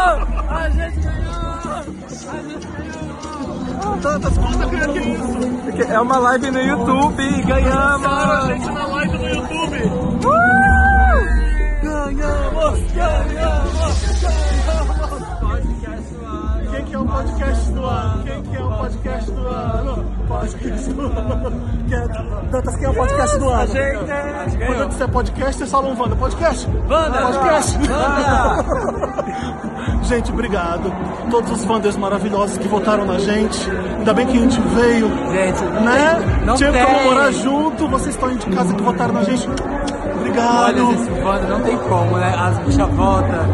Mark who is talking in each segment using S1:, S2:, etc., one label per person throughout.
S1: A gente ganhou! A gente ganhou! Tantas contas, cara, que isso?
S2: É uma live no YouTube,
S1: Cara, a
S2: ganhamos!
S1: gente na live no YouTube!
S2: Uh!
S1: Ganhamos! Ganhamos! Ganhamos!
S2: Podcast do ano.
S1: Quem que é o podcast do ano? Quem que é o podcast do ano? Podcast do ano! Que é- Tantas, quem é o podcast do ano?
S2: Gente, a gente ganhou.
S1: Quando você é podcast, você fala um Wanda. Podcast?
S2: Wanda!
S1: Podcast!
S2: Wanda!
S1: Gente, obrigado. Todos os Wanders maravilhosos que votaram na gente. Ainda bem que a gente veio.
S2: Gente,
S1: né?
S2: não
S1: Tinha que
S2: tem.
S1: comemorar junto. Vocês estão aí de casa que votaram na gente. Obrigado.
S2: Olha, gente, Wanda, não tem como, né? As bichas votam,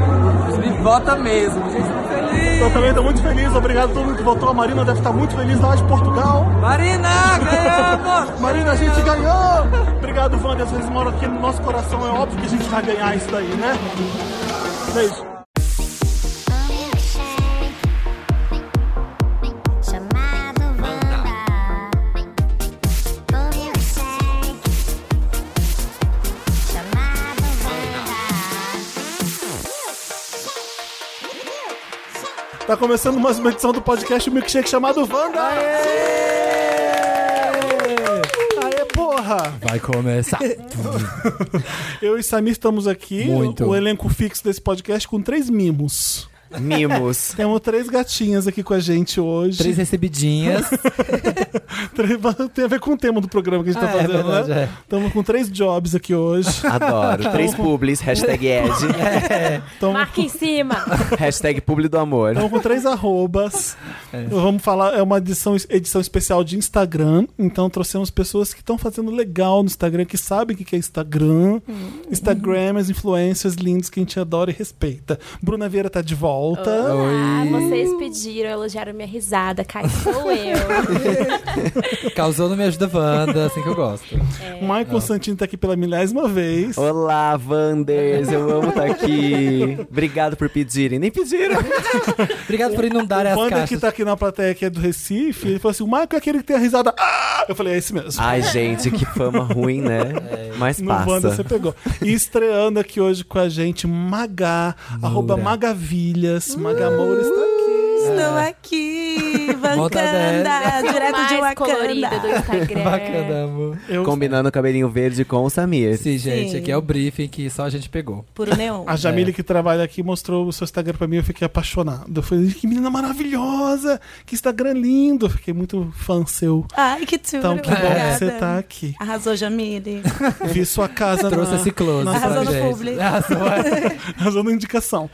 S2: os bichos votam mesmo. Gente, tô feliz!
S1: Eu também estou muito feliz. Obrigado a todo mundo que votou. A Marina deve estar muito feliz lá de Portugal.
S2: Marina, ganhamos!
S1: Marina, a gente ganhou! Obrigado, Wander. Vocês moram aqui no nosso coração. É óbvio que a gente vai ganhar isso daí, né? Beijo.
S3: Chamado Vanda. Ouviu o Chamado Vanda.
S1: Tá começando mais uma edição do podcast Milkshake chamado Wanda. Aê, porra!
S4: Vai começar.
S1: Eu e Samir estamos aqui,
S4: Muito.
S1: o elenco fixo desse podcast, com três mimos.
S4: Mimos.
S1: Temos três gatinhas aqui com a gente hoje.
S4: Três recebidinhas.
S1: Três- Tem a ver com o tema do programa que a gente tá
S4: Ah, é
S1: fazendo,
S4: verdade,
S1: né?
S4: é.
S1: Estamos com três jobs aqui hoje.
S5: Adoro. Três publis, hashtag Ed,
S1: Estamos
S6: Marca em cima.
S5: hashtag publi do amor.
S1: Então, com três arrobas. Vamos falar, é uma edição, edição especial de Instagram. Então, trouxemos pessoas que estão fazendo legal no Instagram, que sabem o que que é Instagram. Instagram, as influências lindas que a gente adora e respeita. Bruna Vieira tá de volta.
S6: Ah, vocês pediram, elogiaram minha risada. Cai, sou eu.
S4: Causou no Me Ajuda Wanda, assim que eu gosto.
S1: Maicon Constantino tá aqui pela milésima vez.
S5: Olá, Wanders, eu amo estar aqui. Obrigado por pedirem. Nem pediram.
S4: Obrigado por inundar as
S1: O Wander
S4: caixas.
S1: que tá aqui na plateia, que é do Recife, ele falou assim: o Maicon é aquele que tem a risada. "Ah!" Eu falei: é esse mesmo.
S5: Ai, gente, que fama ruim, né? Mas
S1: É. No Wanda
S5: passa.
S1: você pegou. E estreando aqui hoje com a gente, Magá, arroba Magavilhas. Maga Moura está aqui.
S7: Estou aqui,
S4: Volta
S7: Wakanda, É, direto de
S6: mais colorida do
S7: Wakanda.
S6: Instagram.
S4: Bacana, amor.
S1: Eu-
S5: Combinando o cabelinho verde com o Samir.
S4: Sim, gente,
S7: Sim.
S4: aqui é o briefing que só a gente pegou.
S7: Puro neon.
S1: A Jamile
S4: É.
S1: que trabalha aqui mostrou o seu Instagram pra mim, eu fiquei apaixonado. Eu falei, que menina maravilhosa! Que Instagram lindo! Eu fiquei muito fã seu.
S7: Ai, Ah, que tudo.
S1: Então, que bom que
S7: obrigada.
S1: você tá aqui.
S7: Arrasou, Jamile. tá
S1: Vi sua casa
S4: Trouxe
S1: na,
S4: esse close
S1: na-
S4: pra
S7: Arrasou no
S4: gente.
S7: publi.
S4: Arrasou, é.
S1: arrasou na indicação.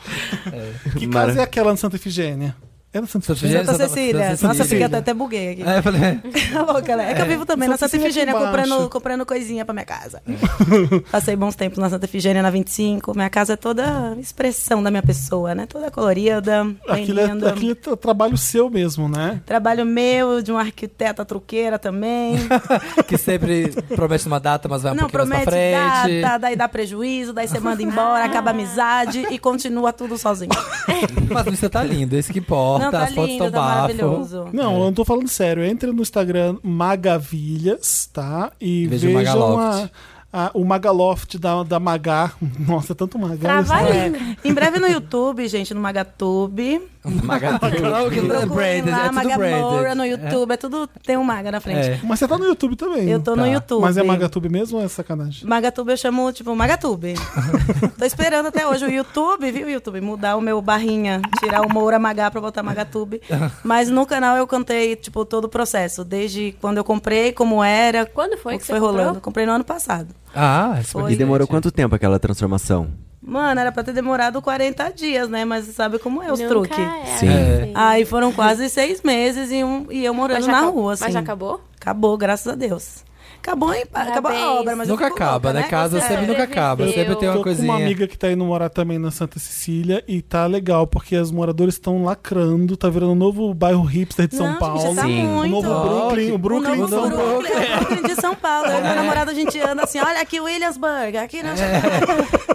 S1: Que casa
S5: Mara-
S1: é aquela de Santa Efigênia? É na Santa
S4: Santa
S1: Efigênia?
S4: Efigênia?
S7: Santa
S4: Santa
S7: Cecília.
S4: tá Cecília.
S7: Nossa, fica até, até buguei aqui.
S4: Aí É, eu falei,
S7: Tá louca, né? É que eu vivo também na
S1: Santa
S7: Santa
S1: Cecília
S7: Efigênia,
S1: aqui embaixo.
S7: comprando, comprando coisinha pra minha casa. Passei bons tempos na Santa Efigênia, na 25. Minha casa é toda expressão da minha pessoa, né? Toda colorida, bem
S1: Aquilo é,
S7: linda.
S1: aquilo é tra- trabalho seu mesmo, né?
S7: Trabalho meu, de uma arquiteta truqueira também.
S4: que sempre promete uma data, mas vai Tá um
S7: não
S4: pouquinho mais
S7: promete
S4: pra frente.
S7: data, daí dá prejuízo, daí você manda embora, acaba a amizade e continua tudo sozinho.
S4: Mas você tá lindo, isso que importa.
S7: não, tá
S4: as fotos
S7: lindo,
S4: estão
S7: tá
S4: bafo.
S7: maravilhoso.
S1: Não, eu não tô falando sério. Entra no Instagram Magavilhas, tá? E
S4: Veja o
S1: vejam a,
S4: Magaloft.
S1: a- o Magaloft da, da Magá. Nossa, é tanto Magá.
S6: Trava
S1: né?
S6: aí.
S4: É.
S7: Em breve no YouTube, gente, no Magatube.
S4: Não, que é
S7: Procurem
S4: branded, é
S7: lá,
S4: tudo
S7: Magamoura no
S4: branded.
S7: YouTube, é tudo, tem um Maga na frente.
S4: É.
S1: Mas você tá no YouTube também.
S7: Eu tô no
S4: Tá.
S7: YouTube.
S1: Mas é Magatube mesmo ou é sacanagem?
S7: Magatube eu chamo, tipo, Magatube. tô esperando até hoje o YouTube, viu, YouTube? Mudar o meu barrinha, tirar o Moura Magá pra botar Magatube. Mas no canal eu cantei, tipo, todo o processo. Desde quando eu comprei, como era.
S6: Quando foi
S7: o
S6: que
S7: que
S6: você
S7: foi
S6: comprou?
S7: rolando. Comprei no ano passado.
S4: Ah, isso
S7: Foi.
S5: E demorou quanto tempo aquela transformação?
S7: Mano, era pra ter demorado 40 dias, né? Mas você sabe como é os
S6: Nunca
S7: truques.
S6: é
S5: Sim.
S6: assim.
S7: Aí foram quase seis meses e, um- e eu morando
S6: Mas já
S7: na
S6: acabou-
S7: rua, assim.
S6: Mas já acabou?
S7: Acabou, graças a Deus. Acabou, em, acabou a obra, mas eu
S4: Nunca
S7: fico louca,
S4: acaba, né? Casa
S7: Você-
S4: sempre nunca acaba.
S6: sobreviveu.
S4: Sempre tem
S1: Tô
S4: uma
S1: com
S4: coisinha.
S1: uma amiga que tá indo morar também na Santa Cecília e tá legal, porque os moradores estão lacrando, tá virando um novo bairro hipster de São
S7: Não,
S1: Paulo.
S7: Gente, já tá
S5: Sim.
S7: muito.
S1: O novo Brooklyn, o Brooklyn
S7: o novo
S1: de São Paulo.
S7: Brooklyn, o Brooklyn de São Paulo.
S4: É.
S7: Eu e meu namorado, a gente anda assim, olha aqui Williamsburg, aqui na...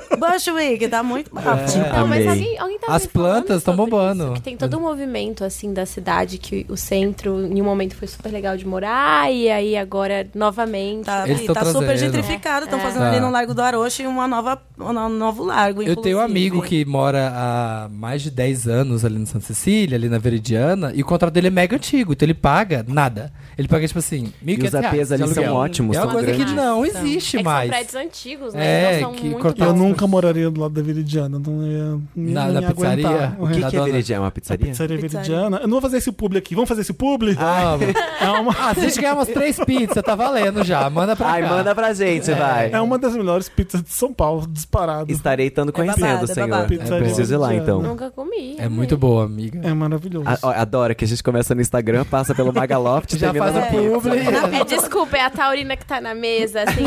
S4: É.
S7: Bushwick, tá muito bafo.
S6: Não, mas
S5: Amei.
S6: alguém, alguém tava
S4: As
S6: me falando
S4: plantas tão
S6: sobre
S4: bombando.
S6: isso, que tem todo um movimento, assim, da cidade, que o centro, em um momento, foi super legal de morar, e aí agora, Exatamente.
S7: Tá,
S4: Eles
S7: e
S4: tão
S7: tá super
S4: trazendo.
S7: gentrificado,
S6: É.
S7: estão fazendo
S4: Tá.
S7: ali no Largo do Aroche uma nova, um novo largo.
S4: Eu tenho um
S7: inclusive.
S4: amigo que mora há mais de 10 anos ali no Santa Cecília, ali na Veridiana, e o contrato dele é mega antigo, então ele paga nada. Ele paga, tipo assim, R$
S5: E os
S4: 1.500
S5: APs
S4: de
S5: ali são
S4: aluguel.
S5: ótimos,
S4: É uma
S5: são
S4: coisa que
S5: grandes.
S4: não existe
S6: É que são
S4: mais.
S6: prédios antigos,
S4: É,
S6: né? Então são
S4: que
S6: muito
S4: cortou-
S1: Eu
S6: bons.
S1: nunca moraria do lado da Veridiana, não ia nem,
S4: Na-
S1: nem
S4: na
S1: ia aguentar.
S4: pizzaria?
S1: O
S5: O
S1: resto
S5: que,
S4: Da
S5: que é
S4: dona-
S5: Veridiana? É uma
S1: da
S5: pizzaria?
S1: pizzaria Veridiana. Eu não vou fazer esse publi aqui. Vamos fazer esse publi?
S4: Ah,
S1: É uma,
S4: ah, se a gente ganhar umas três pizzas, tá valendo já. Manda pra
S5: Ai,
S4: cá.
S5: manda pra gente, vai.
S1: é uma das melhores pizzas de São Paulo, disparado.
S5: Estarei tanto conhecendo,
S7: babado, é
S5: senhor.
S7: babado.
S1: Pizzaria
S5: Preciso ir lá,
S1: Veridiana.
S5: então.
S6: Nunca comi.
S4: É muito boa, amiga.
S1: É maravilhoso.
S4: Ah,
S5: A- ó, Adoro que a gente começa no Instagram, passa pelo Magaloft e
S4: Já
S5: termina
S4: faz
S5: na
S4: o
S5: pizza.
S4: publi.
S6: É, desculpa, é a Taurina que tá na mesa. Assim,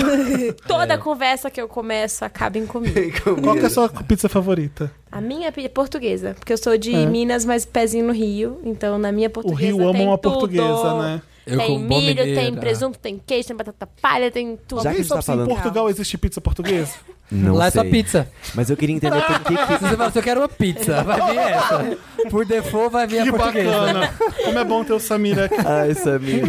S6: toda
S1: É.
S6: conversa que eu começo acaba em comida.
S1: Qual que é a sua pizza favorita?
S6: A minha é portuguesa, porque eu sou de
S1: É.
S6: Minas, mas pezinho no Rio. Então, na minha
S1: O
S6: portuguesa.
S1: Rio ama
S6: tem
S1: uma
S6: tudo.
S1: portuguesa, né?
S4: Eu
S6: tem
S4: como boa
S6: milho, tem
S4: mineira.
S6: presunto, tem queijo, tem batata palha, tem tudo.
S5: Já
S1: Alguém
S5: que a gente
S1: sabe
S5: tá
S1: se em
S5: falando-
S1: Portugal existe pizza portuguesa?
S5: Não
S4: Lá é
S5: sei.
S4: só pizza.
S5: Mas eu queria entender por que
S4: Se você fala assim, eu quero uma pizza, vai vir essa. Por default, vai vir a
S1: Que
S4: portuguesa.
S1: bacana! Como é bom ter o Samir aqui.
S5: Ai, Samir.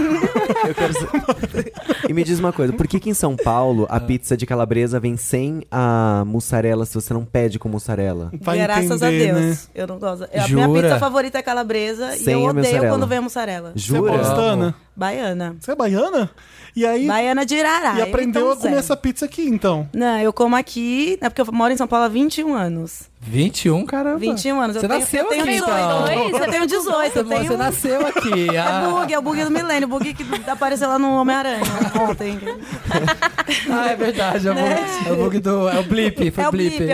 S5: Eu quero saber. E me diz uma coisa, por que que em São Paulo a pizza de calabresa vem sem a mussarela se você não pede com mussarela?
S1: Vai
S7: Graças
S1: entender,
S7: a
S1: né?
S7: Deus. Eu não gosto. A
S4: Jura?
S7: minha pizza favorita é calabresa e
S5: Sem
S7: eu
S5: a
S7: odeio
S5: mussarela.
S7: quando vem a mussarela.
S1: Você é
S5: Jura?
S1: paulistana?
S7: Baiana.
S1: Você é baiana? E aí
S7: Baiana de Irará.
S1: e
S7: eu
S1: aprendeu
S7: então
S1: a comer
S7: zero.
S1: essa pizza aqui, então.
S7: Não, eu como aqui, é porque eu moro em São Paulo há 21 anos.
S4: 21, caramba.
S7: 21 anos. Eu
S4: Você
S7: tenho,
S4: nasceu
S7: eu tenho
S4: aqui,
S7: 18.
S6: então.
S7: Eu tenho 18.
S4: Você,
S7: eu tenho... um-
S4: você nasceu aqui.
S7: É
S4: Ah,
S7: bug, é o bug do milênio, o bug que apareceu lá no Homem-Aranha ontem.
S4: ah, é verdade. É o bug, é o bug do. É o blip. Foi
S7: Né? É o
S4: blip.
S7: blip,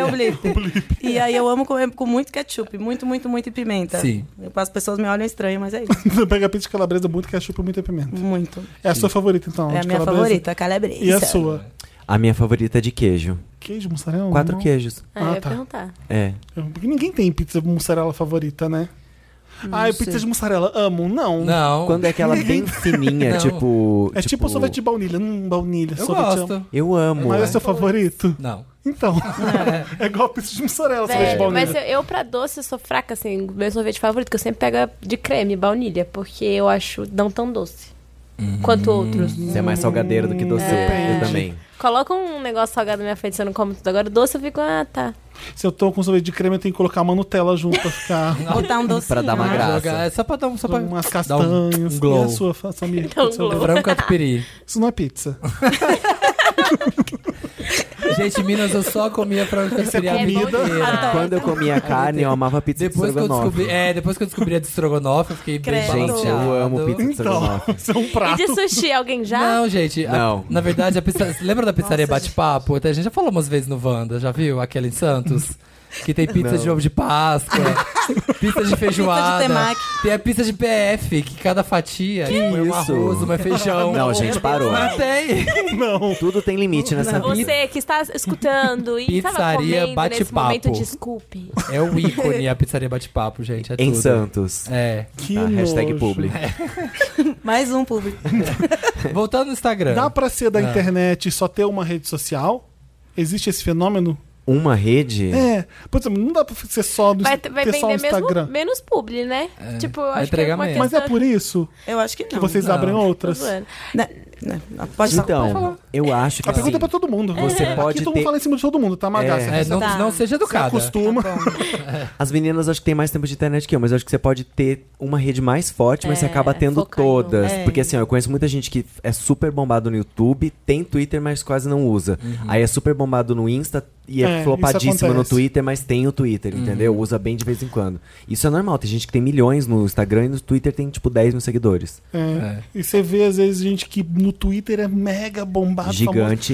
S7: é o blip. E aí eu amo comer com muito ketchup, muito, muito, muito e pimenta.
S4: Sim.
S7: Eu- As pessoas me olham estranho, mas é isso.
S1: Pega pizza de calabresa muito ketchup e muita pimenta.
S7: Muito.
S1: É a sua favorita, então?
S7: É a
S1: de
S7: minha
S1: calabresa?
S7: favorita, a calabresa.
S1: E a sua?
S5: A minha favorita é de queijo.
S1: Queijo, mussarela?
S5: Quatro
S1: não?
S5: queijos.
S6: Ah, eu
S1: Ah,
S6: ia
S1: tá.
S6: perguntar.
S5: É.
S1: Porque ninguém tem pizza de mussarela favorita, né? Ai, pizza de mussarela, amo. Não.
S4: Não.
S5: Quando é aquela bem fininha,
S4: Não.
S5: tipo...
S1: É tipo, sorvete de baunilha. Hum, baunilha,
S4: Eu
S1: sorvete.
S4: gosto.
S1: amo.
S5: Eu amo.
S1: Mas é seu favorito?
S4: Não.
S1: Então. É igual pizza de mussarela, sorvete de
S6: Velho,
S1: baunilha.
S6: É, mas eu, eu pra doce eu sou fraca, assim. Meu sorvete favorito, que eu sempre pego é de creme, baunilha, porque eu acho não tão doce quanto outros.
S5: Você é mais salgadeiro do que doceiro. Eu também.
S6: Coloca um negócio salgado na minha frente, se eu não como tudo agora. Doce eu fico, ah, tá.
S1: Se eu tô com sorvete de creme, eu tenho que colocar uma Nutella junto pra ficar
S7: Botar um docinho.
S5: Pra dar uma
S4: Ah,
S5: graça.
S4: jogar- É só pra dar um. Só pra
S1: umas
S4: dar um-
S1: castanhas.
S4: um
S1: E a
S4: glow.
S1: sua, fa- Samir?
S6: Dá um
S1: Seu-
S6: glow.
S4: Frango catupiry.
S1: Isso não é pizza.
S4: Gente, em Minas, eu só comia frango
S5: é
S4: catupiry a vida
S1: comida.
S4: inteira.
S5: Quando eu comia carne, eu amava pizza
S4: Depois
S5: de
S4: que, eu descobri,
S5: estrogonofe.
S4: é, depois que eu descobri a de estrogonofe, eu fiquei bem
S7: Credo.
S5: Gente, eu amo
S4: balanceado.
S5: pizza de
S1: Então,
S5: estrogonofe.
S1: isso é um prato.
S6: E de sushi, alguém
S8: Tá?
S6: já?
S4: Não, gente. a-
S5: Não.
S4: na verdade, a pizza, lembra da pizzaria
S7: Nossa,
S4: Bate-Papo? Até A gente já falou umas vezes no Wanda, já viu? Aquela em Santos. Que tem pizza de ovo de Páscoa, pizza de feijoada.
S7: temaki.
S4: tem a pizza de PF, que cada fatia que põe um
S5: isso?
S4: arroz, uma feijão.
S5: Não, gente, parou.
S4: Mas tem.
S1: Não.
S5: Tudo tem limite nessa
S8: é
S5: vida.
S6: Você que está escutando e estava
S4: Pizzaria
S6: comendo nesse
S4: bate-papo.
S6: momento, desculpe.
S4: É o ícone a pizzaria Bate-Papo, gente. É
S5: Em
S4: tudo.
S5: Santos.
S4: É.
S1: Que
S5: Tá, hashtag
S1: nojo. É.
S5: público.
S7: Mais um público.
S4: Voltando no
S5: tá.
S4: Instagram.
S1: Dá pra ser da
S4: Ah.
S1: internet e só ter uma rede social? Existe esse fenômeno?
S5: Uma rede?
S1: É. Por exemplo, não dá pra ser só do
S6: Vai, vai
S1: ter só o
S6: vender
S1: Instagram.
S6: mesmo, menos publi, né? Tipo, eu
S4: vai
S6: acho que é
S4: entregar
S6: uma
S4: menos.
S1: Mas
S6: questão...
S1: é por isso
S7: Eu acho que não.
S1: que vocês
S4: Não.
S1: abrem
S6: Tô
S1: outras?
S6: Tá zoando.
S7: Não, não, pode falar. pode falar.
S5: Então, eu acho que
S1: A pergunta é pra
S5: assim,
S1: todo mundo.
S5: Você pode
S1: Aqui todo
S5: ter-
S1: mundo fala em cima de todo mundo, tá, Magá?
S5: É.
S1: Você
S4: É, não,
S7: Tá.
S4: não seja educada.
S1: acostuma.
S5: as meninas acho que têm mais tempo de internet que eu, mas eu acho que você pode ter uma rede mais forte, mas você acaba tendo
S6: focar em
S5: todas.
S7: uma. É.
S5: Porque assim, ó, eu conheço muita gente que é super bombado no YouTube, tem Twitter, mas quase não usa. Aí é super bombado no Insta e
S1: É,
S5: é,
S1: isso
S5: flopadíssimo no
S1: acontece.
S5: Twitter, mas tem o Twitter, entendeu? Usa bem de vez em quando. Isso é normal, tem gente que tem milhões no Instagram e no Twitter tem tipo 10 mil seguidores.
S1: É. E você vê, às vezes, gente que no Twitter é mega bombado,
S5: Gigante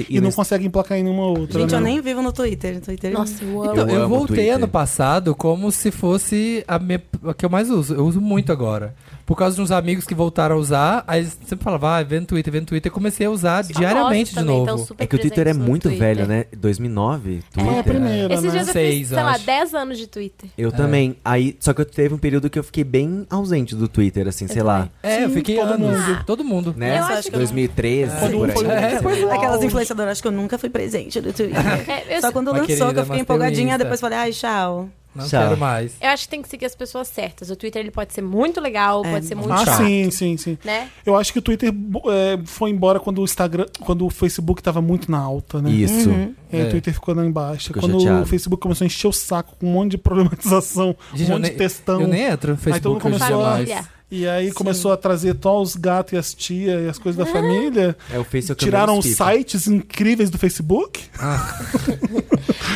S1: famoso, e,
S5: e no
S1: não
S5: Insta-
S1: consegue emplacar em nenhuma outra.
S7: Gente, eu
S1: né?
S7: nem vivo no Twitter. No Twitter
S6: Nossa, eu amo.
S4: Então,
S5: Eu
S4: eu,
S5: amo o
S4: voltei
S5: Twitter.
S4: ano passado como se fosse a, minha, a que eu mais uso. Eu uso muito agora. Por causa de uns amigos que voltaram a usar, aí eles sempre falavam, ah, vendo Twitter, vendo Twitter. E comecei a usar
S1: assim,
S4: diariamente de
S6: Nós também
S8: então,
S4: novo.
S6: estamos super
S5: É que o Twitter é
S6: presentes no
S5: muito
S6: Twitter.
S5: velho, né? 2009, Twitter.
S1: Foi a primeira,
S6: Esses
S1: né?
S6: dias eu
S4: Seis,
S6: fiz, sei lá,
S4: acho.
S6: 10 anos de Twitter.
S5: Eu também. Aí, só que eu teve um período que eu fiquei bem ausente do Twitter, assim, sei lá.
S4: É, eu fiquei
S1: todo
S4: anos.
S1: mundo.
S4: Todo mundo.
S5: Né?
S6: Eu acho que-
S5: 2013,
S1: Quando
S5: por
S1: um foi o
S5: aí.
S4: É, pois é.
S7: Aquelas influenciadoras acho que eu nunca fui presente no Twitter.
S6: É, eu-
S7: Só quando
S4: Mas, querida,
S7: lançou que eu
S4: mas
S7: fiquei
S4: tem o
S7: empolgadinha,
S4: Insta.
S7: depois falei, ai, tchau.
S4: Não
S5: Tchau.
S4: quero mais.
S8: Eu acho que tem que seguir as pessoas certas. O Twitter ele pode ser muito legal,
S4: É.
S8: pode ser muito
S1: Ah,
S8: chato,
S1: sim, sim, sim.
S8: né?
S1: Eu acho que o Twitter bo- é, foi embora quando o Instagram, quando o Facebook tava muito na alta, né?
S5: Isso.
S1: É,
S4: É.
S1: o Twitter ficou lá embaixo.
S5: Ficou
S1: quando
S5: chateado.
S1: o Facebook começou a encher o saco com um monte de problematização, um
S4: eu
S1: monte
S4: nem,
S1: de textão.
S4: Eu nem entro no Facebook
S1: mundo
S4: hoje
S1: começou a-
S4: jamais.
S8: Família.
S1: E aí começou a trazer só os gatos e as tias e as coisas da família.
S5: É o Face eu que
S1: Tiraram um
S5: menos
S1: os
S5: fico.
S1: sites incríveis do Facebook.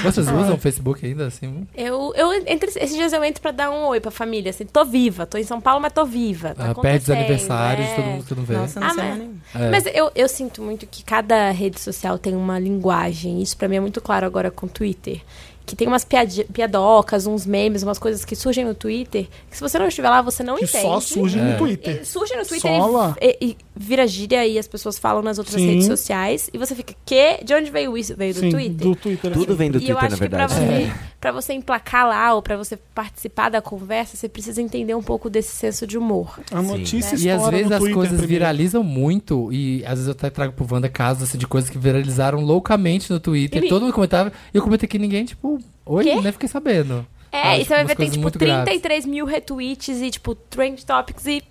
S4: Vocês usam o Facebook ainda assim?
S8: Eu, eu entre, esses dias eu entro pra dar um oi pra família, assim, tô viva, tô em São Paulo, mas tô viva. Tá
S4: Ah, perde os
S8: acontecendo,
S4: aniversários
S8: é.
S4: de todo mundo que não vê.
S7: Nossa, não
S8: Ah,
S7: sei
S8: mas-
S7: mais nem.
S4: É.
S8: Mas eu, eu sinto muito que cada rede social tem uma linguagem. Isso pra mim é muito claro agora com o Twitter. Que tem umas piadi- piadocas, uns memes, umas coisas que surgem no Twitter, que se você não estiver lá, você não
S1: Que
S8: entende.
S1: só surge
S4: É.
S1: no Twitter.
S8: E surge no Twitter
S1: Só lá.
S8: e, e- e vira gíria e as pessoas falam nas outras
S1: Sim.
S8: redes sociais. E você fica, que? De onde veio isso? Veio
S1: Sim,
S8: do Twitter?
S1: do É. Twitter.
S5: Tudo
S1: assim.
S5: vem do
S8: e eu
S5: Twitter,
S8: acho
S5: na
S8: que pra
S5: verdade.
S8: você, pra você emplacar lá ou pra você participar da conversa, você precisa entender um pouco desse senso de humor.
S1: assim. A notícia
S4: E às
S1: estoura
S4: vezes
S1: É no
S4: as
S1: Twitter
S4: coisas
S1: primeiro.
S4: viralizam muito, e às vezes eu até trago pro Wanda casos assim, de coisas que viralizaram loucamente no Twitter.
S8: Ele-
S4: Todo mundo comentava, e eu comentei que ninguém, tipo, oi,
S8: Quê?
S4: nem fiquei sabendo.
S8: É,
S4: Ah,
S8: e
S4: tipo,
S8: você vai
S4: umas
S8: ver, tem
S4: coisas
S8: tipo
S4: muito graves.
S8: 33 mil retweets e tipo trend topics e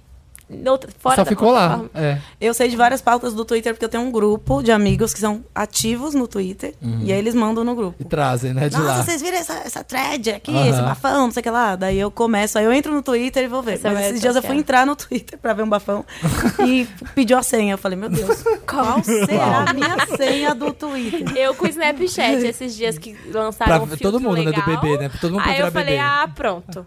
S8: noutra- fora
S4: Só
S8: da
S4: ficou lá.
S8: plataforma.
S4: É.
S7: Eu sei de várias pautas do Twitter, porque eu tenho um grupo de amigos que são ativos no Twitter.
S4: Uhum.
S7: E aí eles mandam no grupo.
S4: E trazem, né, de
S7: Nossa,
S4: lá.
S7: vocês viram essa, essa thread aqui,
S4: Aham.
S7: esse bafão, não sei o que lá. Daí eu começo, aí eu entro no Twitter e vou ver.
S8: Essa
S7: Mas
S8: rede
S7: esses dias eu
S8: social.
S7: fui entrar no Twitter pra ver um bafão e pediu a senha. Eu falei, meu Deus, qual será a minha senha do Twitter?
S8: Eu com o Snapchat esses dias que
S4: Pra
S8: lançaram um filtro
S4: todo mundo, né, do
S8: legal.
S4: bebê, né? Todo mundo pra
S8: Aí eu
S4: virar
S8: falei,
S4: bebê.
S8: ah, pronto.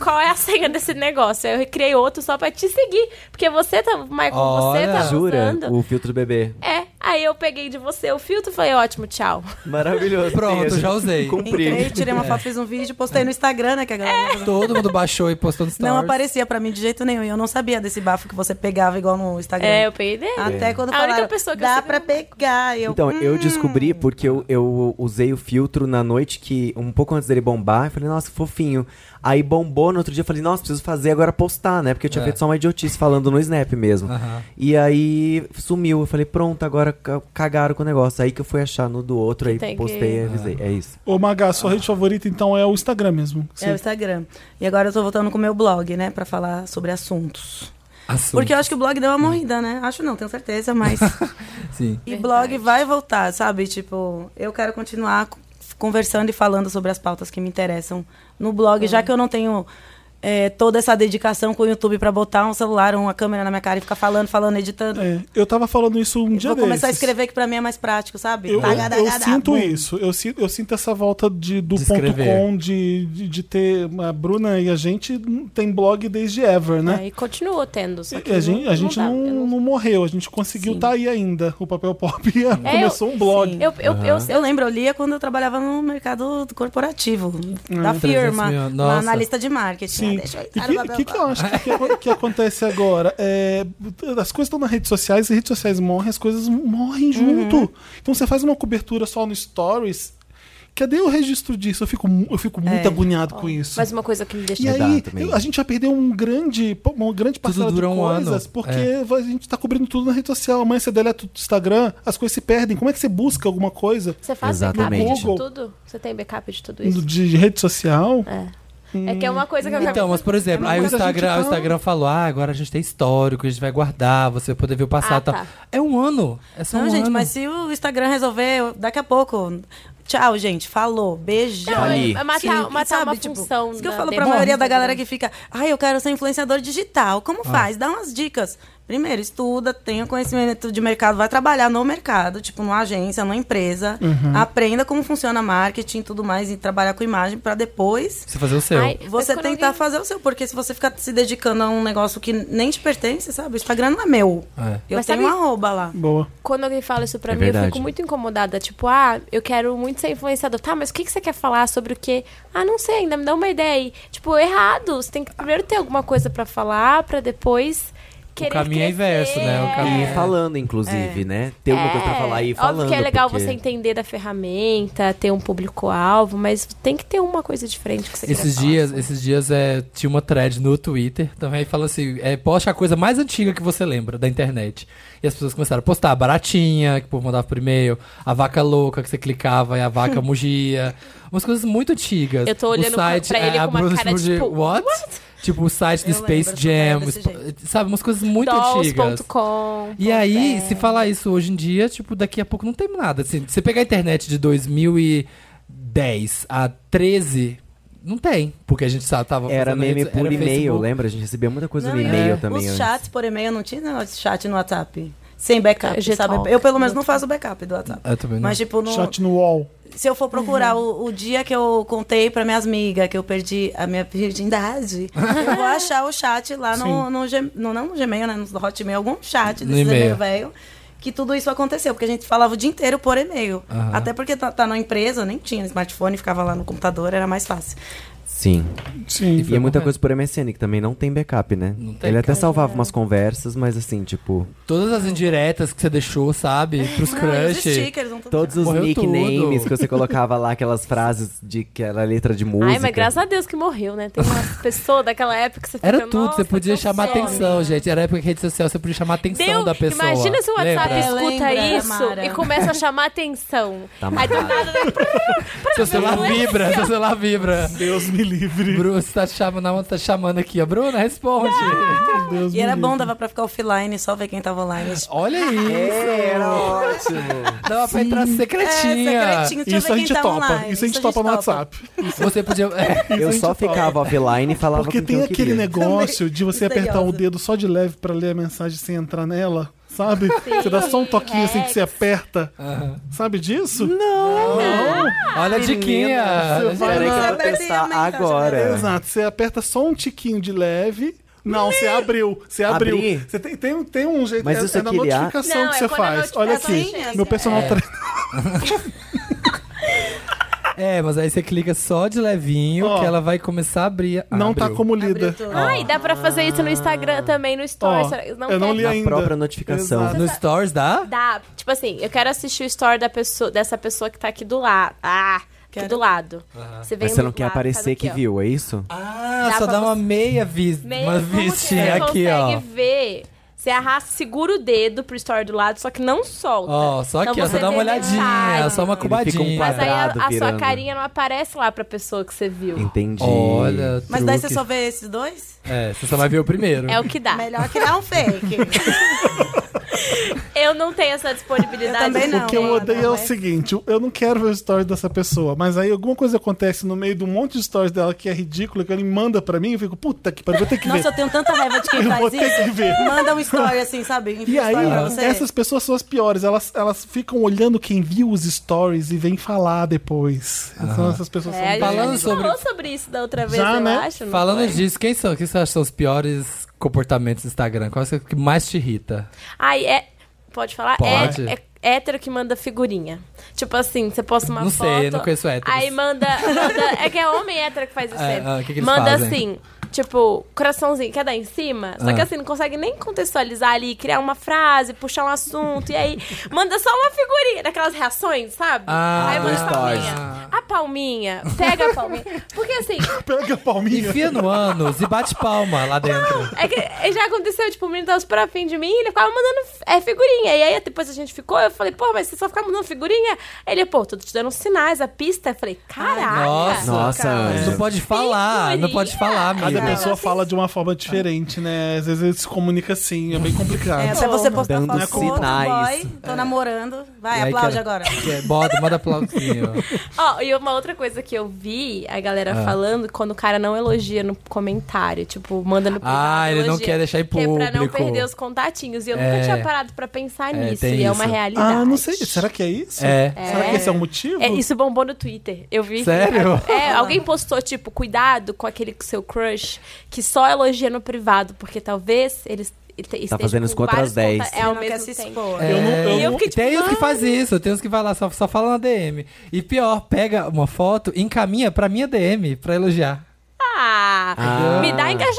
S8: Qual é a senha desse negócio? Aí eu criei outro só pra te seguir. Porque você tá, Michael, você
S4: Olha.
S8: tá
S5: Jura?
S8: usando.
S5: O filtro do bebê.
S8: É, aí eu peguei de você o filtro e falei, ótimo, tchau.
S5: Maravilhoso.
S4: Pronto,
S5: Isso.
S4: já usei.
S5: Cumpri.
S7: Entrei, tirei uma foto, fiz um vídeo, postei no Instagram, né, que a
S8: É.
S7: galera...
S4: Todo mundo baixou e postou no stories.
S7: Não aparecia pra mim de jeito nenhum. E eu não sabia desse bafo que você pegava igual no Instagram.
S8: É, eu peguei
S1: Ah,
S8: dele.
S7: Até quando
S8: A única
S7: falaram,
S8: pessoa que eu
S7: dá
S8: sigo-
S7: pra pegar. E Eu,
S5: Então, eu
S7: "Hum".
S5: descobri porque eu, eu usei o filtro na noite que, um pouco antes dele bombar, eu falei, nossa, fofinho. Aí bombou, no outro dia eu falei, nossa, preciso fazer agora postar, né? Porque eu tinha
S4: É.
S5: feito só uma idiotice falando no Snap mesmo.
S4: Aham.
S5: E aí sumiu, eu falei, pronto, agora ca- cagaram com o negócio. Aí que eu fui achar no do outro, aí
S8: tem que-
S5: postei e avisei. É isso.
S1: Ô, Maga, sua rede favorita então é o Instagram mesmo.
S7: É o Instagram. E agora eu tô voltando com o meu blog, né? Pra falar sobre assuntos.
S4: Assunto,
S7: Porque eu acho que o blog deu uma
S1: Hum.
S7: morrida, né? Acho não, tenho certeza, mas.
S4: sim.
S7: e blog vai voltar, sabe? Tipo, eu quero continuar co- conversando e falando sobre as pautas que me interessam no blog, já que eu não tenho. é, toda essa dedicação com o YouTube pra botar um celular, uma câmera na minha cara e ficar falando, falando, editando.
S1: É, eu tava falando isso um dia
S7: Vou começar a
S1: desses.
S7: escrever que pra mim é mais prático, sabe?
S1: Eu, eu-
S7: Dagá,
S1: eu
S7: dagá, dá,
S1: sinto
S7: bum.
S1: isso. Eu sinto, eu sinto essa volta de, do
S4: De
S1: ponto
S4: escrever.
S1: com de, de, de ter. A Bruna e a gente tem blog desde ever, né?
S8: Aí continuou tendo, só que
S1: E a gente,
S8: É não,
S1: a gente
S8: dá,
S1: não,
S8: eu
S1: não, morreu, a gente conseguiu
S8: Sim.
S1: estar aí ainda. O papel pop e começou
S8: eu-
S1: um blog.
S7: sim.
S8: Eu, eu, eu,
S7: Eu lembro, eu lia quando eu trabalhava no mercado corporativo, da
S4: 300
S7: firma,
S4: mil,
S7: na, na
S4: nossa.
S7: lista de marketing.
S1: É. Sim.
S7: Ah, deixa eu
S1: E
S7: entrar
S1: o
S7: no
S1: que,
S7: papel.
S1: que, que eu acho que, que acon- que acontece agora? É, as coisas estão nas redes sociais, as redes sociais morrem, as coisas
S7: Uhum.
S1: morrem junto. Então você faz uma cobertura só no Stories. Cadê o registro disso? Eu fico, mu- eu fico muito
S7: É.
S1: agoniado com isso.
S8: Mas uma coisa que me deixa
S1: E
S5: Exato,
S1: aí,
S5: também.
S1: eu- a gente já perdeu um grande, pô, uma grande parcela de
S4: dura um ano,
S1: coisas, porque a gente tá cobrindo tudo na rede social. Amanhã você deleta o Instagram, as coisas se perdem. Como é que você busca alguma coisa
S8: Você faz
S5: Exatamente.
S8: backup de tudo? Você tem backup de tudo isso?
S1: de rede social?
S8: É que é uma coisa que eu
S4: Então, mas por exemplo, aí o
S1: Mas a gente
S4: Instagram,
S1: tá-
S4: o Instagram falou: ah, agora a gente tem histórico, a gente vai guardar, você vai poder ver o
S8: Ah,
S4: passado e
S8: tá.
S4: tal. É um ano. É só
S7: Não,
S4: um
S7: gente,
S4: ano.
S7: mas se o Instagram resolver, eu- daqui a pouco. Tchau, gente. Falou. Beijão.
S8: Não,
S5: Ali.
S8: é matar,
S7: Sim,
S8: matar
S7: sabe,
S8: uma
S7: tipo,
S8: função.
S7: Isso que eu
S8: da-
S7: falo pra
S8: dentro
S7: maioria
S8: do
S7: da galera
S8: Instagram.
S7: que fica, ai, eu quero ser influenciador digital. Como faz? Dá umas dicas. Primeiro, estuda, tenha conhecimento de mercado, vai trabalhar no mercado, tipo numa agência, numa empresa. Aprenda como funciona marketing e tudo mais, e trabalhar com imagem pra depois
S4: Você fazer o seu.
S8: Ai, mas
S7: você
S8: quando
S7: tentar
S8: alguém-
S7: fazer o seu, porque se você ficar se dedicando a um negócio que nem te pertence, sabe? O Instagram não é meu.
S4: É.
S7: Eu
S8: Mas
S7: tenho
S8: sabe-
S7: um arroba lá.
S1: Boa.
S8: Quando alguém fala isso pra
S5: É
S8: mim, eu
S5: verdade.
S8: fico muito incomodada. Tipo, ah, eu quero muito ser influenciador. Tá, mas o que, que você quer falar sobre o quê? Ah, não sei, ainda me dá uma ideia aí. Tipo, errado. Você tem que primeiro ter alguma coisa pra falar, pra depois querer
S4: o caminho é inverso, né? O
S8: crescer.
S4: caminho
S5: E
S4: é-
S5: falando, inclusive, né? Ter uma coisa pra falar aí falando.
S8: Óbvio que é legal
S5: porque-
S8: você entender da ferramenta, ter um público-alvo, mas tem que ter uma coisa diferente que você
S4: Esses
S8: queira
S4: dias,
S8: falar.
S4: esses dias é, tinha uma thread no Twitter também fala assim: é, poste a coisa mais antiga que você lembra da internet. E as pessoas começaram a postar a baratinha, que o povo mandava por e-mail, a vaca louca que você clicava e a vaca mugia. Umas coisas muito antigas.
S8: Eu tô
S4: O
S8: olhando
S4: site,
S8: pra ele
S4: é, a
S8: com uma
S4: Bruce
S8: cara,
S4: Mugi-
S8: tipo,
S4: What? Tipo o site do
S7: Eu
S4: Space
S7: lembro também
S4: Jam,
S7: desse
S4: sp-
S7: jeito.
S4: sabe? Umas coisas muito antigas.
S8: Dolls.com.
S4: E aí, se falar isso hoje em dia, tipo, daqui a pouco não tem nada. Assim, você pegar a internet de 2010 a 13, não tem. Porque a gente sabe, tava
S5: Era
S4: fazendo
S5: meme
S4: redes-
S5: por
S4: era
S5: e-mail,
S4: Facebook.
S5: lembra? A gente recebia muita coisa
S7: Não,
S5: no
S7: e
S5: e-mail
S8: é.
S4: os
S5: também.
S7: Os
S5: antes.
S7: chats por e-mail não tinha negócio de chat no WhatsApp. Sem backup,
S8: G-Talk.
S7: sabe? Eu, pelo menos, não faço backup do WhatsApp.
S4: Eu É, também não.
S7: Mas, tipo, no,
S1: Chat no wall.
S7: se eu for procurar o, o dia que eu contei pra minhas amigas que eu perdi a minha virgindade, eu vou achar o chat lá no, no, Gm- no- não no Gmail, né? No Hotmail, algum chat
S4: No
S7: desse
S4: e-mail.
S7: e-mail velho. Que tudo isso aconteceu, porque a gente falava o dia inteiro por e-mail.
S4: Aham.
S7: Até porque tá, tá na empresa, nem tinha smartphone, ficava lá no computador, era mais fácil.
S5: Sim.
S1: Sim.
S5: E é muita coisa por MSN, que também não tem backup, né?
S4: Não tem,
S5: Ele até
S8: É.
S5: salvava umas conversas, mas assim, tipo,
S4: Todas as indiretas que você deixou, sabe? Pros
S7: Não, e os
S4: crush.
S7: stickers, não tô-
S5: todos os
S4: Morreu
S5: nicknames
S4: tudo.
S5: que você colocava lá, aquelas frases de que era letra de música.
S8: Ai, mas graças a Deus que morreu, né? Tem uma pessoa daquela época que você fica,
S4: Era tudo, você
S8: "Nossa,
S4: podia
S8: que
S4: chamar
S8: fome".
S4: atenção, gente. Era época de rede social, você podia chamar a atenção
S8: Deu,
S4: da pessoa.
S8: imagina se o WhatsApp
S4: Lembra?
S8: escuta
S7: Lembra,
S8: isso
S7: Mara?
S8: e começa a chamar atenção.
S5: Tá
S8: Aí do
S5: marcado.
S8: nada, né?
S4: Seu celular vibra, seu celular vibra.
S1: Deus me livre.
S4: Bruce tá chamando, na tá chamando aqui. ó. Bruna, responde.
S1: Deus
S7: E
S1: me
S7: era
S1: livre.
S7: bom, dava pra ficar offline, só ver quem tava online.
S4: Olha isso.
S5: É, era ótimo.
S4: Dava pra entrar secretinha.
S7: É, secretinho, deixa eu
S1: Isso
S7: ver
S1: a
S7: quem
S1: gente
S7: tá
S1: topa.
S7: online.
S1: Isso a gente topa no WhatsApp.
S4: Você podia. é.
S5: Eu
S1: a gente
S5: só
S1: fala.
S5: ficava offline e falava
S1: Porque
S5: com quem
S1: tem
S5: eu
S1: aquele
S5: queria.
S1: negócio de você
S7: Misteriosa.
S1: apertar o dedo só de leve pra ler a mensagem sem entrar nela, sabe? Você dá só um toquinho assim que você aperta. Sabe disso?
S4: Olha a diquinha.
S1: Você vai
S5: Peraí que eu
S1: na-
S5: vou
S7: Apertei a
S5: testar
S7: mensagem,
S5: agora.
S1: Exato, você aperta só um tiquinho de leve. Não, você abriu, você abriu.
S5: Abri?
S1: Você tem, tem, tem um jeito,
S5: Mas
S1: é,
S5: isso
S1: é na
S5: aqui ele acha?
S1: notificação
S8: Não,
S1: que
S8: é
S1: você
S8: quando a
S1: faz. Olha aqui,
S8: notificação-
S1: meu personal
S4: É.
S1: trainer.
S4: É, mas aí você clica só de levinho
S1: Ó.
S4: que ela vai começar a abrir.
S1: não
S4: Abriu.
S1: tá como lida.
S8: Ai, dá pra fazer isso no Instagram também, no Stories.
S1: Ó,
S8: será- não
S1: eu não
S8: quer-
S1: li
S5: Na
S1: ainda.
S5: própria notificação.
S1: Exato.
S4: No Stories dá?
S8: Dá. Tipo assim, eu quero assistir o story da pessoa, dessa pessoa que tá aqui do lado. Ah, aqui
S7: Quero.
S8: do lado. Você vem
S5: Mas você
S8: do
S5: não quer
S8: lado, faz
S5: aparecer
S8: aqui,
S5: que
S8: ó.
S5: viu, é isso?
S4: Ah,
S8: Dá
S4: só
S8: pra
S4: dá uma
S8: você-
S4: meia vis,
S8: Meio
S4: uma
S8: como que
S4: vistinha
S8: você
S4: aqui, ó.
S8: consegue ver. Você arrasta, segura o dedo pro story do lado, só que não solta.
S4: Ó, só
S8: Então
S4: aqui, ó, só
S8: você
S4: dá uma
S8: vê
S4: olhadinha,
S8: mensagem.
S4: só uma
S5: fica um
S4: cubadinha.
S8: Mas aí a,
S5: quadrado
S8: a sua
S5: virando. Então,
S8: carinha não aparece lá pra pessoa que você viu.
S5: Entendi.
S4: Olha,
S7: Mas daí você
S4: truque.
S7: só vê esses dois?
S4: É, você só vai ver o primeiro.
S8: É o que dá.
S7: Melhor criar um fake.
S8: Eu não tenho essa disponibilidade.
S7: Eu também
S8: de
S7: não.
S1: O que eu
S7: Não,
S1: odeio é o
S7: mas-
S1: seguinte: eu- eu não quero ver o stories dessa pessoa, mas aí alguma coisa acontece no meio de um monte de stories dela que é ridícula, que ele manda pra mim e eu fico, puta que pariu, vou ter que
S7: Nossa, eu
S1: ver.
S7: tenho tanta raiva de quem
S1: Eu vou
S7: faz
S1: ter que ver.
S7: isso. Manda um story assim, sabe?
S1: E
S7: Envia um
S1: aí,
S7: story pra você.
S1: essas pessoas são as piores. Elas, elas ficam olhando quem viu os stories e vem falar depois. São essas pessoas
S8: É, a gente
S1: são
S4: Falando
S8: já
S4: sobre-
S8: falou sobre isso da outra vez,
S1: Já,
S8: eu
S1: né?
S8: acho. não
S4: Falando
S8: foi?
S4: disso, quem são? Quem você acha que são os piores comportamentos do Instagram? Qual é o que mais te irrita?
S8: Ai, é. Pode falar?
S4: Pode.
S8: É, é hétero que manda figurinha. Tipo assim, você posta uma
S4: Não
S8: foto.
S4: sei, eu não conheço héteros.
S8: Aí manda, manda- É que é homem hétero que faz isso
S4: É,
S8: sempre.
S4: ah, o que que eles
S8: manda
S4: fazem?
S8: assim. Tipo, coraçãozinho, quer dar em cima? Só que
S4: Ah.
S8: assim, não consegue nem contextualizar ali, criar uma frase, puxar um assunto, e aí manda só uma figurinha, daquelas reações, sabe?
S4: Ah,
S8: aí manda
S5: do
S8: a
S5: stories.
S8: palminha. A palminha, pega a palminha. Porque assim,
S1: Pega a palminha.
S4: Enfia no ânus e bate palma lá dentro.
S8: é que já aconteceu, tipo, o menino tava super afim de mim e ele ficava mandando é, figurinha. E aí depois a gente ficou, eu falei, pô, mas você só fica mandando figurinha? Ele, pô, tô te dando sinais, a pista. Eu falei, caraca.
S4: Nossa.
S5: Nossa,
S4: Não
S5: Anjo.
S4: pode falar, não pode falar,
S1: Cada
S4: amigo.
S7: né?
S1: pessoa
S7: Assim
S1: fala de uma forma diferente, né? Às vezes ele se comunica assim, é bem complicado.
S7: É, até você postar
S5: Dando
S7: foto com outro
S5: sinais.
S7: boy, tô namorando. Vai,
S4: E aí
S7: aplaude
S4: que-
S7: agora.
S4: que é- Bota, manda aplausinho.
S8: Ó, e uma outra coisa que eu vi a galera
S4: Ah.
S8: falando, quando o cara não elogia no comentário, tipo, manda no privado,
S4: Ah, ele não
S8: elogia,
S4: quer deixar em
S8: que é pra não
S4: público.
S8: perder os contatinhos. E eu
S4: É.
S8: nunca tinha parado pra pensar
S4: É,
S8: nisso.
S4: tem
S8: E é uma
S4: isso.
S8: realidade.
S1: Ah, não sei. Será que é isso?
S4: É.
S1: Será que esse é o motivo?
S8: É, isso bombou no Twitter. Eu vi.
S4: Sério?
S8: É, alguém postou, tipo, cuidado com aquele seu crush que só elogia no privado, porque talvez eles
S5: Tá fazendo isso contra as 10.
S8: É ao
S7: não quer
S8: mesmo
S7: se
S8: tempo.
S7: expor.
S4: É,
S1: Eu não- eu
S4: e
S1: não-
S8: fiquei tipo,
S4: tem uns que
S8: mano.
S4: faz isso, tem uns que vai lá, só, só fala na DM. E pior, pega uma foto e encaminha pra minha DM pra elogiar.
S8: Ah,
S5: Ah.
S8: me dá engajamento.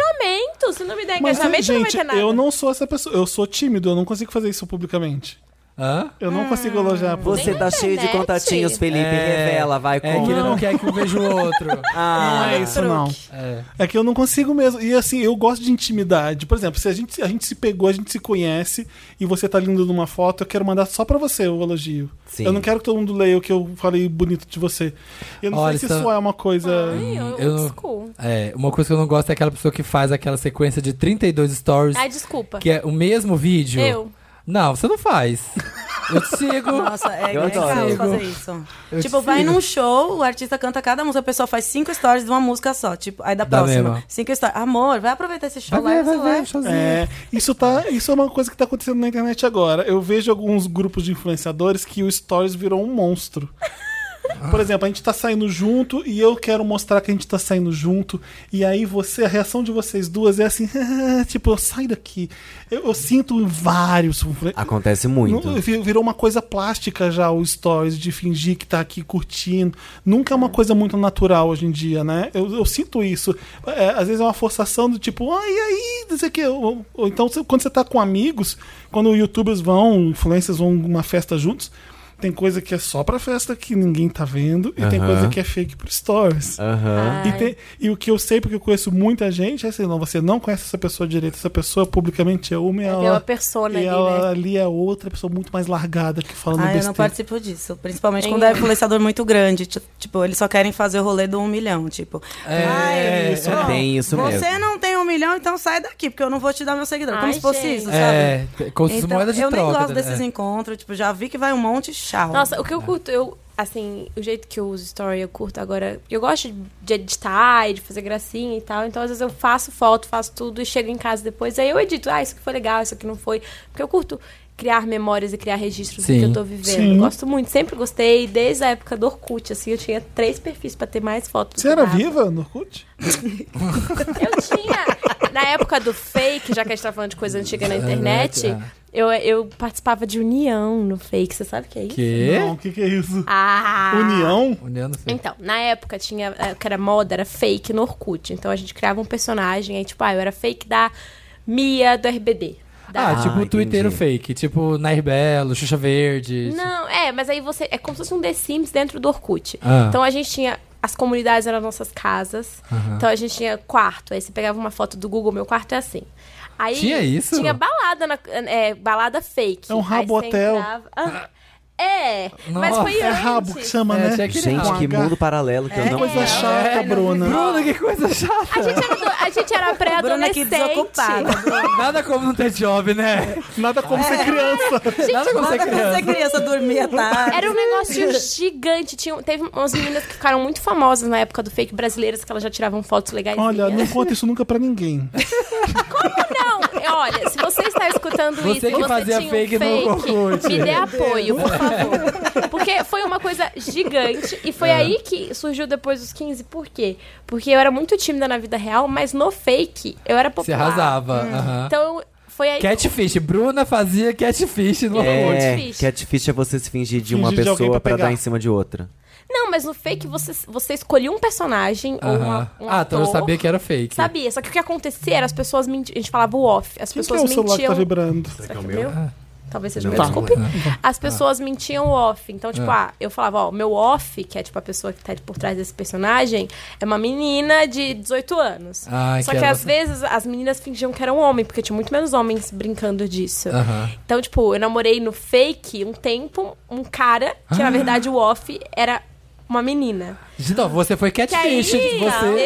S8: muito. Se não me der
S1: Mas,
S8: engajamento, É não vai
S1: gente,
S8: ter nada.
S1: eu não sou essa pessoa. Eu sou tímido, eu não consigo fazer isso publicamente.
S4: Hã?
S1: Eu não consigo elogiar.
S5: Você
S8: Ah, Nem
S5: tá
S8: na
S5: cheio de
S8: internet.
S5: contatinhos, Felipe. Revela, vai com.
S4: É que ele não quer que um veja o outro.
S5: Ah,
S1: Não é isso, não.
S4: É.
S1: É que eu não consigo mesmo. E assim, eu gosto de intimidade. Por exemplo, se a gente, a gente se pegou, a gente se conhece e você tá lindo numa foto, eu quero mandar só pra você o elogio.
S5: Sim.
S1: Eu não quero que todo mundo leia o que eu falei bonito de você. Eu não
S4: Olha,
S1: sei se
S4: isso-
S1: isso é uma coisa.
S8: Ai, eu,
S4: Eu-
S8: desculpa.
S4: É, uma coisa que eu não gosto é aquela pessoa que faz aquela sequência de 32 stories,
S8: Ai, desculpa.
S4: que é o mesmo vídeo.
S8: Eu.
S4: Não, você não faz. Eu te sigo.
S7: Nossa, é
S5: Eu adoro.
S7: legal
S4: Sigo.
S7: fazer isso.
S4: Eu
S7: tipo,
S4: te
S7: vai
S4: sigo.
S7: num show, o artista canta cada música, a pessoa faz cinco stories de uma música só. Tipo, aí da
S4: Dá
S7: próxima.
S4: mesmo.
S7: Cinco stories. Amor, vai aproveitar esse show
S4: Vai
S7: lá
S4: ver,
S7: e
S4: vai
S7: você vai.
S4: ver, showzinho.
S1: É, isso, tá, isso é uma coisa que tá acontecendo na internet agora. Eu vejo alguns grupos de influenciadores que o Stories virou um monstro. Por exemplo, a gente tá saindo junto e eu quero mostrar que a gente tá saindo junto. E aí você, a reação de vocês duas é assim, tipo, sai daqui. Eu, eu sinto vários. influen-
S5: Acontece muito.
S1: Não, vi- virou uma coisa plástica já o stories de fingir que tá aqui curtindo. Nunca é uma coisa muito natural hoje em dia, né? Eu, eu sinto isso. É, às vezes é uma forçação do tipo, ai, e aí, não sei o quê. Ou, ou então, cê- quando você tá com amigos, quando youtubers vão, influencers vão numa festa juntos, tem coisa que é só pra festa que ninguém tá vendo, e tem
S5: Aham.
S1: coisa que é fake pro stories.
S5: Aham.
S1: E,
S8: Ai.
S1: tem- e o que eu sei, porque eu conheço muita gente, é assim, não, você não conhece essa pessoa direito, essa pessoa publicamente é uma e
S8: É
S1: ela-
S8: uma persona
S1: e
S8: ali,
S1: ela
S8: né?
S1: ali é outra pessoa muito mais largada que falando
S7: Ah, eu não
S1: besteira.
S7: participo disso. Principalmente
S8: Tem
S7: quando é
S8: um.
S7: influenciador muito grande. ti- Tipo, eles só querem fazer o rolê do um milhão. Tipo,
S4: É,
S7: ai,
S4: isso,
S7: bom,
S5: tem isso
S7: você
S5: mesmo.
S7: não tem um milhão, então sai daqui, porque eu não vou te dar meu seguidor.
S8: Ai,
S7: Como se fosse
S8: gente.
S7: isso, sabe?
S4: É, como se fosse
S7: Então,
S4: moeda de
S7: eu
S4: troca.
S7: nem gosto
S4: né?
S7: desses
S4: É.
S7: encontros, tipo, já vi que vai um monte, tchau.
S8: Nossa, o que eu curto, eu, assim, o jeito que eu uso story, eu curto agora. Eu gosto de editar e de fazer gracinha e tal. Então, às vezes, eu faço foto, faço tudo e chego em casa depois. Aí eu edito, ah, isso aqui foi legal, isso aqui não foi. Porque eu curto criar memórias e criar registros
S4: Sim.
S8: do que eu tô vivendo.
S1: Sim.
S8: Eu Gosto muito, sempre gostei, desde a época do Orkut, assim, eu tinha três perfis pra ter mais fotos.
S1: Você era viva no Orkut?
S8: Eu tinha. Na época do fake, já que a gente tá falando de coisa antiga na internet,
S4: É, é.
S8: eu, eu participava de união no fake. Você sabe o que é isso?
S4: Quê?
S1: Não, o que, que é isso?
S8: Ah!
S1: União?
S4: Olhando assim.
S8: Então, na época tinha. eh, que era moda, era fake no Orkut. Então a gente criava um personagem, aí tipo, ah, eu era fake da Mia do RBD. Da...
S4: Ah, tipo
S5: Ah,
S4: o Twitter
S5: entendi.
S4: fake, tipo Nair Belo, Xuxa Verde.
S8: Não, é, mas aí você. É como se fosse um The Sims dentro do Orkut.
S4: Ah.
S8: Então a gente tinha. As comunidades eram nossas casas. Então a gente tinha quarto. Aí você pegava uma foto do Google, meu quarto é assim. Aí
S4: Tinha isso?
S8: Tinha balada, na, é, balada fake.
S1: É um
S8: Aí
S1: rabo
S8: você
S1: hotel.
S8: entrava- Ah, é, mas
S4: Nossa.
S8: foi
S1: É
S8: antes.
S1: rabo que chama,
S4: É,
S1: né?
S4: tinha que-
S5: Gente,
S1: Com
S5: que
S1: H.
S5: mundo paralelo que eu não
S1: É.
S8: É,
S1: Coisa chata, Bruna.
S4: Bruna, que coisa chata.
S8: A gente era, do- a gente era
S7: Bruna aqui
S8: pré-adolescente.
S7: desocupada.
S4: Nada como não ter job, né?
S1: Nada como
S8: É.
S1: ser criança.
S4: Nada como
S7: Nada
S4: ser
S7: quando
S4: criança.
S7: você criança dormia tarde.
S8: Era um negócio gigante. Tinha, teve umas meninas que ficaram muito famosas na época do fake brasileiras que elas já tiravam fotos legais.
S1: Olha, não conta isso nunca pra ninguém.
S8: Não, é, olha, se você está escutando
S4: Você
S8: isso, e
S4: que
S8: você
S4: fazia
S8: tinha
S4: fake
S8: um
S4: no
S8: fake,
S4: Orkut.
S8: me dê apoio, por favor. Porque foi uma coisa gigante e
S4: É.
S8: foi aí que surgiu depois dos 15. Por quê? Porque eu era muito tímida na vida real, mas no fake eu era
S4: Você
S8: popular.
S4: arrasava. aham.
S8: Então foi aí
S4: Catfish, Bruna fazia catfish no Orkut.
S5: É,
S8: Catfish.
S5: catfish é você se fingir de
S1: Fingir
S5: uma
S1: de alguém
S5: pessoa
S1: pra
S5: pra dar
S1: pegar.
S5: em cima de outra.
S8: Não, mas no fake você, você escolhia um personagem ou uma,
S4: Aham.
S8: um
S4: Ah, então eu
S8: ator.
S4: sabia que era fake.
S8: Sabia, só que o que acontecia era as pessoas mentiam. A gente falava o off, as
S1: Quem que é
S8: pessoas
S1: o celular que tá
S8: mentiam.
S1: vibrando?
S8: Será que é o meu? Talvez seja o
S5: Não,
S8: meu,
S5: tá.
S8: desculpe. As pessoas mentiam o off. Então, tipo, ah, eu falava, ó, meu off, que é tipo a pessoa que tá por trás desse personagem, é uma menina de 18 anos.
S4: Ai,
S8: Só
S4: que
S8: que,
S4: ela-
S8: às vezes as meninas fingiam que era um homem, porque tinha muito menos homens brincando disso.
S4: Aham.
S8: Então, tipo, eu namorei no fake um tempo um cara que, na verdade, o off era uma menina.
S4: De novo, você foi
S8: Que aí,
S4: catfish. você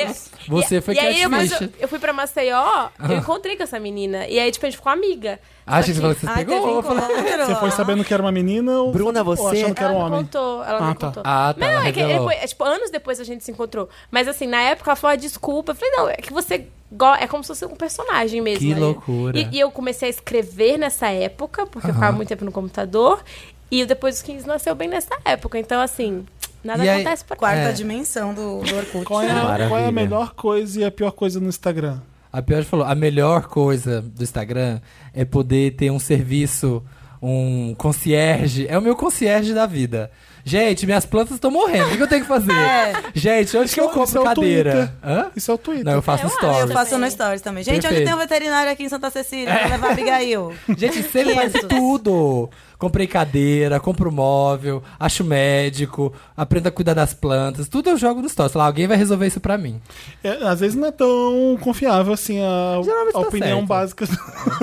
S8: eu-
S4: você
S8: e-
S4: foi é
S8: e aí, mas
S4: catfish.
S8: eu, eu fui pra Maceió, eu encontrei com essa menina. E aí, tipo, a gente ficou amiga.
S4: Ah, achei que você falou que você
S7: Ai, teve
S4: pegou. eu falei-
S7: encontro.
S1: Você foi sabendo que era uma menina ou,
S5: Bruna,
S1: ou
S5: você-
S1: achando que era um
S8: ela me
S1: homem?
S8: contou, ela
S1: Ah,
S8: me
S1: tá.
S8: contou.
S4: Ah, tá.
S8: Não,
S4: ela
S8: é que ele
S4: revelou.
S8: foi- é, tipo, anos depois a gente se encontrou. Mas assim, na época ela falou, ah, desculpa. Eu falei, não, é que você. go- É como se fosse um personagem mesmo.
S4: Que
S8: né?
S4: loucura.
S8: E, e eu comecei a escrever nessa época, porque eu ficava muito tempo no computor. E depois dos 15 nasceu bem nessa época. Então, assim, nada
S4: E aí-
S8: acontece por
S7: Quarta
S4: É.
S7: dimensão do, do Orkut.
S1: Qual é, a, qual é a
S5: Maravilha.
S1: melhor coisa e a pior coisa no Instagram?
S4: A Pior falou: a melhor coisa do Instagram é poder ter um serviço um concierge. É o meu concierge da vida. Gente, minhas plantas estão morrendo. O que que eu tenho que fazer?
S7: É.
S4: Gente, onde que eu
S1: Isso é
S4: compro
S1: o
S4: cadeira?
S1: Twitter.
S4: Hã?
S1: Isso é o Twitter.
S4: Não, eu faço
S7: Eu
S4: stories.
S7: faço no Stories também. Gente,
S4: Perfeito. É.
S7: onde tem um veterinário aqui em Santa Cecília? Vai levar Abigail.
S4: Gente, sempre faz
S7: 500.
S4: tudo. Comprei cadeira, compro móvel, acho médico, aprendo a cuidar das plantas. Tudo eu jogo no Stories. Sei lá, alguém vai resolver isso pra mim.
S1: É, às vezes não é tão confiável assim a,
S4: Geralmente
S1: a
S4: tá
S1: opinião
S4: certo.
S1: básica.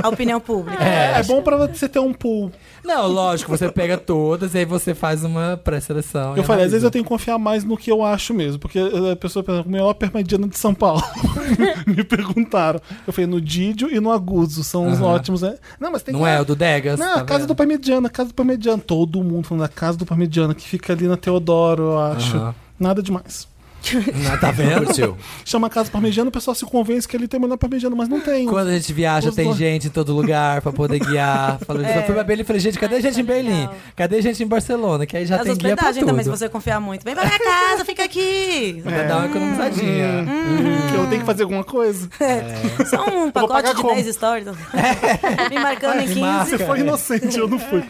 S7: A opinião pública.
S1: É, bom pra você ter um pool.
S4: Não, lógico, você pega todas e aí você faz uma pré-seleção.
S1: Eu falei,
S4: e
S1: às
S4: analisa.
S1: vezes eu tenho que confiar mais no que eu acho mesmo, porque eh, a pessoa pensa, o melhor permediano de São Paulo. Me perguntaram. Eu falei, no Didio e no Aguzo, são os
S4: Aham.
S1: ótimos, né? Não, mas tem
S4: Não
S1: que-
S4: é o do Degas?
S1: Não,
S4: tá
S1: a casa
S4: vendo?
S1: do Parmegiana, a casa do Parmegiana. Todo mundo falando da casa do Parmegiana, que fica ali na Teodoro, eu acho.
S4: Aham.
S1: Nada demais.
S4: Não, tá vendo?
S5: Curtiu.
S1: Chama a casa do Parmegiana, o pessoal se convence que ele tem o melhor Parmegiana, mas não tem.
S4: Quando a gente viaja,
S1: Os
S4: tem
S1: dois.
S4: gente em todo lugar pra poder guiar. Falando isso, eu fui pra Berlim e falei, gente, cadê gente em Berlim? Cadê gente em Barcelona? Que aí já
S7: As
S4: tem guia pra
S7: hospedagens né?
S4: tudo. É.
S7: também, se você confiar muito. Vem pra minha casa, fica aqui.
S4: Pra dar uma economizadinha.
S1: Que eu tenho que fazer alguma coisa.
S4: É.
S7: Só um
S1: pagar
S7: pacote de
S1: como?
S7: 10 stories. Me marcando em
S4: Me
S7: 15.
S4: É. marca.
S1: Você foi inocente, eu não fui.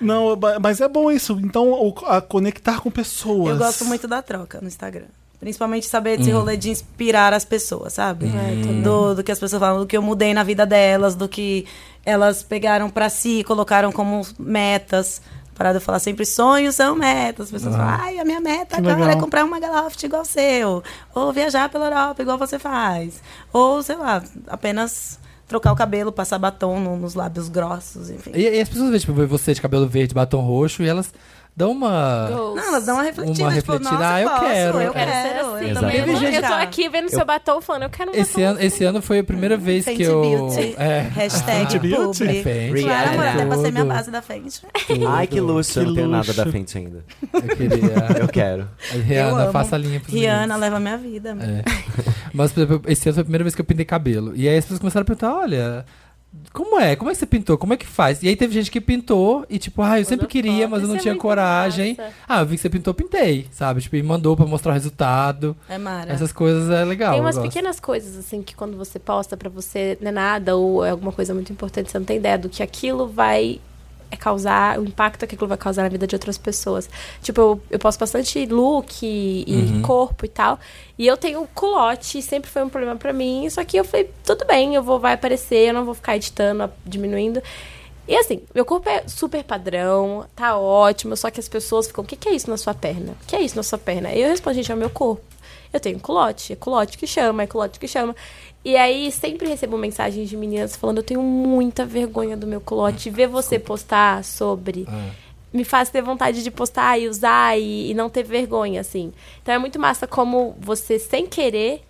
S1: Não, ba- mas é bom isso. Então, o- a conectar com pessoas.
S7: Eu gosto muito da troca no Instagram. Principalmente saber
S4: Uhum.
S7: desse rolê de inspirar as pessoas, sabe?
S4: É,
S7: do, do que as pessoas falam, do que eu mudei na vida delas, do que elas pegaram pra si, colocaram como metas. Parado eu falar sempre, sonhos são metas. As pessoas
S4: Uhum.
S7: falam, ai, a minha meta
S1: Que
S7: agora é
S1: legal.
S7: comprar uma Galoft igual o seu. Ou viajar pela Europa igual você faz. Ou, sei lá, apenas trocar o cabelo, passar batom no- nos lábios grossos, enfim.
S4: E, e as pessoas veem, tipo, você de cabelo verde, batom roxo, e elas dão uma.
S7: Não, elas dão uma refletida,
S4: Uma
S7: tipo,
S4: refletida,
S7: nossa,
S4: ah, eu
S7: posso,
S4: quero.
S7: eu
S4: Eu quero
S7: quero,
S8: ser assim.
S7: eu
S5: Exato.
S7: também
S4: Teve
S7: vou
S4: gente-
S8: Eu tô
S7: arriscar.
S8: aqui vendo seu batom falando, eu quero um
S4: Esse
S8: batom.
S4: ano, esse ano foi a primeira vez que
S7: Fenty
S4: eu.
S7: Beauty.
S4: É.
S7: Hashtag
S1: Fenty Beauty?
S7: publi.
S4: Fenty,
S7: Claro,
S5: é
S7: amor, até passei minha
S4: tudo.
S7: base da frente.
S5: Ai, que luxo. eu não tenho nada
S1: luxo.
S5: da frente ainda.
S4: Eu queria.
S5: Eu quero.
S7: Eu
S4: Rihanna,
S7: amo.
S4: faça a linha pros
S7: Rihanna,
S4: meninos.
S7: leva minha vida. amiga.
S4: É. Mas, por exemplo, esse ano foi a primeira vez que eu pintei cabelo. E aí as pessoas começaram a perguntar: olha, como é? Como é que você pintou? Como é que faz? E aí teve gente que pintou e, tipo, ah, eu sempre queria, mas eu não
S8: Isso é
S4: tinha
S8: muito
S4: coragem.
S8: massa.
S4: Ah, eu vi que você pintou, pintei, sabe? Tipo, e mandou pra mostrar o resultado.
S7: É, Mara.
S4: Essas coisas é legal.
S8: Tem umas
S4: eu gosto.
S8: pequenas coisas, assim, que quando você posta pra você não é nada ou é alguma coisa muito importante, você não tem ideia do que aquilo vai é, causar, o impacto que aquilo vai causar na vida de outras pessoas. Tipo, eu, eu posto bastante look e, e corpo e tal, e eu tenho culote, sempre foi um problema pra mim, só que eu falei, tudo bem, eu vou, vai aparecer, eu não vou ficar editando, a- diminuindo. E assim, meu corpo é super padrão, tá ótimo, só que as pessoas ficam, o que, que é isso na sua perna? O que é isso na sua perna? E eu respondo, gente, é o meu corpo. Eu tenho culote, é culote que chama, é culote que chama. E aí sempre recebo mensagens de meninas falando, eu tenho muita vergonha do meu culote. Ver você postar sobre. Me faz ter vontade de postar e usar e, e não ter vergonha, assim. Então é muito massa como você, sem querer,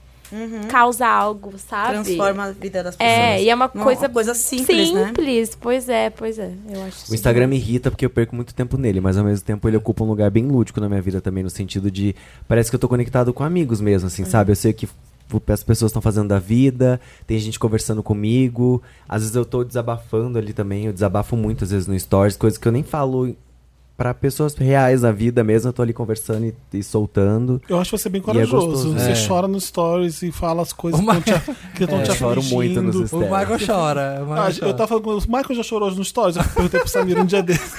S8: causa algo, sabe?
S7: Uhum. Transforma a vida das pessoas.
S8: É, e é uma
S7: Uma
S8: coisa,
S7: coisa simples, né?
S8: simples, pois é, pois é. Eu acho
S5: O Instagram me irrita porque eu perco muito tempo nele, mas ao mesmo tempo ele ocupa um lugar bem lúdico na minha vida também, no sentido de. Parece que eu tô conectado com amigos mesmo, assim, sabe? Eu sei o que f- as pessoas estão fazendo da vida, tem gente conversando comigo. Às vezes eu tô desabafando ali também, eu desabafo muito, às vezes, no Stories, coisas que eu nem falo pra pessoas reais na vida mesmo, eu tô ali conversando e, e soltando.
S1: Eu acho você bem
S5: E é
S1: corajoso.
S5: gostoso,
S1: você
S4: né?
S1: chora nos stories e fala as coisas
S4: Uma-
S1: que estão te, que tão
S4: É,
S1: te
S5: choro muito
S1: afligindo.
S5: nos
S4: O Michael chora. O Michael
S1: Ah,
S4: chora.
S1: eu tava falando com o Michael já chorou hoje nos stories, eu perguntei pro Samir um dia desse.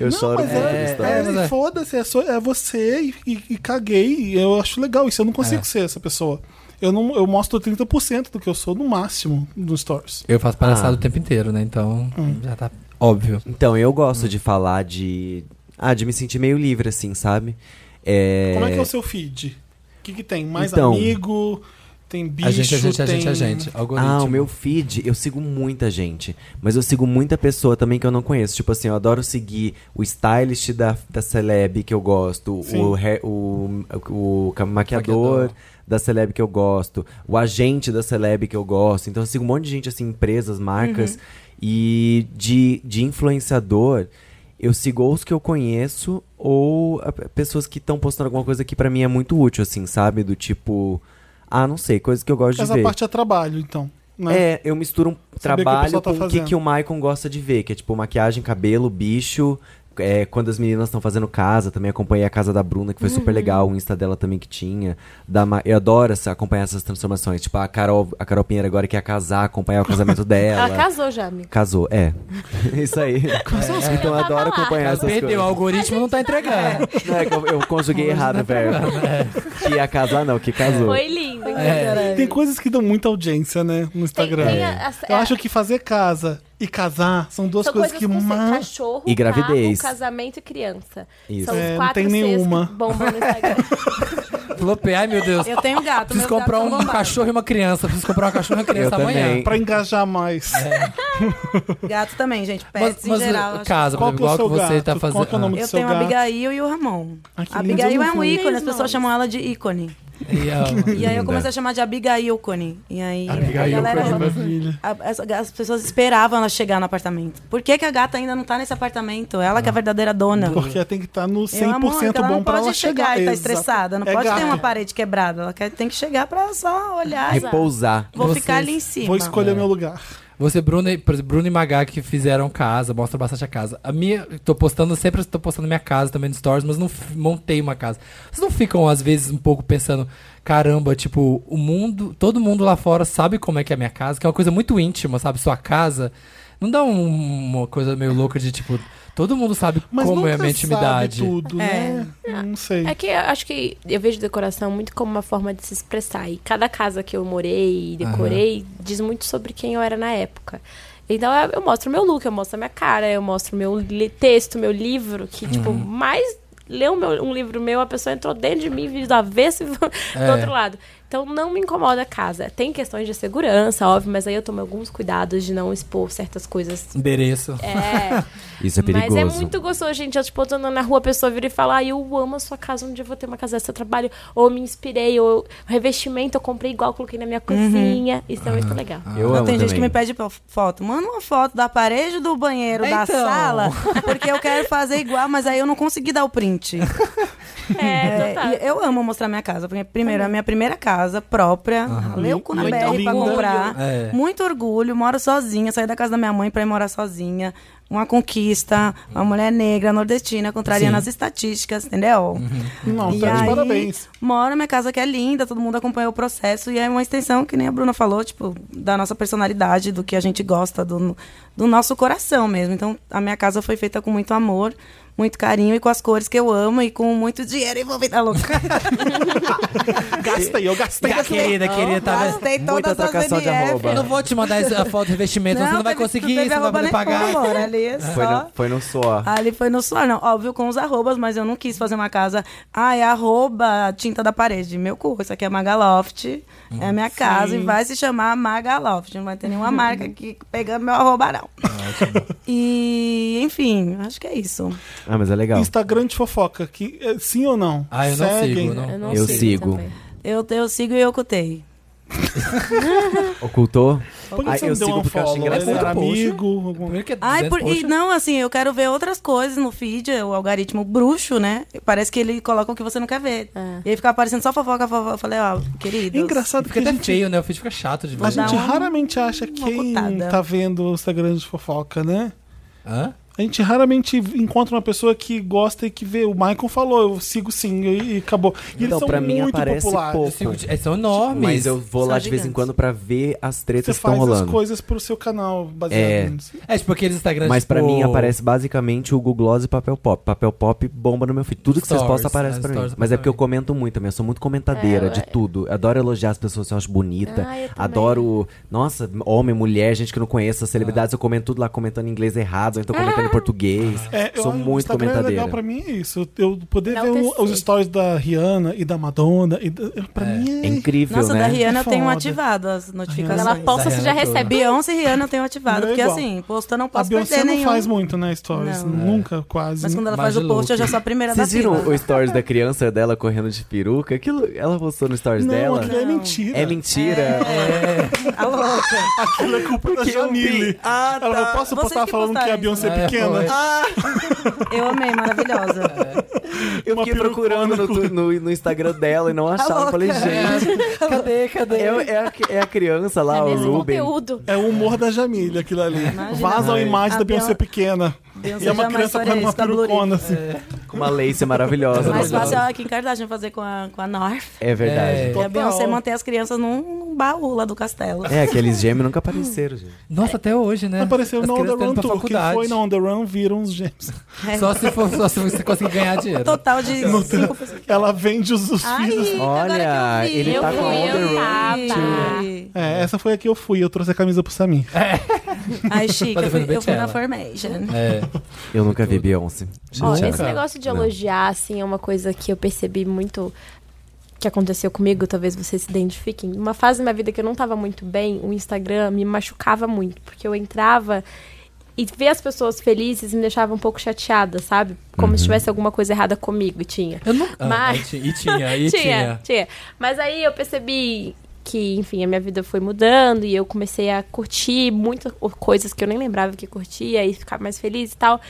S5: Eu choro
S1: mas
S5: muito
S1: é-
S5: no
S1: É,
S5: Stories.
S4: mas é.
S1: foda-se, é, só- é você e, e- e caguei. E eu acho legal isso, eu não consigo ser essa pessoa. Eu, não, eu mostro 30% do que eu sou no máximo nos stories.
S4: Eu faço palhaçada
S5: Ah.
S4: o tempo inteiro, né? Então
S8: Hum.
S4: já tá óbvio.
S5: Então, eu gosto de falar de. Ah, de me sentir meio livre, assim, sabe? É...
S1: Como é que é o seu feed? O que, que tem? Mais
S5: Então.
S1: amigo? Tem bicho?
S4: a gente, a gente, a
S1: tem...
S4: gente, a gente. Algoritmo.
S5: Ah, o meu feed, eu sigo muita gente. Mas eu sigo muita pessoa também que eu não conheço. Tipo assim, eu adoro seguir o stylist da, da celeb que eu gosto,
S1: Sim.
S5: o, hair- o, o ca-
S4: Maquiador.
S5: maquiador da celeb que eu gosto, o agente da celeb que eu gosto. Então eu sigo um monte de gente, assim, empresas, marcas. E de, de influenciador, eu sigo ou os que eu conheço ou a- pessoas que estão postando alguma coisa que pra mim é muito útil, assim, sabe? Do tipo. Ah, não sei, coisas que eu gosto de
S1: Essa
S5: ver.
S1: parte é trabalho, então. Né?
S5: É, eu misturo um
S1: Saber o que o
S5: trabalho
S1: pessoal tá
S5: com o que,
S1: fazendo.
S5: que o Maicon gosta de ver, que é tipo maquiagem, cabelo, bicho, é, quando as meninas estão fazendo casa, também acompanhei a casa da Bruna, que foi
S1: Uhum.
S5: super legal, o Insta dela também que tinha. Da Ma- Eu adoro essa- acompanhar essas transformações. Tipo, a Carol, a Carol Pinheiro agora quer casar, acompanhar o casamento
S1: é
S5: dela.
S8: Ela casou já, amiga.
S5: Casou, é. Isso aí. Então eu adoro acompanhar
S4: Ela
S5: essas
S4: perdeu, o
S5: coisas.
S4: algoritmo não tá entregando.
S5: Não, é que eu, eu conjuguei errado
S1: né?
S5: o verbo.
S1: É.
S5: Que ia casar, não, que casou.
S8: Foi lindo.
S4: É.
S1: Tem coisas que dão muita audiência, né? No Instagram.
S8: tem a- a-
S7: É.
S1: Eu acho que fazer casa e casar são duas
S8: São
S1: coisas,
S8: coisas
S1: que
S8: com
S1: ma-
S8: cachorro,
S5: E gravidez.
S8: carro, casamento e criança.
S5: Isso.
S8: São os
S1: É, não
S8: quatro
S1: tem
S8: Cs
S1: nenhuma.
S8: que bombam no Instagram.
S4: Flopei, ai meu Deus.
S7: Eu tenho gato.
S4: Preciso
S7: meus
S4: comprar
S7: gatos
S4: um
S7: são bombados.
S4: cachorro e uma criança. Preciso comprar um cachorro e uma criança
S5: Eu
S4: amanhã.
S5: também.
S1: pra engajar mais.
S4: É.
S7: Gato também, gente.
S4: Mas,
S7: Pets
S4: mas,
S7: em geral. acho-
S4: casa, por
S1: Qual
S4: exemplo, igual
S1: que é o
S4: que
S1: seu
S4: você
S1: gato?
S4: tá
S1: Qual
S4: fazendo.
S1: que é o nome
S7: Eu
S1: Seu
S7: tenho a
S1: gato.
S7: Abigail e o Ramon.
S1: Ah, que
S7: A
S1: lindo,
S7: Abigail
S1: não
S7: é um
S1: foi?
S7: ícone, as pessoas chamam ela de ícone.
S4: E, ó,
S7: E aí eu
S5: Linda.
S7: comecei a chamar de Abigailcone. E aí
S1: Abigail, né?
S7: a galera.
S1: maravilha.
S7: a- as, as pessoas esperavam ela chegar no apartamento. Por que, que a gata ainda não tá nesse apartamento? Ela que é a verdadeira dona.
S1: Porque ela tem que estar no 100%
S7: Eu amo que ela
S1: bom
S7: não
S1: pra
S7: pode
S1: ela chegar.
S7: chegar e tá
S1: Exato.
S7: estressada. Não
S1: É
S7: pode ter
S1: gato.
S7: uma parede quebrada. Ela quer- tem que chegar pra só olhar.
S5: Repousar.
S7: Vou
S4: Vocês-
S7: ficar ali em cima.
S1: Vou escolher
S4: É.
S1: meu lugar.
S4: Você, Bruno, e- por exemplo, Bruno e Magá que fizeram casa, mostram bastante a casa. A minha, tô postando, sempre tô postando minha casa também no stories, mas não f- montei uma casa. Vocês não ficam, às vezes, um pouco pensando, caramba, tipo, o mundo, todo mundo lá fora sabe como é que é a minha casa, que é uma coisa muito íntima, sabe? Sua casa. Não dá um- uma coisa meio louca de, tipo, todo mundo sabe
S1: Mas
S4: como é a
S1: nunca
S4: minha
S1: sabe
S4: intimidade.
S1: tudo, né? Não sei.
S8: É que eu acho que eu vejo decoração muito como uma forma de se expressar. E cada casa que eu morei e decorei diz muito sobre quem eu era na época. Então eu, eu mostro meu look, eu mostro a minha cara, eu mostro meu li- texto, meu livro, que, tipo, mais leu meu- um livro meu, a pessoa entrou dentro de mim, viu do avesso e
S4: É.
S8: do outro lado. Então não me incomoda a casa. Tem questões de segurança, óbvio, mas aí eu tomo alguns cuidados de não expor certas coisas.
S4: Endereço.
S8: É,
S5: Isso é perigoso.
S8: mas é muito gostoso, gente. Eu, tipo, eu tô andando na rua, a pessoa vira e fala: ah, eu amo a sua casa, onde eu vou ter uma casa dessa, eu trabalho. Ou me inspirei, ou eu- revestimento eu comprei igual, coloquei na minha
S5: Uhum.
S8: cozinha. Isso é
S5: Ah.
S8: muito legal.
S5: Eu
S7: Ah, Não,
S5: amo
S7: tem gente que
S5: também.
S7: me pede pra- foto. Manda uma foto da parede do banheiro, da
S4: Então.
S7: sala, porque eu quero fazer igual, mas aí eu não consegui dar o print.
S8: É,
S7: É,
S8: total.
S7: e eu amo mostrar minha casa, porque primeiro é a minha primeira casa própria, leu o cu na BR pra
S1: orgulho.
S7: comprar.
S4: É.
S7: Muito orgulho, moro sozinha, saí da casa da minha mãe pra ir morar sozinha. Uma conquista, uma mulher negra, nordestina, contrariando
S4: Sim.
S7: as estatísticas, entendeu?
S1: Não,
S7: E
S1: tá de
S7: aí,
S1: parabéns.
S7: Moro na minha casa que é linda, todo mundo acompanha o processo e é uma extensão, que nem a Bruna falou, tipo, da nossa personalidade, do que a gente gosta, do, do nosso coração mesmo. Então, a minha casa foi feita com muito amor, muito carinho e com as cores que eu amo e com muito dinheiro envolvido. Ah, louca.
S1: Gastei, eu gastei.
S4: Querida, querida, tá
S7: Gastei
S5: Muita
S7: todas as
S5: trocação de
S7: NF.
S5: arroba.
S4: Eu não vou te mandar esse- a foto de revestimento, Então você não vai
S7: teve-
S4: conseguir,
S7: teve
S4: você não vai
S7: arroba
S4: poder
S7: nem
S4: pagar. né?
S7: como, amor, ali é só...
S5: Foi no, foi no suor.
S1: Ah.
S7: Ali foi no suor, não. Óbvio, com os arrobas, mas eu não quis fazer uma casa. Ah, é arroba tinta da parede. Meu cu, isso aqui é Magaloft. é minha casa e vai se chamar Magaloft. Não vai ter nenhuma marca aqui pegando meu arroba, não. e, enfim, acho que é isso.
S5: Ah, mas é legal.
S1: Instagram de fofoca, que, é, sim ou não?
S4: Ah, eu não
S1: Seguem.
S4: sigo, não.
S8: Eu não
S5: Eu sigo.
S8: também.
S7: Eu, eu sigo e eu cutei.
S1: tá
S5: Ocultou?
S1: Por que
S5: Ah,
S1: você
S5: eu
S1: não deu
S5: sigo
S1: um
S5: porque eu acho
S1: follow? Ele
S5: engraçado.
S1: era amigo. alguma-
S4: Primeiro que é
S7: Ai,
S4: 200
S7: por, e
S4: posts.
S7: não, assim, eu quero ver outras coisas no feed, o algoritmo bruxo, né? Parece que ele coloca o que você não quer ver. E aí fica aparecendo só fofoca, fofoca. Eu falei, ó, querido.
S1: É Engraçado
S4: Fica
S1: que a
S4: até
S1: gente,
S4: feio, né? O feed fica chato de ver.
S1: a gente
S7: um- uma-
S1: raramente acha quem
S7: cutada.
S1: tá vendo o Instagram de fofoca, né?
S4: Hã?
S1: A gente raramente encontra uma pessoa que gosta e que vê. O Michael falou, eu sigo sim e, e acabou. E
S5: Então,
S1: eles são
S5: pra mim,
S1: muito
S5: aparece
S1: populares.
S5: pouco.
S4: Eu sigo de- é, são enormes.
S5: Mas eu vou
S7: São
S5: lá de vez em
S7: gigantes.
S5: quando pra ver as
S1: Você
S5: tretas que estão
S1: faz as
S5: rolando.
S1: coisas pro seu canal,
S5: É.
S1: baseado nisso.
S4: É tipo aqueles Instagrams
S5: Mas pra
S4: tipo,
S5: mim aparece basicamente o Google Gloss e Papel Pop. Papel Pop bomba no meu feed. Tudo que vocês
S4: Stories,
S5: postam aparece
S4: as
S5: pra
S4: stories
S5: mim. Mas é porque eu
S4: também.
S5: comento muito também. Eu sou muito comentadeira
S8: É,
S5: de
S8: eu-
S5: tudo. Eu Adoro elogiar as pessoas que eu acho bonita.
S8: Ah, eu também.
S5: Adoro, nossa, homem, mulher, gente que eu não conheço,
S1: Ah.
S5: celebridades. Eu comento tudo lá comentando em inglês errado, ou então comentando em português.
S1: É, eu
S5: sou
S1: acho que o
S5: muito
S1: Instagram é
S5: comentadeira.
S1: legal pra mim é isso. Eu poder
S8: Dá
S1: ver
S8: um
S1: o-
S8: terceiro.
S1: os stories da Rihanna e da Madonna. E da, pra mim é.
S5: É incrível,
S7: Nossa,
S5: né?
S7: da Rihanna eu tenho
S1: Foda.
S7: ativado as
S8: Quando
S7: notificações.
S8: é ela posta, você já
S4: Zero, tudo.
S8: recebe.
S7: É Beyoncé e Rihanna eu tenho ativado.
S1: Não é
S7: porque
S1: igual.
S7: assim, posto eu não
S1: A
S7: posso
S1: Beyoncé
S7: perder
S1: não
S7: nenhum.
S1: faz muito, né, stories.
S5: É.
S7: Não.
S1: Nunca, quase.
S7: Mas quando ela
S4: Mais
S7: faz o
S4: de
S7: post, eu já
S4: look.
S7: sou a primeira
S5: Vocês
S7: da fila.
S5: viram o stories da criança dela correndo de peruca? Aquilo, ela postou no stories
S1: não,
S5: dela?
S1: aquilo é mentira.
S5: É mentira.
S1: É.
S7: A Ah, louca. tá.
S1: Aquilo é culpa da Jamile.
S5: Ah,
S1: Ela falou, posso
S7: Vocês
S1: postar
S7: que
S1: falando que a
S7: postaram
S1: Beyoncé é
S4: É,
S1: pequena?
S4: foi.
S7: Eu amei, maravilhosa.
S5: É. Eu
S1: Uma
S5: fiquei procurando no, tu- no- no Instagram dela e não achava. Eu Falei, gente,
S4: Cadê, cadê?
S5: é, é a, é a criança lá,
S8: É
S5: o
S8: mesmo
S5: Ruben.
S8: conteúdo.
S1: É o humor da Jamile, aquilo ali. Vaza a imagem
S7: A
S1: da Beyoncé
S7: Beyon-
S1: pequena.
S7: Beyoncé
S1: E é uma
S7: jamais
S1: criança
S7: faria
S1: correndo uma
S7: isso com a Bluri.
S1: perucona, assim.
S7: É.
S5: Com uma lace maravilhosa.
S7: Mais
S5: maravilhosa.
S7: fácil é a Kim Kardashian fazer com a, com a North.
S5: É verdade.
S7: E a
S1: Total.
S7: Beyoncé é manter as crianças num, num baú lá do castelo.
S5: É, aqueles gêmeos nunca apareceram, gente.
S4: Nossa, até hoje, né?
S1: Apareceu
S4: As
S1: no On The
S4: crianças
S1: Run
S4: tendo pra
S1: Tour. Quem
S4: faculdade.
S1: foi no On The Run viram os gêmeos.
S4: Só se, for, só se você conseguir ganhar dinheiro.
S7: É. Total de cinco pessoas.
S1: Ela vende os, os
S7: Ai,
S1: filhos.
S5: Olha,
S7: agora que eu vi.
S5: ele
S8: Eu
S5: tá com
S8: fui,
S5: on the
S8: eu
S5: road.
S7: Chique.
S1: É, essa foi a que eu fui. Eu trouxe a camisa pro Samir.
S4: É.
S7: Ai,
S5: Tá
S7: chique,
S4: Pode
S7: eu fui,
S4: defender
S7: eu fui
S4: ela.
S7: na Formation.
S4: É.
S5: Eu nunca vi Beyoncé.
S8: Ó,
S5: Gente,
S8: esse
S5: é.
S8: negócio de
S5: Não.
S8: elogiar, assim, é uma coisa que eu percebi muito que aconteceu comigo, talvez vocês se identifiquem. Uma fase da minha vida que eu não tava muito bem, o Instagram me machucava muito, porque eu entrava e ver as pessoas felizes me deixava um pouco chateada, sabe? Como se tivesse alguma coisa errada comigo, e tinha.
S4: Eu nunca. Ah,
S8: Mas-
S4: e ti- e tinha, e tinha.
S8: tinha. Mas aí eu percebi que, enfim, a minha vida foi mudando e eu comecei a curtir muitas o- coisas que eu nem lembrava que curtia e ficar mais feliz e tal.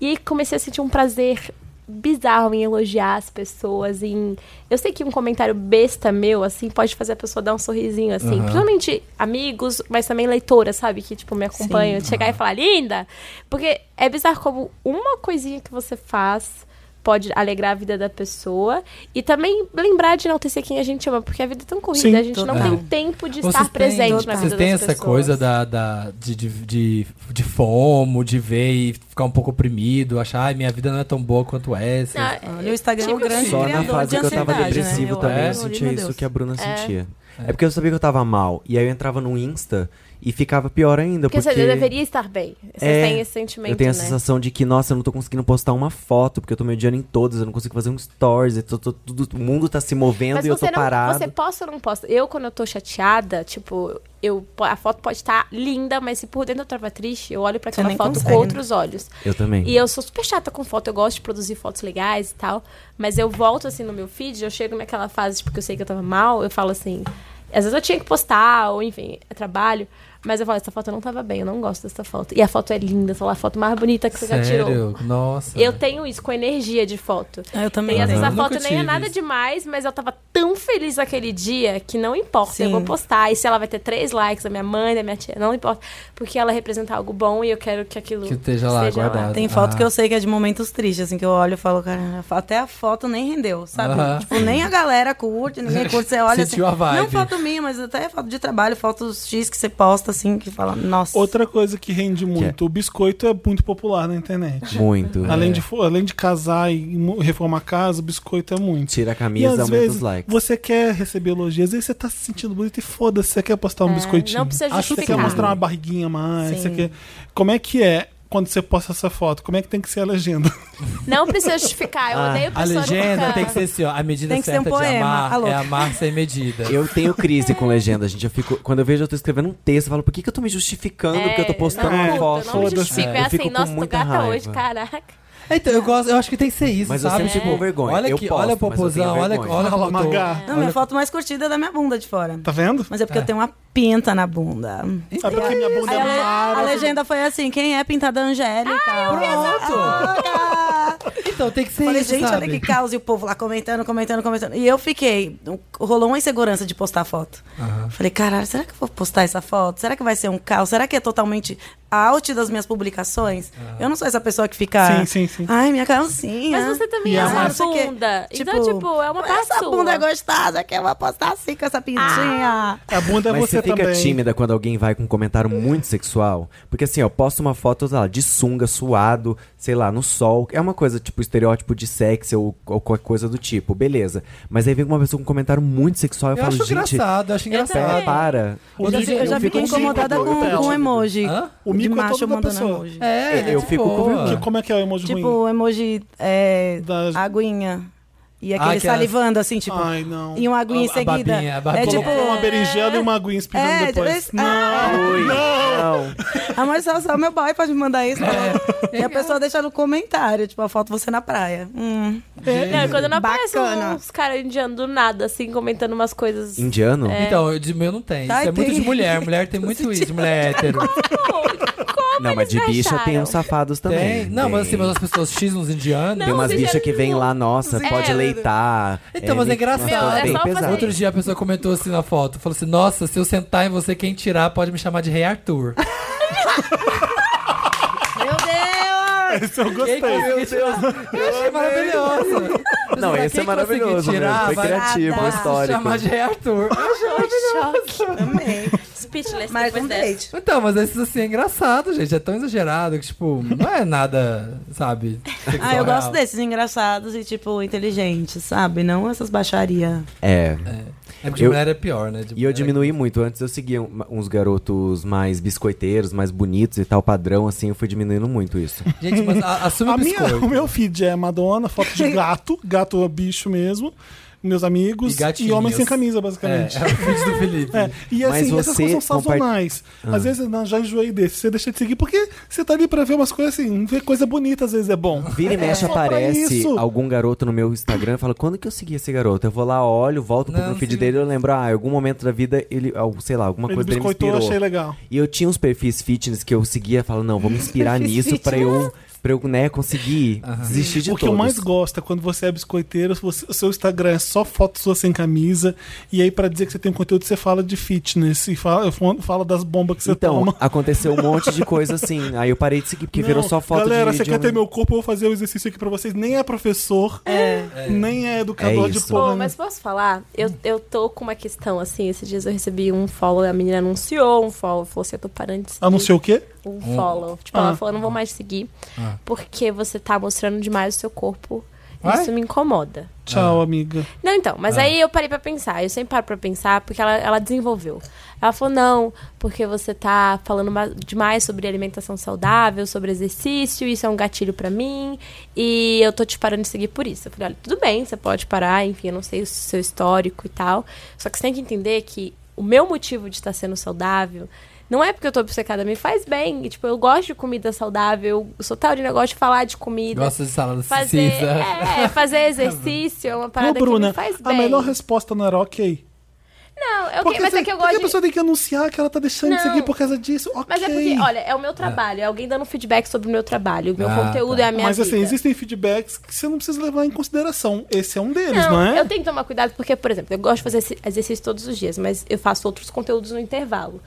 S8: E comecei a sentir um prazer bizarro em elogiar as pessoas, em... Eu sei que um comentário besta meu, assim, pode fazer a pessoa dar um sorrisinho, assim.
S4: Aham.
S8: Principalmente amigos, mas também leitoras, sabe? Que, tipo, me acompanham. Chegar e falar, linda! Porque é bizarro como uma coisinha que você faz pode alegrar a vida da pessoa e também lembrar de enaltecer quem a gente ama, porque a vida é tão corrida,
S1: Sim,
S8: a gente não
S4: total.
S8: tem tempo de
S4: Vocês
S8: estar
S4: têm-
S8: presente na
S4: Vocês
S8: vida
S4: têm
S8: das
S4: essa
S8: pessoas.
S4: coisa da, da- de, de, de, de fomo, de ver e ficar um pouco oprimido, achar, ai, minha vida não é tão boa quanto essa.
S8: Ah,
S7: Olha, o Instagram é um
S8: Tipo,
S7: grande
S5: Só na
S7: criador de
S5: assim, né? fase que eu tava
S7: ansiedade,
S5: depressivo
S7: né?
S5: também, eu
S7: acho,
S5: sentia
S7: meu
S5: isso
S7: Deus.
S5: que a Bruna sentia. É. porque eu sabia que eu tava mal. E aí eu entrava no Insta e ficava pior ainda.
S8: porque
S5: Porque,
S8: você deveria estar bem. Você
S5: É,
S8: tem esse sentimento,
S5: eu tenho a
S8: né?
S5: sensação de que, nossa, eu não tô conseguindo postar uma foto, porque eu tô me odiando em todas, eu não consigo fazer um stories, eu tô- tô- tudo, o mundo tá se movendo
S8: Mas
S5: e eu tô
S8: você, não,
S5: parado.
S8: você posta ou não posta? Eu, quando eu tô chateada, tipo, eu, a foto pode estar linda, mas se por dentro eu tava triste, eu olho pra
S7: Você
S8: aquela
S7: nem
S8: foto
S7: consegue,
S8: com
S7: né?
S8: outros olhos.
S5: Eu também.
S8: E eu sou super chata com foto, eu gosto de produzir fotos legais e tal. Mas eu volto assim no meu feed, eu chego naquela fase, tipo, que eu sei que eu tava mal, eu falo assim. Às vezes eu tinha que postar, ou enfim, é trabalho. Mas eu falo, essa foto não tava bem, eu não gosto dessa foto. E a foto é linda, sei lá, a foto mais bonita que você já tirou.
S4: Sério? Nossa.
S8: Eu tenho isso com energia de foto.
S7: Ah, Eu também
S8: E às vezes a
S4: Aham.
S8: foto
S4: Nunca
S8: nem é
S4: tive
S8: nada
S4: isso.
S8: demais, mas eu tava tão feliz naquele dia que não importa, eu
S7: Sim.
S8: vou postar. E se ela vai ter três likes da minha mãe, da minha tia, não importa. Porque ela representa algo bom e eu quero que aquilo
S4: Que esteja lá,
S8: esteja
S4: guardado.
S7: Tem foto
S4: Ah.
S7: que eu sei que é de momentos tristes, assim, que eu olho e falo, cara, até a foto nem rendeu, sabe?
S4: Aham.
S7: Tipo, nem a galera curte, ninguém curte, você olha
S4: Ah, Sentiu
S7: assim.
S4: a vibe.
S7: Não foto minha, mas até foto de trabalho, fotos X que você posta, assim, que fala, nossa.
S1: Outra coisa que rende muito, o biscoito é muito popular na internet.
S5: Muito.
S4: É.
S1: Além, de, fo- além de casar e mu- reformar a casa, o biscoito é muito.
S5: Tira a
S1: E
S5: camisa,
S1: às
S5: aumenta
S1: vezes
S5: os likes.
S1: você quer receber elogios, aí você tá se sentindo bonito e foda-se, você quer postar um
S8: É,
S1: biscoitinho.
S8: Não precisa
S4: Acho
S1: Você quer
S8: justificar.
S1: mostrar uma barriguinha a mais, você
S7: Sim.
S1: quer... Como é que é quando você posta essa foto? Como é que tem que ser a legenda?
S8: Não precisa justificar. Eu
S5: Ah,
S8: odeio
S4: A
S8: pessoa
S4: legenda
S8: que
S4: tem que ser assim, ó. A medida
S7: Tem que ser
S4: certa
S7: um
S4: de
S7: poema,
S4: amar
S7: alô.
S4: é amar sem medida.
S5: Eu tenho crise com legenda, gente. Eu fico, quando eu vejo, eu tô escrevendo um texto, eu falo, por que, que eu tô me justificando? porque eu tô postando
S1: não,
S5: uma
S1: puta,
S5: foto.
S8: É, Não me
S1: Foda-se.
S8: justifico. É,
S5: Eu fico
S8: assim,
S5: com
S8: nossa, tô
S5: muita
S8: gata
S5: raiva.
S8: hoje, caraca.
S4: Então, eu gosto, eu acho que tem que ser isso,
S5: Mas eu
S4: sabe?
S5: sempre tive
S4: Tipo,
S5: vergonha.
S4: Olha
S5: Eu
S4: aqui,
S5: posto,
S4: olha a
S5: mas eu tenho
S4: popozão, olha,
S5: vergonha.
S4: olha como eu
S1: Fala,
S4: tô.
S1: Magá.
S7: Não, minha foto mais curtida é da minha bunda de fora.
S1: Tá vendo?
S7: Mas é porque eu tenho uma pinta na bunda.
S1: É porque minha bunda
S7: Aí a,
S1: é
S7: le- a
S1: mara.
S7: legenda foi assim, quem é pintada Angélica?
S5: Ah,
S7: Ah, Pronto!
S4: Então, tem que ser
S7: Falei,
S4: isso,
S7: gente,
S4: sabe?
S7: olha que caos. E o povo lá comentando, comentando, comentando. E eu fiquei. um, Rolou uma insegurança de postar foto. Falei, caralho, será que eu vou postar essa foto? Será que vai ser um caos? Será que é totalmente out das minhas publicações? Eu não sou essa pessoa que fica.
S1: Sim, sim, sim.
S7: Ai, minha calcinha.
S8: Mas você também é
S7: Ah,
S8: uma
S7: não sei o quê."
S8: bunda. Então, tipo, é uma parte
S7: Essa
S8: sua.
S7: bunda é gostosa que eu vou postar assim com essa
S8: Ah,
S7: pintinha.
S1: A bunda é
S5: Mas
S1: você
S5: você fica
S1: também.
S5: tímida quando alguém vai com um comentário muito sexual? Porque assim, ó, posta uma foto, sei lá, de sunga, suado, sei lá, no sol. É uma coisa, tipo, estereótipo de sexo ou, ou qualquer coisa do tipo, beleza. Mas aí vem uma pessoa com um comentário muito sexual e eu,
S4: Eu
S5: falo,
S4: acho
S5: gente,
S4: engraçado, eu acho
S5: pera,
S4: engraçado.
S5: para.
S1: O
S7: Eu,
S1: mico-
S7: já- eu já
S1: o mico
S7: fiquei
S1: é todo
S7: incomodada
S1: da
S7: com,
S1: pessoa.
S7: com um emoji.
S4: Hã?
S1: O mico
S7: de
S1: é todo
S7: macho
S1: da
S7: mandando
S1: pessoa.
S7: emoji.
S4: É,
S5: Eu
S4: de
S5: fico com
S4: boa.
S5: vergonha.
S1: Que- Como é que é o emoji
S7: Tipo,
S1: ruim?
S7: o emoji é,
S1: Das-
S7: aguinha. E aquele
S4: aquelas-
S7: salivando, assim, tipo.
S1: Ai, não.
S7: E uma aguinha
S4: A-
S7: em
S4: a
S7: seguida.
S4: babinha, a babinha.
S7: é tipo.
S1: Colocou uma berinjela e uma aguinha espirrando
S7: É,
S1: depois.
S7: esse-
S1: Não!
S5: Oi, não.
S7: Amor, só, só meu boy pode me mandar isso.
S4: É.
S7: E a pessoa deixa no comentário, tipo, a foto você na praia. Hum.
S8: Não, quando não aparece
S7: Bacana.
S8: uns caras indianos do nada, assim, comentando umas coisas.
S5: Indiano?
S8: É.
S4: Então, eu- de meu não tem. Isso
S7: Ai,
S4: é muito de
S7: tem.
S4: mulher. Mulher tem muito isso, de mulher hétero.
S8: Como
S5: Não, mas de
S8: eles
S5: bicha tem
S8: acharam?
S5: uns safados também.
S4: Tem. Não, mas assim, mas as pessoas X uns indianos.
S5: Tem umas
S8: Não, bicha
S5: bichas que vêm lá, nossa,
S8: É,
S5: pode
S8: mas-
S5: leitar.
S4: Então, mas é
S5: bem-
S4: engraçado.
S5: umas coisas
S8: Meu, é
S5: bem
S8: só fazer
S5: pesadas.
S4: Outro dia a pessoa comentou assim na foto, falou assim: Nossa, se eu sentar em você, quem tirar pode me chamar de Rei Arthur.
S7: Meu Deus!
S1: Esse eu
S4: Quem
S1: gostei.
S4: conseguir tirar? Eu achei maravilhoso.
S5: Não,
S4: Será
S5: esse é
S4: quem
S5: maravilhoso
S4: conseguir
S5: mesmo.
S4: tirar,
S5: Foi
S4: vai-
S5: criativo,
S7: vai
S5: é
S7: se
S4: Se
S5: histórico.
S4: chamar de Rei Arthur.
S7: é Amei.
S8: Speechless
S7: Mais
S8: depois
S7: um
S8: dessa.
S7: date.
S4: Então, mas esses assim é engraçado, gente. É tão exagerado que, tipo, não é nada, sabe?
S7: Ah, eu
S4: sexual.
S7: gosto desses engraçados e, tipo, inteligentes, sabe? Não essas baixaria.
S5: É.
S4: É porque de
S5: Eu-
S4: mulher é pior, né? De
S5: E eu
S4: mulher-
S5: diminuí muito. Antes eu seguia um- uns garotos mais biscoiteiros, mais bonitos e tal, padrão, assim. Eu fui diminuindo muito isso.
S4: Gente, mas a- assume
S1: A
S4: o
S1: minha,
S4: biscoito.
S1: o meu feed é Madonna, foto de gato, gato é bicho mesmo, meus
S4: E
S1: amigos e,
S4: gatinhos.
S1: homem sem camisa,
S4: É, é
S1: basicamente.
S4: o vídeo do Felipe.
S1: É, e
S5: Mas
S1: assim, essas
S5: você Ah.
S1: coisas são
S5: compart-
S1: sazonais. Às vezes não, já enjoei desse, você deixa de seguir, porque você tá ali pra ver umas coisas assim, ver coisa bonita às vezes é bom.
S5: Vira e mexe
S1: só pra
S5: aparece
S1: isso.
S5: algum garoto no meu Instagram e fala: Quando que eu segui esse garoto? Eu vou lá, olho, volto um pouco
S4: Não,
S5: no feed
S4: sim.
S5: dele eu lembro, ah, em algum momento da vida, ele, ah, sei lá, alguma
S1: Ele
S5: coisa dele me
S1: biscoitou,
S5: inspirou.
S1: achei legal.
S5: E eu tinha uns perfis fitness que eu seguia, falando, não, vou me inspirar nisso pra eu, pra eu né, conseguir desistir de
S1: o que eu
S5: todos.
S1: mais gosto é quando você é biscoiteiro, você- o seu Instagram é só foto sua sem camisa, e aí pra dizer que você tem um conteúdo, você fala de fitness e fala, fala das bombas que você
S5: Então,
S1: toma.
S5: aconteceu um monte de coisa assim. Aí eu parei de seguir, porque virou
S1: Não,
S5: só foto
S1: Galera,
S5: de...
S1: você
S5: de um-
S1: quer
S5: homem.
S1: ter meu corpo, eu vou fazer o exercício aqui pra vocês. Nem é professor, nem é educador
S5: É
S1: de
S5: isso.
S1: porra.
S8: Pô, mas posso falar? Eu, eu tô com uma questão, assim, esses dias eu recebi um follow, a menina anunciou um follow, falou assim, eu tô parando de seguir
S1: Anunciou o quê?
S8: um follow. Tipo,
S1: Ah.
S8: ela falou, eu não vou mais seguir, porque você tá mostrando demais o seu corpo,
S4: Ué?
S8: isso me incomoda.
S5: É.
S1: Tchau, amiga.
S8: Não, então, mas aí eu parei pra pensar. Eu sempre paro pra pensar porque ela, ela desenvolveu. Ela falou, não, porque você tá falando ma- demais sobre alimentação saudável, sobre exercício, isso é um gatilho pra mim, e eu tô te parando de seguir por isso. Eu falei, olha, tudo bem, você pode parar, enfim, eu não sei o seu histórico e tal. Só que você tem que entender que o meu motivo de estar sendo saudável não é porque eu tô obcecada, me faz bem. E, tipo, eu gosto de comida saudável, eu sou taurina, eu gosto de falar de comida.
S4: Gosta de salada
S8: Fazer,
S4: Caesar.
S8: é, fazer exercício é uma
S1: Ô,
S8: parada que
S1: Bruna,
S8: me faz
S1: a
S8: bem.
S1: melhor resposta não era ok.
S8: Não, é ok,
S1: Porque
S8: mas
S1: você-
S8: é que
S1: porque
S8: eu gosto
S1: a
S8: de...
S1: pessoa tem que anunciar que ela tá deixando de
S8: Não.
S1: seguir por causa disso. Ok.
S8: Mas é porque, olha, é o meu trabalho, é alguém dando feedback sobre o meu trabalho, o meu
S4: Ah,
S8: conteúdo
S4: tá.
S8: é a minha
S1: Mas
S8: vida.
S1: assim, existem feedbacks que você não precisa levar em consideração. Esse é um deles, não,
S8: Não,
S1: é?
S8: eu tenho que tomar cuidado porque, por exemplo, eu gosto de fazer esse- exercício todos os dias, mas eu faço outros conteúdos no intervalo.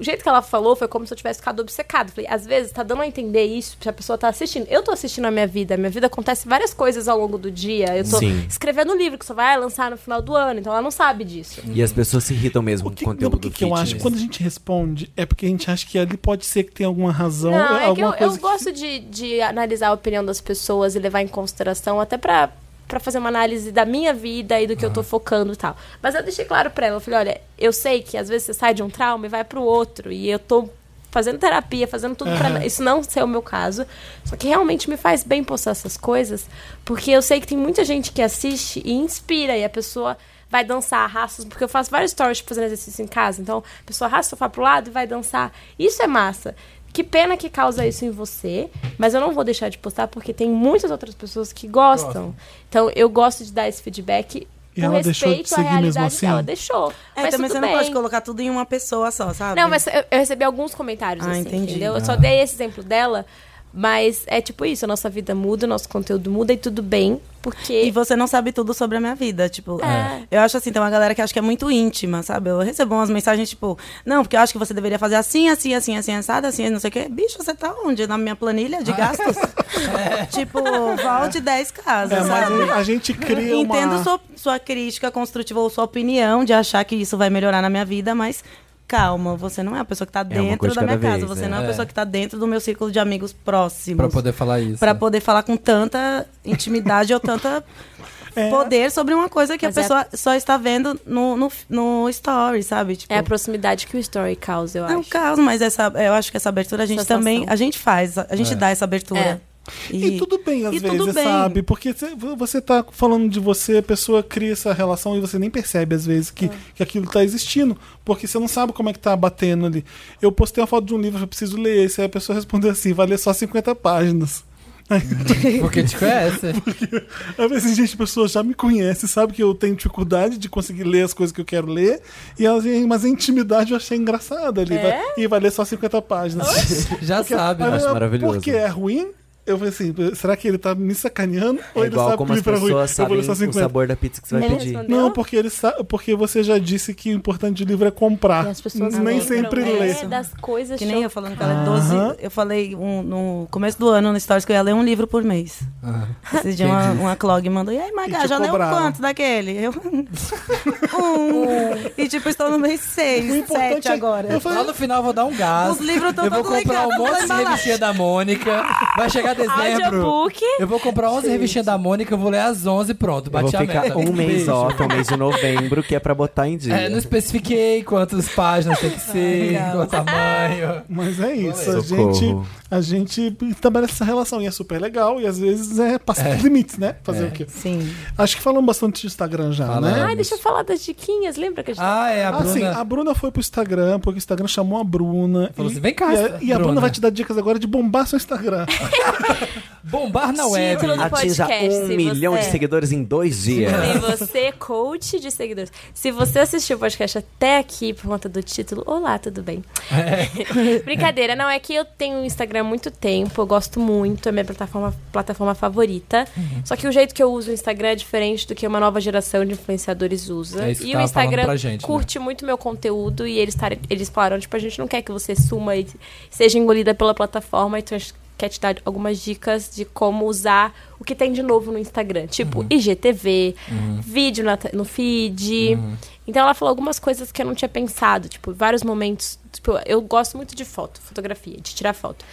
S8: O jeito que ela falou foi como se eu tivesse ficado obcecado. Falei, às vezes tá dando a entender isso, se a pessoa tá assistindo. Eu tô assistindo a minha vida, a minha vida acontece várias coisas ao longo do dia. Eu tô
S5: Sim.
S8: escrevendo um livro que só vai lançar no final do ano, então ela não sabe disso.
S5: E as pessoas se irritam
S1: O
S5: mesmo com
S1: que,
S5: o
S1: não,
S5: Um conteúdo
S1: o que,
S5: do
S1: que eu acho?
S5: fitness.
S1: Quando a gente responde, é porque a gente acha que ali pode ser que tem alguma razão,
S8: Não, é que eu,
S1: alguma
S8: eu
S1: coisa. que-
S8: gosto de, de analisar a opinião das pessoas e levar em consideração, até pra, pra fazer uma análise da minha vida e do que eu tô focando e tal. Mas eu deixei claro pra ela, eu falei, olha, eu sei que às vezes você sai de um trauma e vai pro outro, e eu tô fazendo terapia, fazendo tudo pra isso não ser o meu caso. Só que realmente me faz bem postar essas coisas, porque eu sei que tem muita gente que assiste e inspira, e a pessoa vai dançar, arrasta, porque eu faço vários stories tipo, fazendo exercício em casa, então a pessoa arrasta o sofá pro lado e vai dançar. Isso é massa. Que pena que causa isso em você, mas eu não vou deixar de postar porque tem muitas outras pessoas que gostam. Então eu gosto de dar esse feedback
S1: E
S8: com
S1: ela deixou de
S8: respeito à
S1: seguir mesmo
S8: realidade
S1: assim?
S8: dela. Deixou.
S7: É,
S8: mas
S7: também
S8: tudo
S7: você
S8: bem.
S7: não pode colocar tudo em uma pessoa só, sabe?
S8: Não, mas eu, eu recebi alguns comentários
S7: Ah,
S8: assim,
S7: entendi.
S8: entendeu? Eu só dei esse exemplo dela, mas é tipo isso, a nossa vida muda, o nosso conteúdo muda e tudo bem,
S7: E
S8: porque
S7: você não sabe tudo sobre a minha vida, tipo...
S8: É.
S7: Eu acho assim, tem uma galera que acha que é muito íntima, sabe? Eu recebo umas mensagens, tipo... Não, porque eu acho que você deveria fazer assim, assim, assim, assim, assado, assim, não sei o quê. Bicho, você tá onde? Na minha planilha de gastos? Tipo, volte 10 casas,
S1: É, mas
S7: sabe?
S1: a gente cria uma...
S7: Entendo sua, sua crítica construtiva ou sua opinião de achar que isso vai melhorar na minha vida, mas calma, você não é a pessoa que tá
S5: uma
S7: dentro
S5: coisa
S7: da
S5: de
S7: minha
S5: cada
S7: casa,
S5: vez,
S7: você
S5: né?
S7: não é a
S4: É.
S7: pessoa que tá dentro do meu círculo de amigos próximos.
S4: Pra poder falar isso.
S7: Pra poder falar com tanta intimidade ou tanta
S1: É.
S7: poder sobre uma coisa que
S8: Mas
S7: a
S8: é-
S7: pessoa só está vendo no, no, no story, sabe? Tipo,
S8: é a proximidade que o story causa, eu
S7: é um
S8: acho.
S7: caos, mas essa, eu acho que essa abertura a gente
S8: Sensação.
S7: também, a gente faz, a gente dá essa abertura.
S8: É.
S1: E, tudo bem, às
S7: e tudo
S1: vezes,
S7: bem.
S1: sabe? Porque cê- você tá falando de você, a pessoa cria essa relação e você nem percebe, às vezes, que,
S7: Ah.
S1: que aquilo tá existindo. Porque você não sabe como é que tá batendo ali. Eu postei uma foto de um livro, eu preciso ler esse. Aí a pessoa respondeu assim, vai ler só 50 páginas.
S4: Porque te conhece.
S1: Aí eu falei assim, gente, a pessoa já me conhece, sabe que eu tenho dificuldade de conseguir ler as coisas que eu quero ler. E ela, assim, mas a intimidade eu achei
S7: É?
S1: engraçada ali. vai- e vai ler só 50 páginas.
S4: Já sabe. né?
S1: Aí eu,
S5: acho maravilhoso.
S1: Porque é ruim? Eu falei assim, será que ele tá me sacaneando? ou
S5: É
S1: ele
S5: igual
S1: sabe
S5: como as
S1: pedir pra ruim?
S5: pessoas
S1: eu vou
S5: sabem
S1: ler só
S5: o
S1: 50.
S5: sabor da pizza que você vai
S8: Ele
S5: pedir.
S8: respondeu?
S1: Não, porque ele sa... porque você já disse que o importante de livro é comprar.
S8: E as pessoas
S1: nem
S8: lembram,
S1: sempre
S8: né,
S1: lê.
S8: das coisas
S7: Que nem eu
S8: chocantes.
S7: falando que ela é 12.
S1: Aham.
S7: Eu falei um- no começo do ano no Stories que eu ia ler um livro por mês. Esse dia uma, uma Clog mandou, e aí,
S1: E
S7: Magá,
S1: te
S7: já leu um
S1: cobraram.
S7: quanto daquele? Eu. um. E tipo, estou no mês
S1: O
S7: 6,
S1: importante
S7: 7
S1: é-
S7: agora.
S1: Eu
S4: Lá
S1: falei,
S4: no final eu vou dar um gás.
S7: Os livros estão
S4: Eu vou
S7: todos
S4: comprar um
S7: ligados na
S4: monte de
S7: embalagem.
S4: revistinha da Mônica. Vai chegar
S7: "Ah,
S4: dezembro.
S8: Audiobook.
S4: Eu vou comprar 11 revistinhas da Mônica, eu vou ler as 11 e pronto.
S5: Eu
S4: Bati
S5: vou
S4: a
S5: ficar
S4: meta.
S5: um mês
S4: Beijo.
S5: off, um mês de novembro, que é pra botar em dia.
S4: É, não especifiquei quantas páginas tem que ser,
S7: legal.
S4: qual tamanho.
S1: mas é isso, a
S5: Socorro.
S1: gente, a gente estabelece essa relação e é super legal e às vezes é passar dos limites, né? Fazer o quê?
S7: Sim.
S1: Acho que falamos bastante de Instagram já,
S4: Falamos.
S1: né?
S8: Ai, deixa eu falar das diquinhas. Lembra que a gente
S4: Ah, é, a
S1: Ah, sim,
S4: Bruna.
S1: a Bruna foi pro Instagram, porque o Instagram chamou a Bruna.
S4: Falou
S1: e,
S4: assim, "Vem cá,
S1: e a, e a Bruna.
S4: Bruna."
S1: vai te dar dicas agora de bombar seu Instagram.
S4: Bombar na web.
S8: Título do
S5: Atinja
S8: podcast,
S5: um
S8: se
S5: milhão
S8: você-
S5: de seguidores em dois dias.
S8: Tem você, coach de seguidores. Se você assistiu o podcast até aqui por conta do título, olá, tudo bem? Brincadeira, não, é que eu tenho um Instagram há muito tempo, eu gosto muito, é minha plataforma, plataforma favorita.
S4: Uhum.
S8: Só que o jeito que eu uso o Instagram é diferente do que uma nova geração de influenciadores usa.
S4: É isso que
S8: e o
S4: tava falando
S8: Instagram
S4: pra gente, né?
S8: curte muito meu conteúdo e eles, tarem- eles falaram, tipo, a gente não quer que você suma e seja engolida pela plataforma e trans quer te dar algumas dicas de como usar o que tem de novo no Instagram. Tipo, IGTV, vídeo na te- no feed. Então ela falou algumas coisas que eu não tinha pensado, tipo, vários momentos. Tipo, eu gosto muito de foto, fotografia, de tirar foto.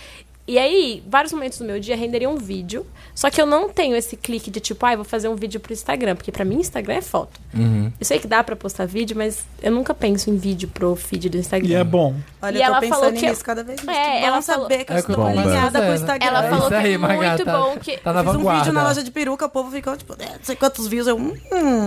S8: E aí, vários momentos do meu dia renderia um vídeo. Só que eu não tenho esse clique de tipo, ah, eu vou fazer um vídeo pro Instagram. Porque pra mim, Instagram é foto. Eu sei que dá pra postar vídeo, mas eu nunca penso em vídeo pro feed do Instagram.
S1: e é bom.
S7: Olha,
S8: E
S7: eu tô
S8: ela
S7: pensando
S8: falou que-
S7: nisso cada vez mais.
S8: É,
S7: que bom
S8: ela
S7: saber
S8: falou-
S7: que eu
S4: É o que eu
S7: estou
S5: tô
S7: alinhada
S4: fazendo.
S7: com o Instagram.
S8: Ela
S4: É
S8: falou
S4: isso
S8: que
S4: aí,
S8: é
S4: Magá,
S8: muito
S4: tá-
S8: bom que-
S4: Tá na
S7: Fiz um
S4: vanguarda.
S7: vídeo na loja de peruca, o povo ficou tipo, "É, não sei quantos views. Eu, hum,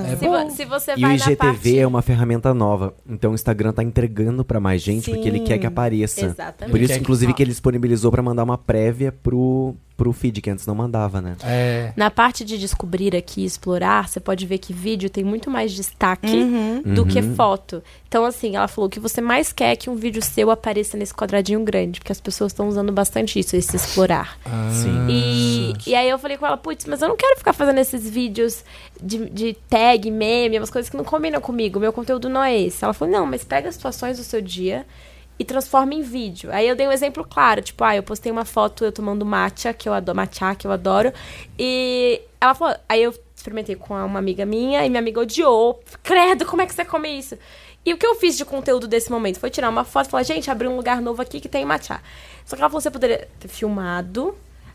S4: É
S8: Se, vo- se você
S5: E o
S8: vai
S5: IGTV
S8: na parte...
S5: é uma ferramenta nova. Então o Instagram tá entregando pra mais gente porque ele quer que apareça.
S8: Exatamente.
S5: Por
S4: Ele
S5: isso,
S4: quer que-
S5: inclusive, que ele disponibilizou pra mandar uma prévia pro, pro feed, que antes não mandava, né?
S4: É.
S8: Na parte de descobrir aqui, explorar, você pode ver que vídeo tem muito mais destaque
S1: Uhum.
S8: do que
S5: Uhum.
S8: foto. Então, assim, ela falou que você mais quer que um vídeo seu apareça nesse quadradinho grande, porque as pessoas estão usando bastante isso, esse explorar.
S1: Ah.
S5: Sim.
S8: E, e aí eu falei com ela, putz, mas eu não quero ficar fazendo esses vídeos de, de tag, meme, umas coisas que não combinam comigo. Meu conteúdo não é esse. Ela falou, não, mas pega as situações do seu dia e transforma em vídeo. Aí eu dei um exemplo claro, tipo, ah, eu postei uma foto eu tomando matcha, que eu adoro, matcha, que eu adoro. E ela falou, aí eu experimentei com uma amiga minha e minha amiga odiou. Credo, como é que você come isso? E o que eu fiz de conteúdo desse momento foi tirar uma foto e falar, gente, abri um lugar novo aqui que tem matcha. Só que ela falou, você poderia ter filmado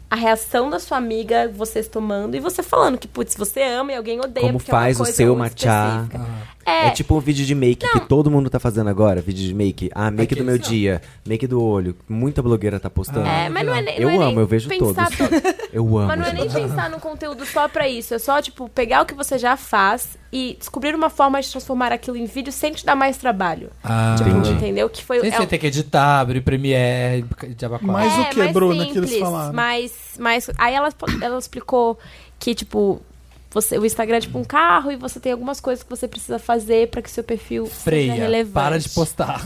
S8: a reação da sua amiga, vocês tomando, e você falando que, putz, você ama e alguém odeia.
S5: Como
S8: porque é uma
S5: faz o
S8: coisa
S5: seu
S8: muito
S5: matcha.
S8: específica.
S5: É.
S8: É,
S5: tipo um vídeo de make que todo mundo tá fazendo agora. Vídeo de make. Ah, make do meu dia. Make do olho. Muita blogueira tá postando.
S8: assim, é, mas não é nem.
S5: eu
S8: não é
S5: amo,
S8: nem
S5: eu vejo todos.
S8: pensar todo-
S5: Eu amo.
S8: Mas não é nem
S5: gente.
S8: pensar no conteúdo só pra isso. É só, tipo, pegar o que você já faz e descobrir uma forma de transformar aquilo em vídeo sem te dar mais trabalho.
S4: Ah,
S8: Tipo,
S5: Entendi.
S8: entendeu? Que foi.
S4: Sem
S8: é
S4: você ter que editar, abrir Premiere, de
S1: Mas-
S4: abacuar.
S1: o que,
S8: mais
S1: Bruna, que eles falaram?
S8: Mais, mais, aí ela, ela explicou que, tipo, você, o Instagram é tipo um carro e você tem algumas coisas que você precisa fazer pra que seu perfil seja
S4: Freia,
S8: relevante.
S4: para de postar.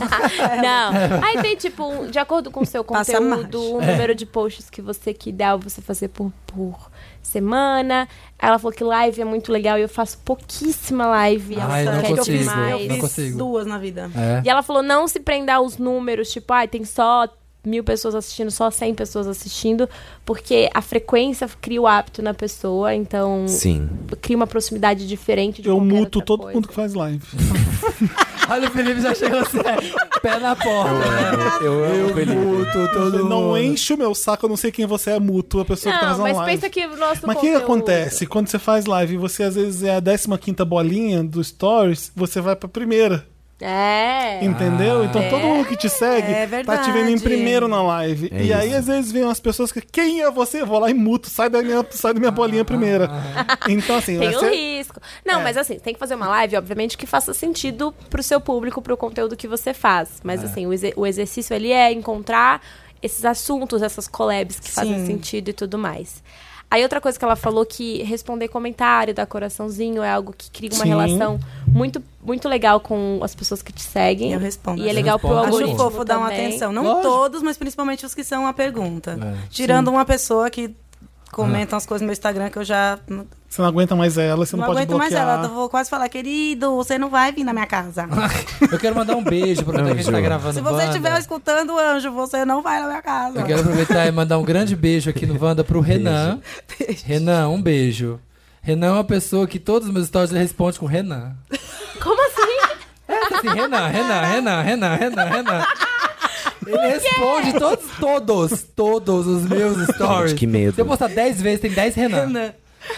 S8: Não. Aí tem, tipo, um- de acordo com o seu
S7: É, Passa a É.
S8: conteúdo, o número de posts que você que dá você fazer por, por semana. Aí Ela falou que live é muito legal e eu faço pouquíssima live. Ela
S4: Ai, eu
S8: falou
S4: não
S8: que é
S7: eu
S4: consigo,
S7: fiz,
S8: demais.
S7: eu
S4: não
S7: fiz
S4: consigo.
S7: duas na vida.
S4: É.
S8: E ela falou não se prender aos números, tipo, ai, tem só mil pessoas assistindo, só 100 pessoas assistindo, porque a frequência cria o hábito na pessoa, então
S5: Sim.
S8: cria uma proximidade diferente de
S1: Eu
S8: qualquer
S1: muto
S8: outra
S1: todo
S8: coisa.
S1: mundo que faz live.
S4: Olha, o Felipe já chegou assim, pé na porta. né?
S5: Eu amo ele.
S1: Muto todo Não enche o meu saco, eu não sei quem você é, muto a pessoa que tá
S8: Não,
S1: fazendo
S8: mas
S1: live.
S8: pensa que o nosso
S1: Mas o que, que
S8: conteúdo-
S1: acontece? Quando você faz live e você às vezes é a 15 bolinha do Stories, você vai pra primeira.
S8: É.
S1: Entendeu? então todo mundo que te segue
S7: É
S1: tá te vendo em
S7: verdade.
S1: primeiro na live.
S5: É
S1: e aí
S5: isso.
S1: às vezes vem umas pessoas que quem é você? Eu vou lá e muto, sai da minha, sai da minha bolinha primeira. Então assim,
S8: Tem
S1: vai
S8: um
S1: ser-
S8: risco. Não, mas assim, tem que fazer uma live, obviamente, que faça sentido pro seu público, pro conteúdo que você faz. Mas assim, o, exer- o exercício ali é encontrar esses assuntos, essas collabs que fazem
S7: Sim.
S8: sentido e tudo mais. Aí outra coisa que ela falou que responder comentário, dar coraçãozinho, é algo que cria uma
S1: Sim.
S8: relação muito, muito legal com as pessoas que te seguem.
S7: Eu respondo.
S8: E é legal pro
S4: Respondo.
S7: Acho
S8: algoritmo
S7: fofo dar uma
S8: também.
S7: atenção. Não
S4: Lógico.
S7: todos, mas principalmente os que são a pergunta. Tirando uma pessoa que Comentam as coisas no meu Instagram que eu já não,
S1: Você não aguenta mais ela, você não, pode
S7: aguento mais
S1: bloquear.
S7: ela. Eu vou quase falar, querido, você não vai vir na minha casa.
S4: Eu quero mandar um beijo pra quem
S5: Anjo.
S4: tá gravando.
S7: Se você
S4: Wanda.
S7: estiver escutando, anjo, você não vai na minha casa.
S4: Eu quero aproveitar e mandar um grande beijo aqui no Wanda pro Renan. Renan, um beijo. Renan é uma pessoa que todos os meus stories ele responde com Renan.
S8: Como assim?
S4: É tá assim, Renan, Renan, Renan, Renan, Renan, Renan. Ele responde todos, todos, todos os meus stories.
S5: que medo.
S4: Se eu postar 10 vezes, tem 10 Renan.
S7: Renan.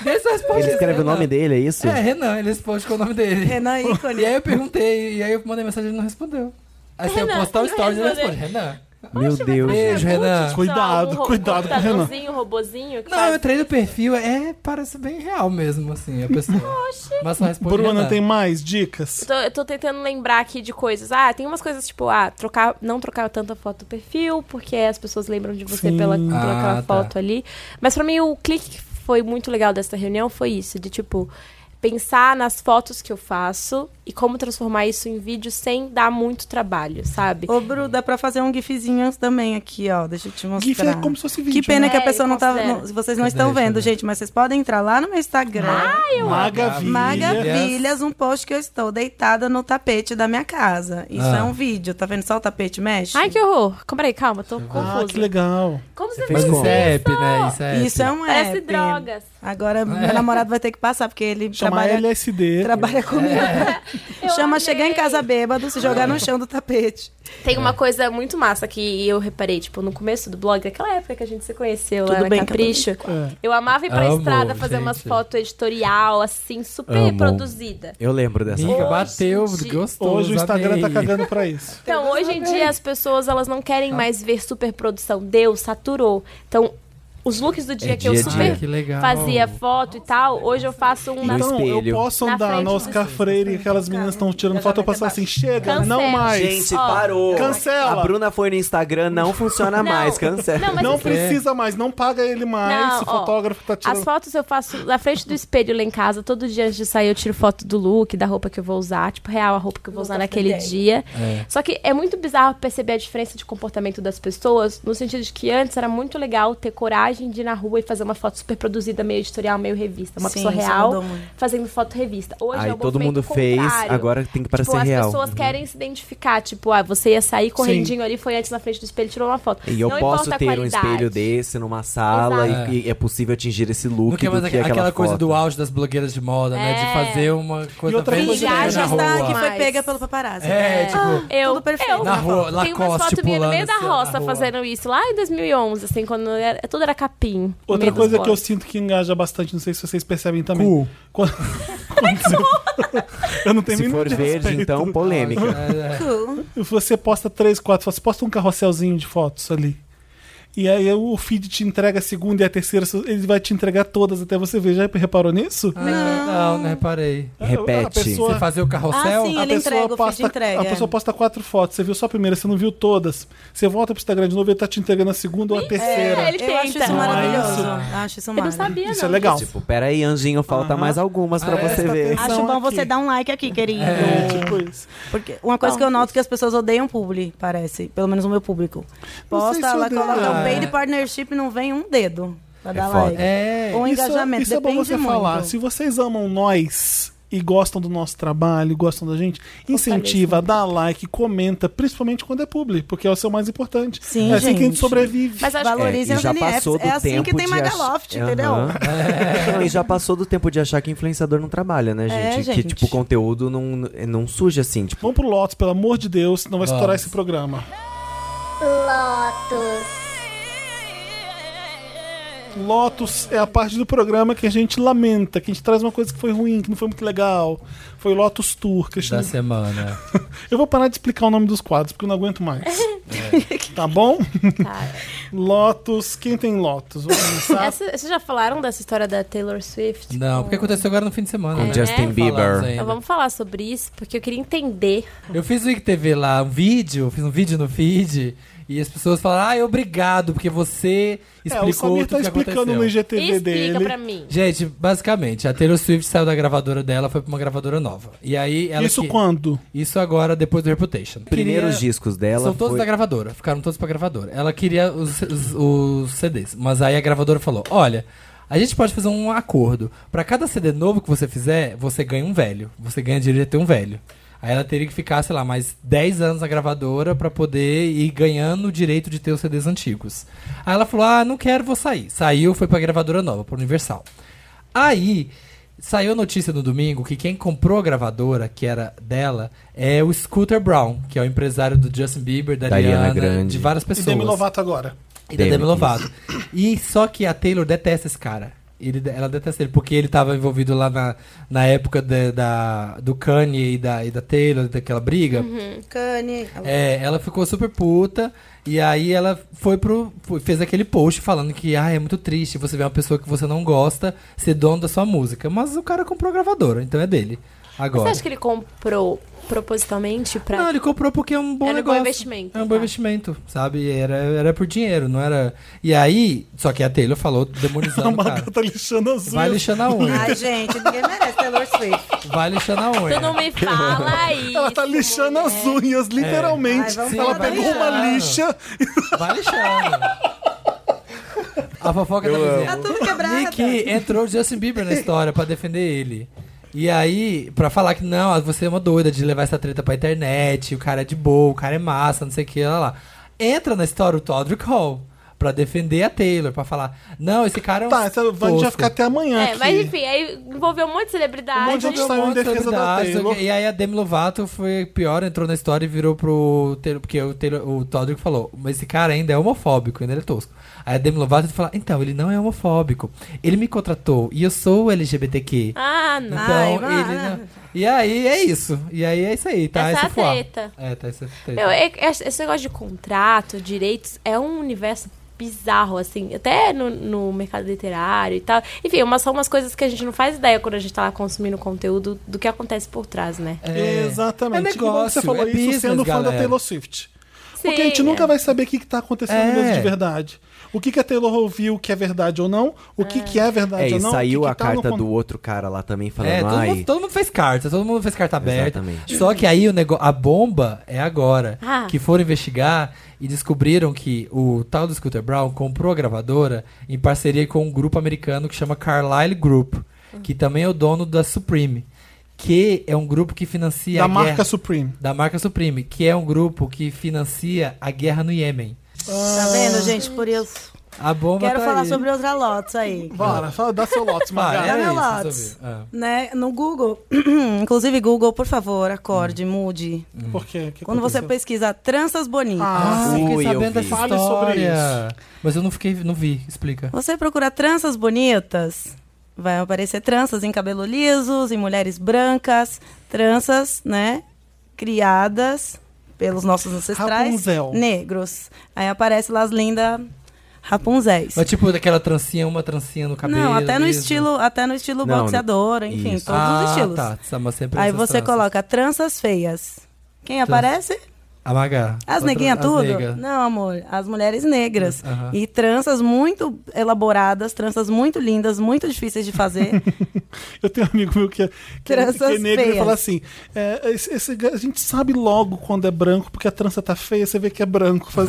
S4: Ele só responde
S5: Ele escreve o
S4: Renan.
S5: nome dele, é isso?
S4: É, Renan, ele responde com o nome dele.
S7: Renan ícone.
S4: E aí eu perguntei, e aí eu mandei mensagem e ele não respondeu. Aí se eu
S8: Renan,
S4: postar o
S8: ele
S4: stories, ele
S8: respondeu.
S4: responde, Renan.
S5: Meu Deus.
S4: Beijo, Renan.
S8: é
S1: Cuidado, cuidado com o Renan.
S8: Um robozinho que
S4: Não, eu
S8: faz...
S4: entrei no perfil, é, parece bem real mesmo, assim, a pessoa.
S8: Oxi.
S4: Mas só responde
S1: Bruna,
S4: Renan.
S1: tem mais dicas?
S8: Tô- eu tô tentando lembrar aqui de coisas. Ah, tem umas coisas tipo, ah, trocar, não trocar tanta foto do perfil, porque as pessoas lembram de você
S1: Sim.
S8: pela, pela
S4: Ah, tá.
S8: aquela foto ali. Mas pra mim o clique que foi muito legal dessa reunião foi isso, de tipo pensar nas fotos que eu faço e como transformar isso em vídeo sem dar muito trabalho, sabe?
S7: Ô, Bru, dá pra fazer um gifzinho também aqui, ó. Deixa eu te mostrar.
S1: GIF é como se fosse vídeo.
S7: Que pena
S1: né?
S7: que a
S8: É,
S7: pessoa
S8: eu
S7: não tá.
S8: considero.
S7: não- vocês não estão
S4: Cadê,
S7: vendo,
S4: cadê?
S7: gente, mas vocês podem entrar lá no meu Instagram.
S1: Magavilha.
S4: Magavilha.
S7: Magavilhas, um post que eu estou deitada no tapete da minha casa. Isso
S4: Ah.
S7: é um vídeo, tá vendo? Só o tapete mexe?
S8: Ai, que horror. Calma aí, calma, tô
S1: Ah,
S8: confusa.
S1: que legal.
S8: Como você
S4: Mas
S8: fez
S4: isso é app, né? Isso é
S7: Isso é
S4: app.
S7: um
S8: Parece
S7: app.
S8: drogas.
S7: Agora meu namorado vai ter que passar, porque ele
S1: Chama
S7: trabalha,
S1: LSD.
S7: trabalha comigo.
S8: Eu
S7: Chama
S8: amei.
S7: chegar em casa bêbado, se jogar
S4: É.
S7: no chão do tapete.
S8: Tem uma coisa muito massa que eu reparei, tipo, no começo do blog, naquela época que a gente se conheceu lá
S7: Tudo
S8: na
S7: bem,
S8: Capricho. Eu amava ir pra
S4: Amo,
S8: estrada fazer
S4: gente.
S8: umas fotos editorial, assim, super
S5: Amo.
S8: produzida.
S5: Eu lembro dessa.
S4: Amiga, bateu,
S8: gente.
S4: gostoso.
S1: Hoje o Instagram
S4: amei.
S1: tá cagando pra isso.
S8: Então, hoje em dia as pessoas, elas não querem mais ver super produção. Deus, saturou. Então, os looks do dia que eu
S5: dia a dia.
S8: super
S4: Que legal.
S8: fazia foto e tal, hoje eu faço um... na-
S1: Então, eu
S5: espelho.
S1: posso
S8: Na
S1: andar
S8: frente
S1: no
S8: do
S1: Oscar Freire e aquelas meninas estão tirando foto, eu passar assim, chega,
S8: Cancela.
S1: não mais.
S5: Gente,
S8: Ó,
S5: parou.
S1: cancela.
S5: A Bruna foi no Instagram, não funciona
S8: Não.
S5: mais. Cancela.
S8: Não, mas
S1: não
S8: assim,
S5: É.
S1: precisa mais, não paga ele mais,
S8: Não,
S1: esse
S8: ó,
S1: fotógrafo tá tirando.
S8: As fotos eu faço na frente do espelho lá em casa. Todo dia antes de sair eu tiro foto do look, da roupa que eu vou usar. Tipo, real, a roupa que eu vou usar naquele dia. Só que é muito bizarro perceber a diferença de comportamento das pessoas. No sentido de que antes era muito legal ter coragem de ir na rua e fazer uma foto super produzida, meio editorial, meio revista. Uma
S7: Sim,
S8: pessoa
S7: isso
S8: real
S7: mudou muito.
S8: fazendo foto revista. Hoje é
S5: Aí
S8: o
S5: todo
S8: movimento
S5: mundo fez,
S8: contrário.
S5: agora tem que parecer
S8: Tipo, as
S5: real. Uhum.
S8: pessoas querem se identificar. Tipo, ah, você ia sair correndinho ali, foi antes na frente do espelho e tirou uma foto.
S5: E eu
S8: Não
S5: posso
S8: importa a
S5: ter um espelho
S8: qualidade.
S5: desse numa sala
S4: Exato.
S5: e, e é possível atingir esse look
S4: Não quer mais
S5: do que
S4: aquela,
S5: aquela,
S4: coisa
S5: foto.
S4: do auge das blogueiras de moda, né? De
S8: É.
S4: fazer uma coisa
S1: E outra
S4: bem
S1: coisa
S4: na
S1: que
S7: Viagem
S1: eu
S4: rua.
S7: está Ah. que foi
S8: Mas-
S7: pega pelo paparazzi.
S4: É, tipo,
S8: Eu,
S7: Tudo perfeito.
S8: eu
S4: na rua,
S8: Tem uma
S4: Lacoste
S8: foto minha no
S4: pulando.
S8: meio da
S4: assim, ó, na
S8: roça
S4: rua.
S8: fazendo isso, lá em 2011, assim, quando era, tudo era capim. no
S1: Outra
S8: meio dos
S1: coisa que eu
S8: bosques.
S1: sinto que engaja bastante, não sei se vocês percebem também.
S5: Uh,
S4: Cu.
S1: Quando, quando você- eu não tenho
S5: Se
S1: mínimo
S5: for
S1: de
S5: verde,
S1: respeito.
S5: então,
S4: É,
S5: polêmica.
S1: Você posta três, quatro, você posta um carrosselzinho de fotos ali. E aí o feed te entrega a segunda e a terceira, ele vai te entregar todas até você ver. Já reparou nisso?
S4: Ah, não, não reparei.
S1: A
S5: Repete.
S1: pessoa-
S4: Você fazer o carrossel?
S7: Ah, sim.
S1: A pessoa
S7: Ele entrega, o feed
S1: posta-
S7: entrega.
S1: A pessoa posta quatro fotos, você viu só a primeira, você não viu todas. Você volta pro Instagram de novo, ele tá te entregando a segunda ou a terceira.
S8: É, ele
S7: Eu acho
S8: tenta.
S7: isso
S8: Não é
S7: maravilhoso.
S1: isso?
S7: Acho isso
S8: Eu não
S7: maravilhoso.
S8: sabia,
S1: Isso é
S8: não.
S1: legal.
S5: Tipo, peraí, anjinho, falta mais algumas pra
S4: Presta
S5: você ver.
S1: atenção.
S7: Acho bom
S1: aqui.
S7: você dar um like aqui, querido.
S1: É, tipo isso.
S7: Porque uma coisa que eu noto é que as pessoas odeiam publi, parece. Pelo menos o meu público.
S1: Não sei
S7: Posta
S1: se
S7: lá,
S1: odeia. Ah,
S7: coloca o paid
S4: é.
S7: partnership e não vem um dedo pra dar
S5: foda.
S7: like.
S4: É.
S7: Ou
S1: Isso é-
S7: um engajamento,
S1: isso é bom
S7: depende
S1: você
S7: muito.
S1: falar. Se vocês amam nós e gostam do nosso trabalho, gostam da gente, incentiva, dá like, comenta, principalmente quando é publi, porque é o seu mais importante.
S7: Sim,
S1: é assim que a gente
S7: gente.
S1: sobrevive.
S8: Mas acho que
S7: Valorizem
S5: É, e
S7: os
S5: já
S7: NFs.
S5: passou do
S7: É assim
S5: tempo
S7: que tem
S5: de ach-
S7: Megaloft,
S5: Aham.
S7: entendeu?
S5: Não, e já passou do tempo de achar que influenciador não trabalha, né,
S7: É,
S5: gente? Que,
S7: gente.
S5: tipo, o conteúdo não, não surge assim. Tipo,
S1: Vamos pro Lotus, pelo amor de Deus, não vai
S4: Vamos.
S1: estourar esse programa.
S3: Lotus,
S1: Lotus é a parte do programa que a gente lamenta, que a gente traz uma coisa que foi ruim, que não foi muito legal. Foi Lotus Tour, Cristina.
S4: Da semana.
S1: Eu vou parar de explicar o nome dos quadros, porque eu não aguento mais.
S4: É.
S1: Tá bom? Lotus, quem tem Lotus? Vamos começar.
S8: Tá. Essa- vocês já falaram dessa história da Taylor Swift?
S4: Não, porque aconteceu agora no fim de semana.
S5: com
S4: né?
S5: Justin
S8: né?
S5: Bieber.
S4: Falamos ainda.
S8: Então vamos falar sobre isso, porque eu queria entender.
S4: Eu fiz o IGTV lá, um vídeo, fiz um vídeo no feed. E as pessoas falam, ai, obrigado, porque você
S1: É, o
S4: explicou
S1: Samir
S4: tudo
S1: tá
S4: que
S1: explicando
S4: aconteceu.
S1: no IGTV
S8: Explica
S1: dele.
S8: pra mim.
S4: Gente, basicamente, a Taylor Swift saiu da gravadora dela, foi pra uma gravadora nova. E aí ela.
S1: Isso
S4: que-
S1: quando?
S4: Isso agora, depois do Reputation.
S5: Primeiros
S4: Queria-
S5: discos dela.
S4: São todos
S5: foi-
S4: da gravadora, ficaram todos pra gravadora. Ela queria os, os- os CDs, mas aí a gravadora falou: olha, a gente pode fazer um acordo. Pra cada CD novo que você fizer, você ganha um velho. Você ganha direito a ter um velho. Aí ela teria que ficar, sei lá, mais 10 anos na gravadora pra poder ir ganhando o direito de ter os CDs antigos. Aí ela falou: ah, não quero, vou sair. Saiu, foi pra gravadora nova, pra Universal. Aí, saiu a notícia no domingo que quem comprou a gravadora, que era dela, é o Scooter Brown, que é o empresário do Justin Bieber, da,
S5: Da Ariana
S4: Ariana,
S5: Grande.
S4: de várias
S1: E
S4: pessoas.
S1: Demi Lovato agora.
S4: E da
S5: Demi,
S4: Demi Lovato. E só que a Taylor detesta esse cara. Ele- ela detesta ele, porque ele estava envolvido lá na, na época da- da- do Kanye e da, e da Taylor, daquela briga.
S7: Kanye.
S4: É, ela ficou super puta. E aí ela foi pro. foi- fez aquele post falando que ah, é muito triste você ver uma pessoa que você não gosta ser dono da sua música. Mas o cara comprou a gravadora, então é dele. Agora.
S8: Você acha que ele comprou propositalmente pra.
S4: Não, ele comprou porque é um bom
S8: Era um bom
S4: negócio.
S8: investimento,
S4: É um bom
S8: tá.
S4: investimento, sabe? Era, era por dinheiro, não era. E aí, só que a Taylor falou
S1: A
S4: demonizando o cara.
S1: Maga tá lixando as
S4: Vai
S1: unhas.
S4: lixando a unha.
S7: Ai, gente, ninguém merece Taylor Swift.
S4: Vai lixando a
S8: Tu Então, não
S4: unha.
S8: me fala isso.
S1: Ela tá lixando as unhas,
S7: Ai,
S1: literalmente.
S7: vamos
S1: Ela
S7: falar da
S1: pegou uma
S4: Rihanna.
S1: lixa
S4: Vai lixando. A fofoca da vizinha.
S7: Tá tudo quebrado.
S4: E que entrou o Justin Bieber na história pra defender ele. E aí, pra falar que não, você é uma doida de levar essa treta pra internet, o cara é de boa, o cara é massa, não sei o que, lá lá. Entra na história o Todrick Hall pra defender a Taylor, pra falar, não, esse cara é um.
S1: Tá, essa vai já
S4: tosco.
S1: ficar até amanhã.
S8: É,
S1: aqui.
S8: mas enfim, aí envolveu um monte de celebridade. Ah,
S1: Um monte de gente
S4: Entrou
S1: saiu em
S4: monte de
S1: defesa da
S4: celebridades,
S1: Taylor.
S4: E aí a Demi Lovato foi pior, entrou na história e virou pro Taylor, porque o, Taylor, o Todrick falou, mas esse cara ainda é homofóbico, ainda é tosco. Aí a Demi Lovato falou, então, ele não é homofóbico. Ele me contratou e eu sou LGBTQ.
S8: Ah, não. né?
S4: Então,
S7: Ai,
S4: ele
S7: vai.
S4: não... E aí é isso. E aí é isso aí, tá?
S8: Essa é
S4: esse
S8: a
S4: fuá.
S8: treta.
S4: É, tá essa treta.
S8: Meu, é- é- esse negócio de contrato, direitos, é um universo bizarro, assim, até no, no mercado literário e tal. Enfim, umas, são umas coisas que a gente não faz ideia quando a gente tá lá consumindo conteúdo do que acontece por trás, né?
S4: É.
S1: Exatamente.
S4: É
S1: Que bom que você
S4: negócio,
S1: falou
S4: é
S1: isso
S4: business,
S1: sendo fã da
S4: galera.
S1: Taylor Swift.
S8: Sim,
S1: Porque a gente nunca
S8: é.
S1: vai saber o que, que tá acontecendo
S4: É.
S1: mesmo de verdade. O que, que a Taylor ouviu que é verdade ou não, o que, que é verdade
S5: É,
S1: ou
S5: e
S1: não. o
S5: saiu
S1: que que
S5: a
S1: tá no
S5: carta
S1: con-
S5: do outro cara lá também falando,
S4: É, todo
S5: ai.
S4: mundo, todo mundo fez carta, todo mundo fez carta aberta.
S5: Exatamente.
S4: Só que aí o negócio. A bomba é agora.
S8: Ah.
S4: Que foram investigar e descobriram que o tal do Scooter Brown comprou a gravadora em parceria com um grupo americano que chama Carlyle Group, que também é o dono da Supreme. Que é um grupo que financia
S1: Da
S4: a
S1: marca
S4: guerra,
S1: Supreme.
S4: da marca Supreme, que é um grupo que financia a guerra no Iêmen.
S7: Tá vendo, gente? Por isso.
S4: A bomba
S7: Quero
S4: tá
S7: falar
S4: aí.
S7: sobre outra lotes aí.
S1: Bora, fala, dá seu lote,
S4: Vai,
S1: Maga.
S4: era
S7: Olha
S4: isso,
S7: lá.
S4: sobre-
S1: é.
S4: ah.
S7: Né? No Google, inclusive Google, por favor, acorde, mude.
S4: é.
S1: Por quê? O que
S7: Quando você
S1: aconteceu?
S7: pesquisa tranças bonitas,
S1: Ah,
S4: Ah, fiquei
S5: Fui, eu
S4: sabendo
S5: vi.
S4: dessa
S1: Fale
S4: história.
S1: sobre
S4: Mas eu não fiquei, não vi. Explica.
S7: você procurar tranças bonitas, vai aparecer tranças em cabelo lisos, em mulheres brancas, tranças, né, criadas pelos nossos ancestrais
S1: Rapunzel.
S7: negros. Aí aparece lá as lindas Rapunzéis.
S4: Mas tipo daquela trancinha, uma trancinha no cabelo.
S7: Não, até no
S4: mesmo.
S7: estilo, até no estilo
S5: Não,
S7: boxeadora,
S5: no-
S7: enfim,
S5: isso.
S7: todos
S4: ah,
S7: os estilos.
S4: Tá, tá, mas sempre
S7: Aí
S4: essas
S7: você
S4: tranças.
S7: coloca tranças feias. Quem aparece?
S4: A maga.
S7: As
S4: Outra-
S7: neguinhas
S4: as
S7: tudo?
S4: nega.
S7: Não, amor. As mulheres negras.
S4: Aham. Então,
S7: E tranças muito elaboradas, tranças muito lindas, muito difíceis de fazer.
S1: Eu tenho um amigo meu que é, que é, que
S7: Tranças
S1: é negro e
S7: feias.
S1: fala assim: é, esse- esse ga- a gente sabe logo quando é branco, porque a trança tá feia, você vê que é branco. Faz...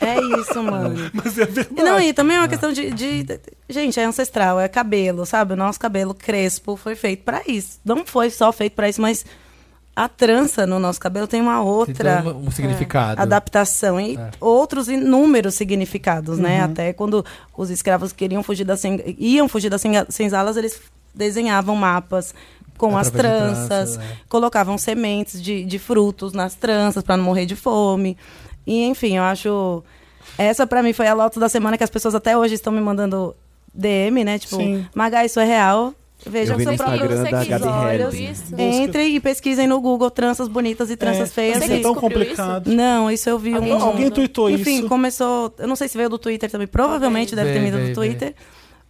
S7: é isso, mano.
S1: Mas é verdade.
S7: E não, e também é uma questão de, de- Gente, é ancestral, é cabelo, sabe? O nosso cabelo crespo foi feito pra isso. Não foi só feito pra isso, mas a trança no nosso cabelo tem uma
S4: Tem
S7: outra. é,
S4: todo um significado.
S7: adaptação e
S5: É.
S7: outros inúmeros significados,
S5: Uhum.
S7: né? Até quando os escravos queriam fugir da sen- iam fugir das sen- senzalas, eles desenhavam mapas com
S4: Através
S7: as
S4: de
S7: tranças,
S4: tranças,
S5: é.
S4: né?
S7: colocavam sementes de, de frutos nas tranças para não morrer de fome. E enfim, eu acho essa pra mim foi a loto da semana que as pessoas até hoje estão me mandando DM, né? Tipo,
S1: Sim.
S7: Magá, isso é real. Veja
S5: Eu vi
S7: com
S5: no
S7: seu próprio
S5: Instagram
S8: Você
S5: da Gabi
S8: que olha
S5: Harris.
S8: isso.
S7: Entrem e pesquisem no Google tranças bonitas e tranças
S1: é,
S7: feias.
S1: mas
S8: Você
S1: é
S7: e-
S1: tão
S8: descobriu
S1: complicado.
S7: não, isso eu vi
S1: Alguém,
S7: um.
S1: alguém tuitou
S7: Enfim,
S1: isso.
S7: começou. Eu não sei se veio do Twitter também, provavelmente deve ter
S4: Veio,
S7: vindo do
S4: veio, veio.
S7: Twitter.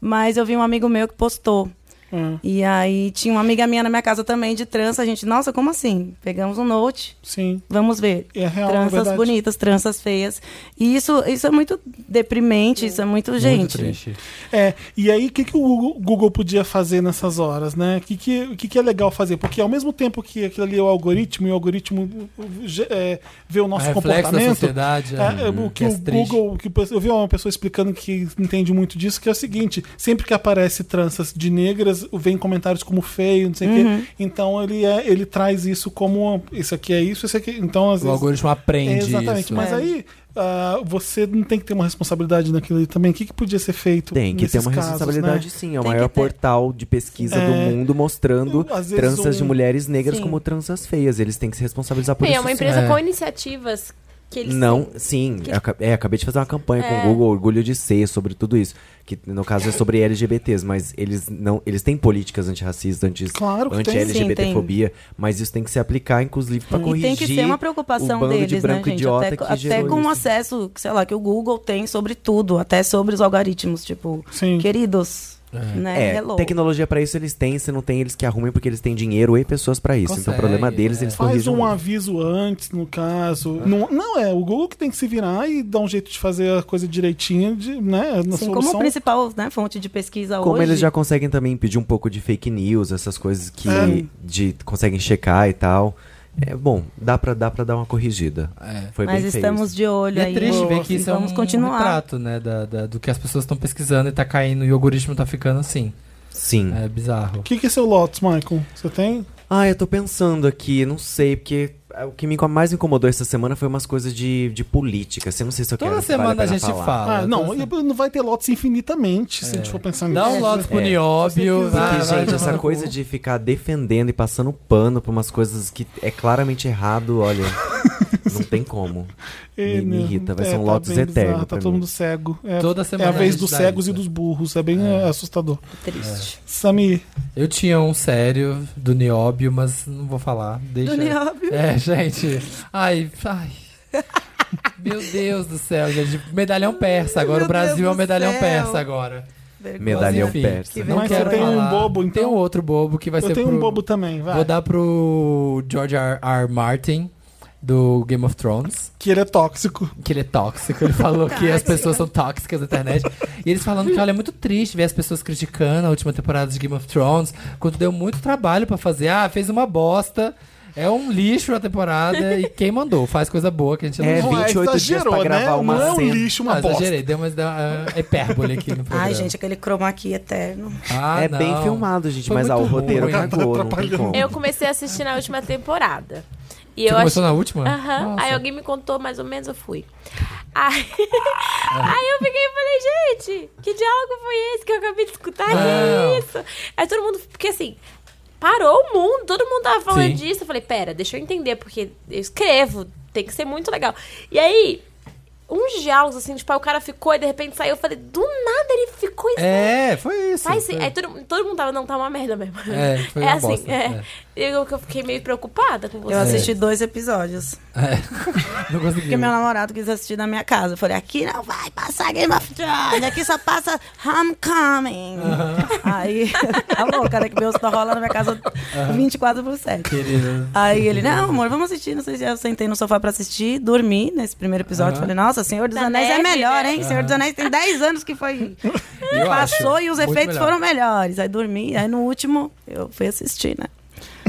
S7: Mas eu vi um amigo meu que postou.
S1: É,
S7: E aí tinha uma amiga minha na minha casa também de trança. A gente, nossa, como assim? Pegamos um note,
S1: Sim.
S7: vamos ver.
S1: É real, na
S7: tranças
S1: verdade.
S7: bonitas, tranças feias. E isso, isso é muito deprimente, isso é muito,
S4: Muito
S7: gente.
S4: triste.
S1: É, e aí o que, que o Google, Google podia fazer nessas horas, né? O que, que, o que, que é legal fazer? Porque ao mesmo tempo que aquilo ali é o algoritmo, e o algoritmo uh, uh, ge- é, vê o nosso
S4: reflexo da
S1: comportamento.
S4: sociedade.
S1: É, é, o que o
S4: é triste.
S1: Google, o que o- eu vi uma pessoa explicando que entende muito disso, que é o seguinte: sempre que aparece tranças de negras, vem comentários como feio, não sei o
S7: Uhum.
S1: quê. Então ele, é- ele traz isso como isso aqui é isso, isso aqui. Então às
S4: O
S1: vezes
S4: algoritmo aprende
S1: Exatamente,
S4: isso.
S1: mas
S7: É.
S1: aí ah, você não tem que ter uma responsabilidade naquilo ali também. O que, que podia ser feito?
S5: Tem que ter
S1: nesses
S5: uma
S1: casos,
S5: responsabilidade,
S1: Né?
S5: sim. É o
S7: Tem que
S5: maior
S7: ter.
S5: portal de pesquisa do
S1: É.
S5: mundo mostrando
S1: Às vezes
S5: tranças
S1: um-
S5: de mulheres negras
S7: Sim.
S5: como tranças feias. Eles têm que se responsabilizar por
S8: Bem,
S5: isso.
S8: é uma
S5: sim.
S8: empresa
S4: É.
S8: com iniciativas que eles
S5: Não, sim.
S8: que-
S5: eu aca- É, acabei de fazer uma campanha
S8: É.
S5: com o Google, Orgulho de Ser, sobre tudo isso. Que no caso é sobre LGBTs, mas eles não. Eles têm políticas antirracistas, anti,
S1: Claro que tem,
S5: anti-LGBTfobia, mas isso tem que se aplicar, inclusive, pra
S7: E
S5: corrigir.
S7: tem que ser uma
S5: o
S7: preocupação
S5: bando de
S7: deles, né,
S5: branco
S7: gente?
S5: idiota
S7: Até,
S5: que
S7: até
S5: gerou
S7: com o
S5: isso.
S7: acesso, sei lá, que o Google tem sobre tudo, até sobre os algoritmos, tipo,
S1: Sim.
S7: queridos, né?
S5: É,
S7: hello.
S5: tecnologia pra isso eles têm, se não tem, eles que arrumem, porque eles têm dinheiro e pessoas pra isso. então o
S4: Consegue,
S5: problema deles,
S4: é.
S5: eles
S1: Faz
S5: corrigem.
S1: um
S5: muito.
S1: aviso antes, no caso. Não, não, é o Google que tem que se virar e dar um jeito de fazer a coisa direitinha, de, né? Na
S7: Sim, como
S1: solução.
S7: principal né, fonte de pesquisa
S5: Como
S7: hoje.
S5: eles já conseguem também impedir um pouco de fake news, essas coisas que
S1: É.
S5: de, conseguem checar e tal. É bom, dá pra, dá pra dar uma corrigida.
S4: É.
S5: Foi
S7: Mas
S5: bem feio
S7: estamos
S5: isso.
S7: de
S4: E
S7: olho
S4: é
S7: aí.
S4: triste ver que
S7: e
S4: isso é um
S7: vamos continuar.
S4: retrato, né, da, da- do que as pessoas estão pesquisando e tá caindo, e o algoritmo tá ficando assim.
S5: Sim.
S4: É bizarro.
S1: O que, que é seu Lotus, Michael? Você tem?
S5: Ah, eu tô pensando aqui, não sei, porque ah, o que me inco- mais me incomodou essa semana foi umas coisas de, de política. Assim, eu não sei se eu
S4: Toda
S5: quero se vale
S4: semana a
S5: pena
S4: gente
S5: falar.
S4: fala.
S1: Ah, não,
S4: toda semana.
S5: assim.
S1: e não vai ter Lotus infinitamente, se a gente for pensar nisso.
S4: Dá um lote pro
S5: É.
S4: Nióbio.
S1: Porque,
S4: vai-
S5: Porque,
S4: vai
S5: gente,
S4: tomar
S5: essa
S4: no
S5: coisa
S4: cu.
S5: de ficar defendendo e passando pano pra umas coisas que é claramente errado, olha. não tem como.
S1: É,
S5: Me, me
S1: né?
S5: irrita, vai
S1: É,
S5: ser um
S1: tá
S5: Lotus
S1: bem
S5: eterno.
S1: bizarro, Tá
S5: pra
S1: todo
S5: mim.
S1: mundo cego. É,
S4: Toda
S1: é
S4: semana
S1: a vez
S4: gente
S1: dos
S4: dá
S1: cegos
S4: isso. né?
S1: e dos burros, é bem é, assustador.
S6: Triste.
S1: Sami,
S4: Eu tinha um sério do Nióbio, mas não vou falar. Deixa...
S7: Do Nióbio.
S4: É, gente. Ai, ai. Meu Deus do céu, gente. Medalhão persa agora.
S7: Meu
S4: o Brasil
S7: Deus
S4: é um
S7: do
S4: medalhão
S7: céu.
S4: persa agora.
S7: Vergonha.
S5: Medalhão
S4: Enfim,
S5: persa.
S7: que
S4: Não
S1: Mas você
S4: quero
S1: tem um
S4: falar.
S1: bobo, então?
S4: Tem um outro bobo que vai
S1: eu
S4: ser
S1: tenho
S4: pro...
S1: um bobo também, vai.
S4: Vou dar pro George R. R. Martin, do Game of Thrones,
S1: Que ele é tóxico.
S4: que ele é tóxico. Ele falou que as pessoas são tóxicas na internet. E eles falando que, olha, é muito triste ver as pessoas criticando a última temporada de Game of Thrones, quando deu muito trabalho pra fazer. Ah, fez uma bosta. É um lixo a temporada e quem mandou? Faz coisa boa que a gente não
S5: É,
S4: viu.
S1: Não
S5: 28 dias
S1: exagerou,
S5: pra gravar
S1: né?
S5: uma
S1: Não é um
S5: cena.
S1: lixo, uma
S4: Ah,
S1: bosta.
S4: exagerei, deu uma ah, hipérbole aqui no programa.
S7: Ai, gente, aquele chroma aqui eterno.
S4: Ah,
S5: é bem
S4: não.
S5: filmado, gente,
S4: Foi
S5: mas ah, o
S4: muito
S5: roteiro
S4: ruim.
S5: cagou, não tem
S1: Atrapalhou.
S5: como.
S8: Eu comecei a assistir na última temporada. E
S4: Você
S8: eu
S4: começou
S8: achei.
S4: na última?
S8: Aham.
S4: Nossa.
S8: Aí alguém me contou mais ou menos, eu fui. Aí, aí eu fiquei e falei, gente, que diálogo foi esse que eu acabei de escutar?
S4: Não.
S8: Que isso? Aí todo mundo. Porque assim. Parou o mundo, todo mundo tava falando
S4: Sim.
S8: disso. Eu falei, pera, deixa eu entender, porque eu escrevo, tem que ser muito legal. E aí, uns diálogos, assim, tipo, aí o cara ficou e de repente saiu. Eu falei, do nada ele ficou e
S4: É, foi isso.
S8: Faz sim.
S4: foi.
S8: Aí todo, todo mundo tava, não, tá uma merda mesmo.
S4: É, foi uma
S8: assim,
S4: bosta,
S8: é. Eu, eu fiquei meio preocupada com você.
S7: Eu assisti dois episódios.
S4: É. Não consegui.
S7: Porque meu namorado quis assistir na minha casa. Eu falei, aqui não vai passar Game of Thrones, aqui só passa Homecoming. Aí, tá louco, cara, que meu só rola na minha casa 24 por 7.
S4: Querido.
S7: Aí ele, não, amor, vamos assistir. Não sei se eu sentei no sofá pra assistir, dormi nesse primeiro episódio. Falei, nossa, Senhor dos
S8: Da
S7: Anéis
S8: neve,
S7: é melhor,
S8: né?
S7: hein? Senhor dos Anéis tem 10 anos que foi.
S4: Eu
S7: Passou
S4: acho
S7: e os
S4: muito
S7: efeitos
S4: melhor.
S7: foram melhores. Aí dormi, aí no último eu fui assistir, né?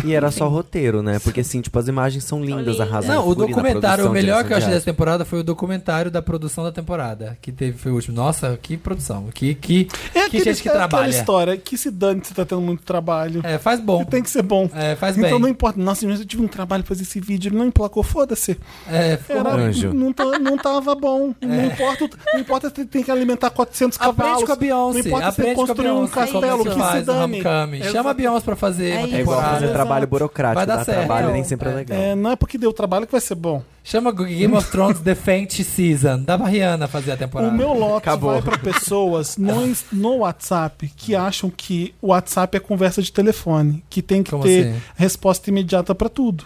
S5: E era só roteiro, né? Porque assim, tipo, as imagens são lindas,
S8: lindas.
S5: arrasam.
S4: Não, o
S5: Tá fúria na
S4: documentário, é o
S5: produção,
S4: melhor que eu achei
S5: direção
S4: dessa temporada foi o documentário da produção da temporada. Que teve, foi o último. Nossa, que produção. Que, que,
S1: É
S4: que
S1: aquele-
S4: gente que
S1: é aquela
S4: trabalha.
S1: história que se dane se tá tendo muito trabalho.
S4: É, faz bom.
S1: Tem que ser bom.
S4: É, faz bem.
S1: então não importa. Nossa, mas eu tive um trabalho pra fazer esse vídeo, ele não emplacou, foda-se.
S4: É, ficou
S1: Era,
S4: ruim.
S5: Anjo.
S1: Não, tá- não tava bom. Não importa, o- não importa se tem que alimentar 400
S4: É. Aprende
S1: cavalos.
S4: com a
S1: Não
S4: Beyoncé.
S1: importa se
S4: Aprende com a
S1: construir um
S4: Beyoncé.
S1: castelo
S4: como
S1: que
S4: é
S1: se
S4: faz o
S1: dane.
S4: Homecoming. Chama a Beyoncé pra fazer uma
S7: isso.
S5: diária. É igual fazer
S4: temporada.
S5: trabalho burocrático,
S4: Vai dar
S5: dar
S4: certo.
S5: trabalho
S4: Não,
S5: nem sempre é legal.
S1: É, não é porque deu trabalho que vai ser bom.
S4: Chama Game of Thrones The Faint Season. Dá pra Rihanna fazer a temporada.
S1: O meu lote
S5: Acabou.
S1: vai pra pessoas no, ins- no WhatsApp que acham que o WhatsApp é conversa de telefone, que tem que
S4: Como
S1: ter
S4: assim?
S1: resposta imediata pra tudo.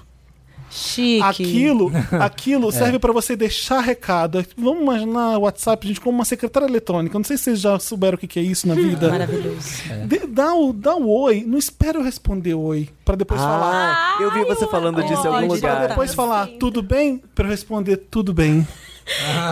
S7: Chique.
S1: Aquilo, aquilo serve pra você deixar recado. Vamos imaginar o WhatsApp, gente, como uma secretária eletrônica. Não sei se vocês já souberam o que que é isso na vida.
S7: Maravilhoso.
S1: Dê- dá, o, dá o oi, não espera eu responder oi, pra depois falar.
S5: Ah, eu vi você falando disso em algum
S7: ótimo.
S1: Pra
S5: lugar.
S1: depois falar, tudo bem? Pra eu responder, tudo bem.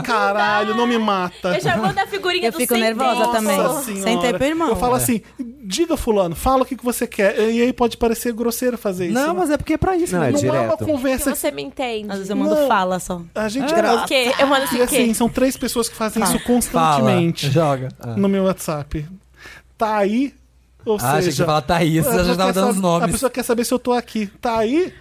S1: Caralho, não me mata.
S8: Eu já mando a figurinha
S7: Eu
S8: do
S7: fico
S8: sem
S7: nervosa
S8: tempo.
S7: também.
S1: Nossa
S7: Sem
S1: Senhora.
S7: tempo, irmão.
S1: Eu
S8: É.
S1: falo assim, diga fulano, fala o que que você quer. E aí pode parecer grosseiro fazer isso.
S4: Não,
S1: né?
S4: mas é porque é pra isso.
S5: Não,
S4: né?
S5: é
S1: não é uma
S5: direto.
S8: Que
S1: conversa.
S8: você me entende.
S7: Às vezes eu mando
S1: Não.
S7: fala só.
S1: A gente
S8: O quê? Eu mando assim,
S1: E
S8: o quê?
S1: assim, são três pessoas que fazem isso
S4: Fala,
S1: constantemente
S4: joga.
S1: no meu WhatsApp. Tá aí, ou
S4: Ah, achei que você
S1: seja. é,
S4: fala Thaís,
S1: a
S4: você já
S1: pessoa
S4: tava
S1: quer
S4: dando os
S1: saber- A
S4: nomes.
S1: pessoa quer saber se eu tô aqui. Tá aí?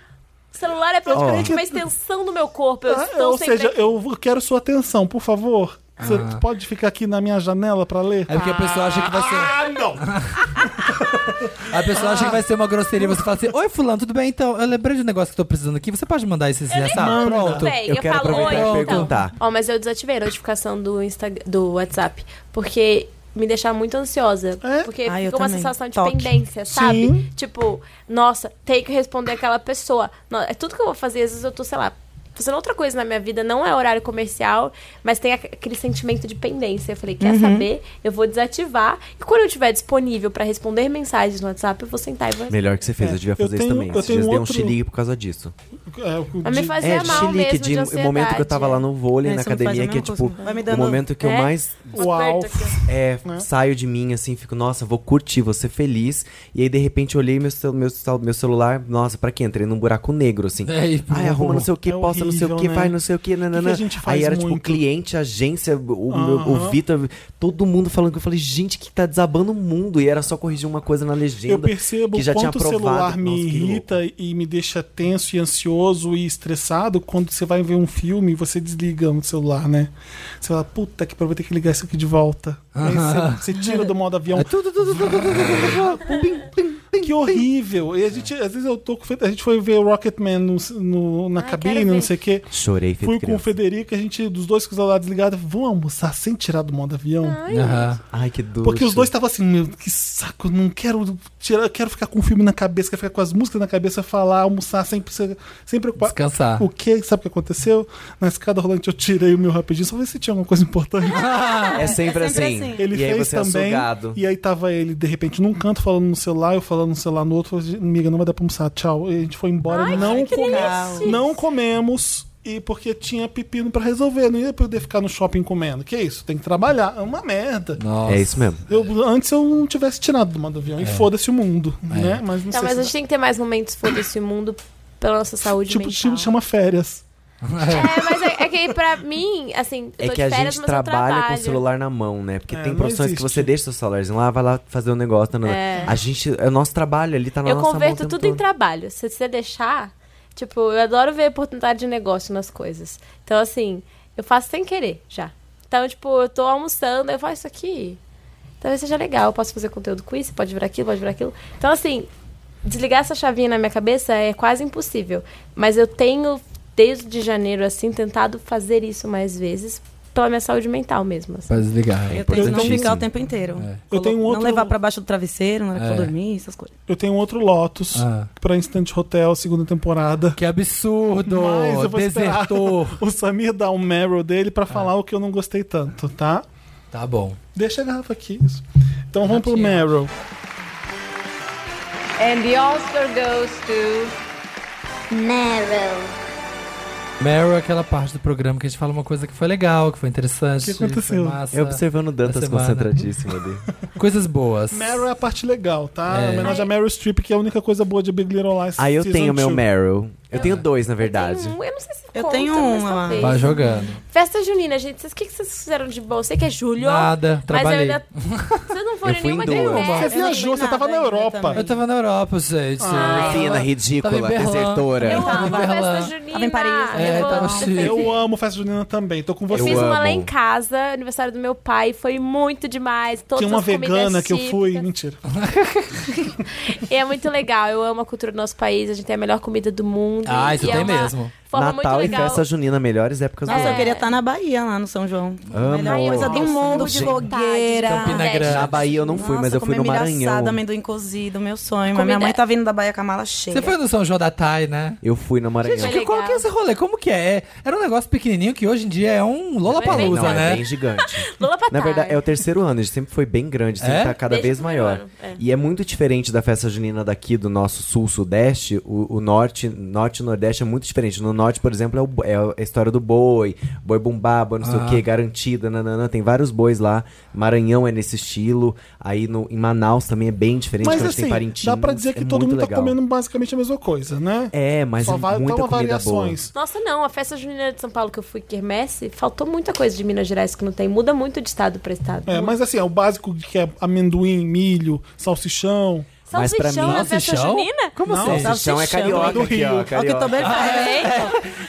S8: O celular é praticamente uma extensão do meu corpo. Eu
S1: Ah,
S8: estou
S1: ou
S8: sempre
S1: seja, eu quero sua atenção, por favor. Você
S4: Ah.
S1: pode ficar aqui na minha janela pra ler?
S4: É porque a pessoa acha que vai ser.
S1: Ah, não!
S4: A pessoa acha que vai ser uma grosseria. Você fala assim: Oi, Fulano, tudo bem? Então, eu lembrei de um negócio que eu tô precisando aqui. Você pode mandar esse
S8: Manda.
S4: WhatsApp? Pronto.
S8: Bem,
S5: eu
S8: eu,
S5: quero
S8: falo, oi,
S5: aproveitar e
S8: então.
S5: perguntar.
S8: Ó, mas eu desativei a notificação do, Insta- do WhatsApp, porque me deixava muito ansiosa.
S1: É?
S8: Porque
S7: Ah, eu
S8: fica uma
S7: também.
S8: sensação de
S7: Toque.
S8: pendência, sabe?
S1: Sim.
S8: Tipo, nossa, tenho que responder aquela pessoa. Não, é tudo que eu vou fazer, às vezes eu tô, sei lá, fazendo outra coisa na minha vida, não é horário comercial, mas tem aqu- aquele sentimento de pendência. Eu falei,
S5: Uhum.
S8: quer saber? Eu vou desativar. E quando eu estiver disponível pra responder mensagens no WhatsApp, eu vou sentar e vou responder.
S5: Melhor que você fez, eu
S4: É,
S5: devia
S1: eu
S5: fazer
S1: tenho-
S5: isso também.
S1: eu
S5: Esses
S1: tenho
S5: dias dei um
S1: outro-
S5: xilique por causa disso.
S1: É, o
S8: Mas me
S1: de-
S8: fazia mal mesmo de
S5: o momento que eu tava lá
S8: ansiedade.
S5: no vôlei,
S7: É,
S5: na
S7: isso não faz a
S5: academia, que é
S7: mesma
S5: tipo,
S7: coisa. Vai me dando-
S5: o momento que eu
S8: É?
S5: mais
S1: Uau.
S8: Aperto aqui, ó.
S5: é,
S1: Né?
S5: saio de mim, assim, fico, nossa, vou curtir, vou ser feliz. E aí, de repente, eu olhei meu, cel- meu, cel- meu celular, nossa, pra quê? Entrei num buraco negro, assim.
S4: É, e-
S5: Ai, arruma não sei o que,
S1: É
S5: posta não sei o
S1: horrível,
S5: que,
S1: né?
S5: faz não sei o que,
S1: que
S5: nananã.
S1: a gente faz
S5: Aí era
S1: muito?
S5: tipo cliente, agência, o, meu-
S1: Aham.
S5: o Vitor, todo mundo falando que eu falei, gente, que tá desabando o mundo. E era só corrigir uma coisa na legenda.
S1: Eu percebo
S5: que já
S1: o
S5: tinha
S1: quanto o celular
S5: aprovado.
S1: me
S5: Nossa, que louco.
S1: irrita e me deixa tenso e ansioso e estressado quando você vai ver um filme e você desliga o celular, né? Você fala, puta que pariu, vou ter que ligar isso aqui de volta. Aí você, você tira do modo
S5: É
S1: avião. que horrível! E a gente, às vezes eu tô com. A gente foi ver Rocketman no, no- na
S8: Ai,
S1: cabine,
S8: quero
S1: não
S8: ver.
S1: sei o quê.
S5: Chorei, feito
S1: Fui com o
S5: criança.
S1: Federico, a gente, dos dois com o celular desligado, vamos almoçar sem tirar do modo avião.
S4: Aham.
S5: Ai, que duro.
S1: Porque os dois estavam assim, meu, que saco, não quero tirar, quero ficar com o filme na cabeça, quero ficar com as músicas na cabeça, falar, almoçar, sem, precisar- sem preocupar.
S4: Descansar.
S1: O que? Sabe o que aconteceu? Na escada rolante eu tirei o meu rapidinho, só ver se tinha alguma coisa importante.
S5: É sempre, assim.
S1: Ele
S5: e aí
S1: fez
S5: você é
S1: também.
S5: sugado.
S1: e aí tava ele, de repente, num canto falando no celular, eu falando no celular no outro, eu falei, amiga, não vai dar pra almoçar, tchau. E a gente foi embora, não,
S8: que
S1: come-
S8: delícia.
S1: não comemos. E porque tinha pepino pra resolver, não ia poder ficar no shopping comendo. Que isso? Tem que trabalhar. É uma merda.
S4: Nossa.
S5: É isso mesmo.
S1: Eu- antes eu não tivesse tirado do modo avião.
S5: É.
S1: E foda-se o mundo, né? Mas não
S8: Tá,
S1: sei
S8: mas
S1: se
S8: a gente tem que ter mais momentos foda-se o mundo pela nossa saúde
S1: tipo,
S8: mental.
S1: tipo, chama férias.
S8: É, mas é, é que pra mim, assim, eu
S5: É
S8: tô
S5: que
S8: de
S5: a
S8: férias,
S5: gente
S8: mas eu
S5: trabalha com o
S8: trabalho.
S5: celular na mão, né? Porque
S1: É,
S5: tem
S1: não
S5: profissões que
S1: existe.
S5: você deixa seu celularzinho lá, vai lá fazer um negócio. Não, não.
S8: É.
S5: A gente, é o nosso trabalho ali, tá na
S8: Eu
S5: nossa mão. o
S8: converto
S5: tempo
S8: tudo em
S5: todo.
S8: trabalho. Se você deixar, tipo, eu adoro ver oportunidade de negócio nas coisas. Então, assim, eu faço sem querer já. Então, tipo, eu tô almoçando, eu faço isso aqui. Talvez seja legal, eu posso fazer conteúdo com isso, pode virar aquilo, pode virar aquilo. Então, assim, desligar essa chavinha na minha cabeça é quase impossível. Mas eu tenho, desde janeiro, assim, tentado fazer isso mais vezes pela minha saúde mental mesmo. assim.
S4: Pra desligar.
S5: É
S7: Eu tento não
S5: importantíssimo.
S7: ficar o tempo inteiro.
S1: Eu tenho
S7: Não
S1: outro-
S7: levar pra baixo do travesseiro, na hora que
S4: É.
S7: for dormir, essas coisas.
S1: Eu tenho outro Lotus
S4: Ah.
S1: pra Instant Hotel, segunda temporada.
S4: Que absurdo!
S1: Mas eu vou esperar
S4: Desertor.
S1: o Samir dar um Meryl dele
S5: Ah.
S1: pra falar o que eu não gostei tanto, tá?
S4: Tá bom.
S1: Deixa a garrafa aqui. isso. Então vamos pro
S4: Garrafinha.
S1: Meryl.
S9: And the Oscar goes to.
S3: Meryl.
S4: Meryl é aquela parte do programa que a gente fala uma coisa que foi legal, que foi interessante.
S1: O que aconteceu?
S4: Foi massa.
S5: Eu observando o Dantas
S4: Essa semana.
S5: concentradíssimo ali.
S4: Coisas boas.
S1: Meryl é a parte legal, tá?
S4: É.
S1: Em homenagem a Meryl Streep, que é a única coisa boa de Big Little Lies.
S5: Aí eu
S1: Season
S5: tenho o meu
S1: Two.
S5: Meryl. Eu tenho dois, na verdade.
S8: Tem um, eu não sei se
S7: Eu
S8: conta,
S7: tenho
S8: mas
S7: uma.
S1: é
S8: talvez.
S4: Vai jogando.
S8: Festa junina, gente. Vocês- O que que vocês fizeram de bom? Eu sei que é julho.
S4: Nada,
S8: Mas eu
S4: trabalhei.
S8: ainda. Vocês não foram
S5: Eu
S8: em
S5: fui
S8: nenhuma
S5: em duas.
S1: Você
S8: Você
S1: viajou, você
S7: nada
S1: tava na
S7: ainda
S1: Europa.
S7: também.
S4: Eu tava na Europa, gente.
S5: Ah,
S1: Tá
S5: Fina, ridícula,
S4: Tava em Berlim.
S5: desertora.
S8: um. Eu amo
S4: Tava em
S8: festa
S4: Berlim.
S8: junina.
S7: Tava em Paris.
S4: É,
S8: eu,
S4: tava
S8: amo.
S4: chique.
S1: Eu amo festa junina também. Tô com
S8: Eu
S1: você.
S8: fiz
S5: Eu
S8: uma lá
S5: amo.
S8: em casa, aniversário do meu pai, foi muito demais. Todas
S1: Tinha uma
S8: as comidas
S1: vegana que eu fui.
S8: típicas.
S1: Mentira.
S8: E é muito legal, eu amo a cultura do nosso país, a gente tem a melhor comida do mundo.
S4: Ah, isso
S8: e é
S4: tem
S8: uma
S4: mesmo.
S8: forma
S5: Natal
S8: muito
S5: e
S8: legal.
S5: festa junina, melhores épocas
S7: Nossa,
S5: do
S7: eu
S5: ano.
S7: queria estar na Bahia, lá no São João.
S5: Amo.
S7: Melhor coisa do
S8: Nossa,
S7: mundo,
S8: de
S7: de
S8: vontade.
S7: fogueira.
S4: Campina
S8: Nordeste.
S4: Grande.
S5: Na Bahia eu não fui, mas eu fui
S8: é
S5: no Maranhão.
S7: Assada, é amendoim cozido, meu sonho.
S8: Comida-
S7: Mas minha mãe tá vindo da Bahia com a mala cheia.
S4: Você foi no São João da Thay, né?
S5: Eu fui no Maranhão.
S8: Gente,
S4: Que, qual que é esse rolê? Como que é? É- Era um negócio pequenininho que hoje em dia é um
S5: não,
S4: Lollapalooza,
S5: é
S4: né?
S5: bem gigante.
S8: Lula pra
S5: Na
S8: trás.
S5: verdade, é o terceiro ano, ele sempre foi bem grande, sempre
S4: É?
S5: tá cada
S8: Tá, Desde
S5: vez
S8: o primeiro
S5: maior.
S8: ano, é.
S5: E é muito diferente da festa junina daqui do nosso sul-sudeste, o, o norte, norte e nordeste é muito diferente. No norte, por exemplo, é, o bo- é a história do boi, boi bumbá, boi não
S1: Ah.
S5: sei o que, garantida, nananã, tem vários bois lá. Maranhão é nesse estilo, aí no, em Manaus também é bem diferente,
S1: Mas
S5: quando tem
S1: assim,
S5: Parintins,
S1: dá pra dizer que
S5: é
S1: todo
S5: muito
S1: mundo tá
S5: legal.
S1: comendo basicamente a mesma coisa, né?
S5: É, mas
S1: Só
S5: é
S1: vai
S5: muita
S1: toma
S5: comida
S1: variações.
S8: Nossa, não, a festa junina de São Paulo que eu fui quermesse, faltou muita coisa de Minas Gerais que não tem. Muda muito de estado pra estado.
S1: É, mas assim, é o básico que é amendoim, milho, salsichão.
S5: Mas pra
S8: Salsichão
S5: mim-
S8: na festa
S4: Salsichão?
S8: junina?
S4: Como
S1: Não,
S5: boa.
S4: assim?
S5: Salsichão é carioca
S1: do
S5: aqui, ó,
S1: Rio.
S7: É o
S5: carioca.
S7: Oktoberfest.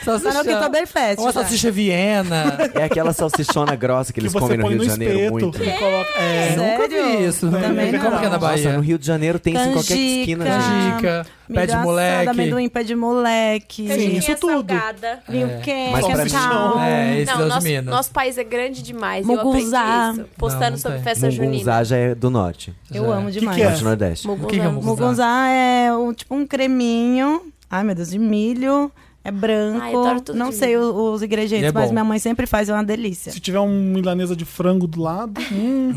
S7: Tá no
S4: Salsichão.
S7: Oktoberfest.
S4: Uma
S7: já.
S4: salsicha Viena.
S5: É aquela salsichona grossa que eles
S1: que você
S5: comem no
S1: põe
S5: Rio
S1: no
S5: de Janeiro
S1: espeto.
S5: muito.
S1: que coloca- é.
S4: Eu nunca vi
S7: Sério?
S4: isso.
S7: Também
S4: Como
S7: não.
S4: que é na Bahia?
S5: Nossa, no Rio de Janeiro tem isso em qualquer esquina.
S7: Canjica.
S5: gente.
S4: Canjica, pé de
S7: Milho assado,
S4: moleque.
S7: amendoim, pé de moleque.
S1: Sim,
S8: Canjiquinha
S1: isso tudo.
S8: salgada.
S7: Vinho quente, assim,
S5: Mas pra mim
S7: caldo.
S4: É, esse
S8: Não,
S4: das
S8: nosso,
S4: Minas.
S8: nosso país é grande demais.
S7: Mugunzá.
S8: Eu aprendi isso.
S4: Não,
S8: Postando
S4: não
S8: sobre
S4: tem.
S8: festa junina.
S5: Mugunzá já é do norte.
S7: Eu amo demais.
S1: Que que é?
S5: Norte e Nordeste.
S4: O que que é
S8: Mugunzá.
S7: Mugunzá é um, tipo um creminho. Ai, meu Deus, de milho. É branco.
S8: Ai, eu adoro tudo
S7: não
S8: de
S7: sei
S8: milho.
S7: o- os ingredientes,
S4: E é
S7: mas
S4: bom.
S7: minha mãe sempre faz, é uma delícia.
S1: Se tiver um milanesa de frango do lado, hum,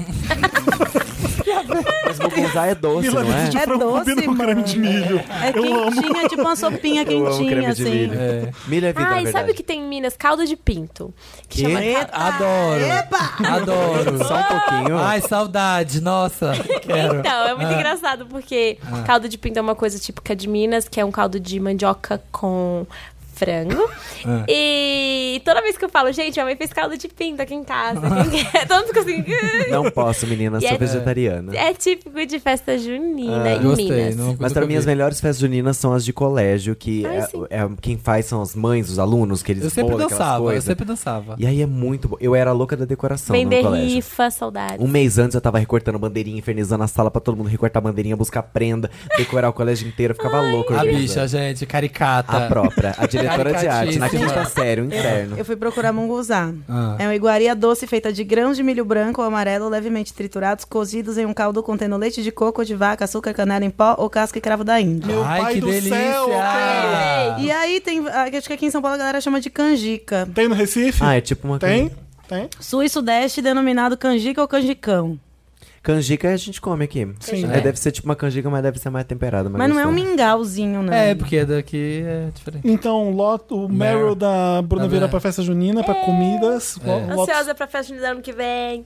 S5: Mas Mugunzá é doce,
S1: um
S5: não
S1: milanesa
S5: é?
S1: de
S7: É
S1: frango
S7: doce,
S1: combina com
S7: mano.
S1: creme de milho.
S7: É
S1: Eu amo.
S7: quentinha, tipo uma sopinha
S5: Eu amo creme
S7: quentinha,
S5: de
S7: assim.
S5: milho.
S4: É.
S5: Milho é vida, na
S8: Ai,
S5: verdade.
S8: Ah, sabe o que tem em Minas? Caldo de pinto. Que,
S5: Que?
S8: chama
S4: Eita, Adoro. Adoro.
S5: Só um pouquinho.
S4: Ai, saudade. Nossa, quero.
S8: Então, é muito engraçado porque
S4: Ah.
S8: caldo de pinto é uma coisa típica de Minas, que é um caldo de mandioca com frango.
S4: Ah.
S8: E toda vez que eu falo, gente, minha mãe fez caldo de pinto aqui em casa. Quem quer? Todo mundo fica assim. "Ah".
S5: Não posso, menina,
S8: E
S5: sou
S8: é-
S5: vegetariana.
S8: É típico de festa junina em
S4: Gostei.
S8: Minas.
S4: Não,
S5: Mas pra mim, as melhores festas juninas são as de colégio, que
S8: Ai,
S5: é-
S8: sim.
S5: é, quem faz são as mães, os alunos, que eles
S4: Eu sempre
S5: bolam aquelas
S4: dançava, eu
S5: coisas.
S4: sempre dançava.
S5: E aí é muito bom. Eu era louca da decoração
S8: Vender
S5: no colégio.
S8: rifa, saudade.
S5: Um mês antes eu tava recortando bandeirinha, infernizando a sala pra todo mundo recortar bandeirinha, buscar prenda, decorar o colégio inteiro, eu ficava louco.
S4: A
S5: organizando.
S4: bicha, gente, caricata.
S1: Tá.
S5: A própria, a diretora de arte, né?
S4: Caricatíssima.
S5: na quinta série, o tá um inferno.
S7: É. Eu fui procurar munguzá.
S4: Ah.
S7: É uma iguaria doce feita de grãos de milho branco ou amarelo levemente triturados, cozidos em um caldo contendo leite de coco, de vaca, açúcar, canela em pó ou casca e cravo da
S8: É
S7: índia.
S1: Meu
S4: Ai,
S1: pai
S4: que
S1: do
S4: delícia.
S1: céu, cara.
S7: E aí tem, ah, acho que aqui em São Paulo a galera chama de canjica.
S1: Tem no Recife?
S5: Ah, é tipo uma
S1: Tem?
S5: can-
S1: Tem?
S7: Sul e Sudeste denominado canjica ou canjicão.
S5: Canjica a gente come aqui.
S1: Sim.
S5: É, deve ser tipo uma canjica, mas deve ser mais temperada. mais
S7: Mas não é um
S5: gostosa.
S7: mingauzinho, né?
S4: É, porque daqui é diferente.
S1: Então, loto, o
S4: Meryl.
S1: Meryl da Bruna
S4: Da
S1: Vieira
S4: Bruna.
S5: é.
S1: pra festa junina,
S7: É.
S1: pra comidas. Lo-
S4: É.
S1: Lotus-
S8: Ansiosa pra festa junina ano que vem.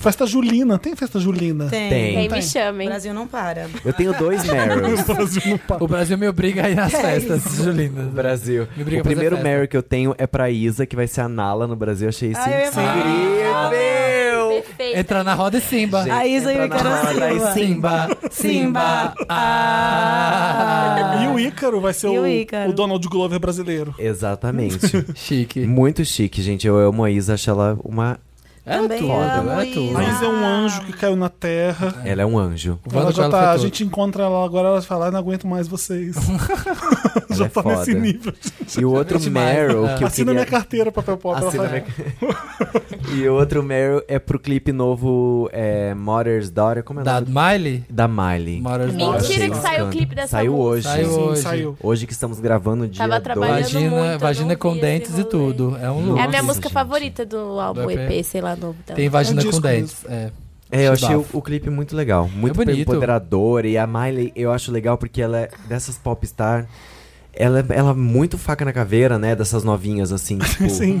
S1: Festa julina, tem festa julina?
S7: Tem.
S5: Tem.
S8: Quem me
S7: O
S8: chamem.
S7: Brasil não para.
S5: Eu tenho dois Meryls.
S1: O Brasil não para.
S4: O Brasil me obriga a ir
S8: É
S4: nas festas
S1: né?
S4: julinas.
S5: Brasil.
S4: Me obriga
S5: O
S4: a fazer
S5: primeiro
S4: festa.
S5: Mary que eu tenho é pra Isa, que vai ser a Nala no Brasil. Eu achei isso
S7: Ai, eu ia falar.
S5: incrível.
S8: é Perfeito.
S4: Entrar na roda e Simba.
S7: A Isa e o
S5: entra na
S7: Icaro
S5: roda aí,
S7: Silva.
S5: sim.
S4: Simba, Simba. Ah.
S1: E o Ícaro vai ser
S7: E
S1: o,
S7: o Ícaro?
S1: o Donald Glover brasileiro.
S5: Exatamente.
S4: Chique.
S5: Muito chique, gente. Eu amo a Isa, acho ela uma.
S4: É
S7: Também
S4: tudo,
S7: amo
S4: é tudo.
S1: A
S7: Isa.
S1: Isa é um anjo que caiu na terra.
S5: Ela é um anjo.
S4: O
S1: Ela
S4: Vando
S1: já
S4: Coelho
S1: tá, a
S4: foi tudo.
S1: gente encontra ela agora, ela fala, "Ah, não aguento mais vocês. já
S5: é
S1: tá
S5: foda.
S1: nesse nível. É.
S5: E o outro
S4: demais.
S5: Meryl que eu
S1: Assina
S5: queria...
S1: minha carteira, papel pop. ela
S5: Assina
S1: fala.
S5: Ah, E o outro Meryl é pro clipe novo é, Mother's Daughter. Como é o
S4: Da
S5: nome?
S4: Miley?
S5: Da Miley.
S4: Mara's
S8: Mentira
S4: Daughter.
S8: que tá
S5: Achei um
S8: saiu o
S5: escândalo.
S8: clipe dessa
S5: Saiu
S8: música.
S5: hoje.
S4: Saiu
S1: "Ah, Sim,
S4: hoje.
S1: saiu.
S5: Hoje que estamos gravando, dia
S8: Tava
S5: 2.
S8: trabalhando.
S4: Vagina,
S8: muito, eu não
S4: vagina
S8: vi
S4: com
S8: esse
S4: dentes e
S8: rolê.
S4: tudo. É um look.
S8: É a minha
S5: Nossa,
S8: música
S5: gente.
S8: favorita do álbum
S4: Do EP.
S8: EP, sei lá, novo. dela.
S4: Tem vagina com
S1: disco
S4: dentes. É.
S5: É, eu achei o,
S4: Bafo. É
S5: o clipe muito legal. Muito
S4: bonito.
S5: empoderador. E a Miley, eu acho legal porque ela é dessas popstar. Ela, é- ela é muito faca na caveira, né? Dessas novinhas, assim. Tipo,
S1: Sim.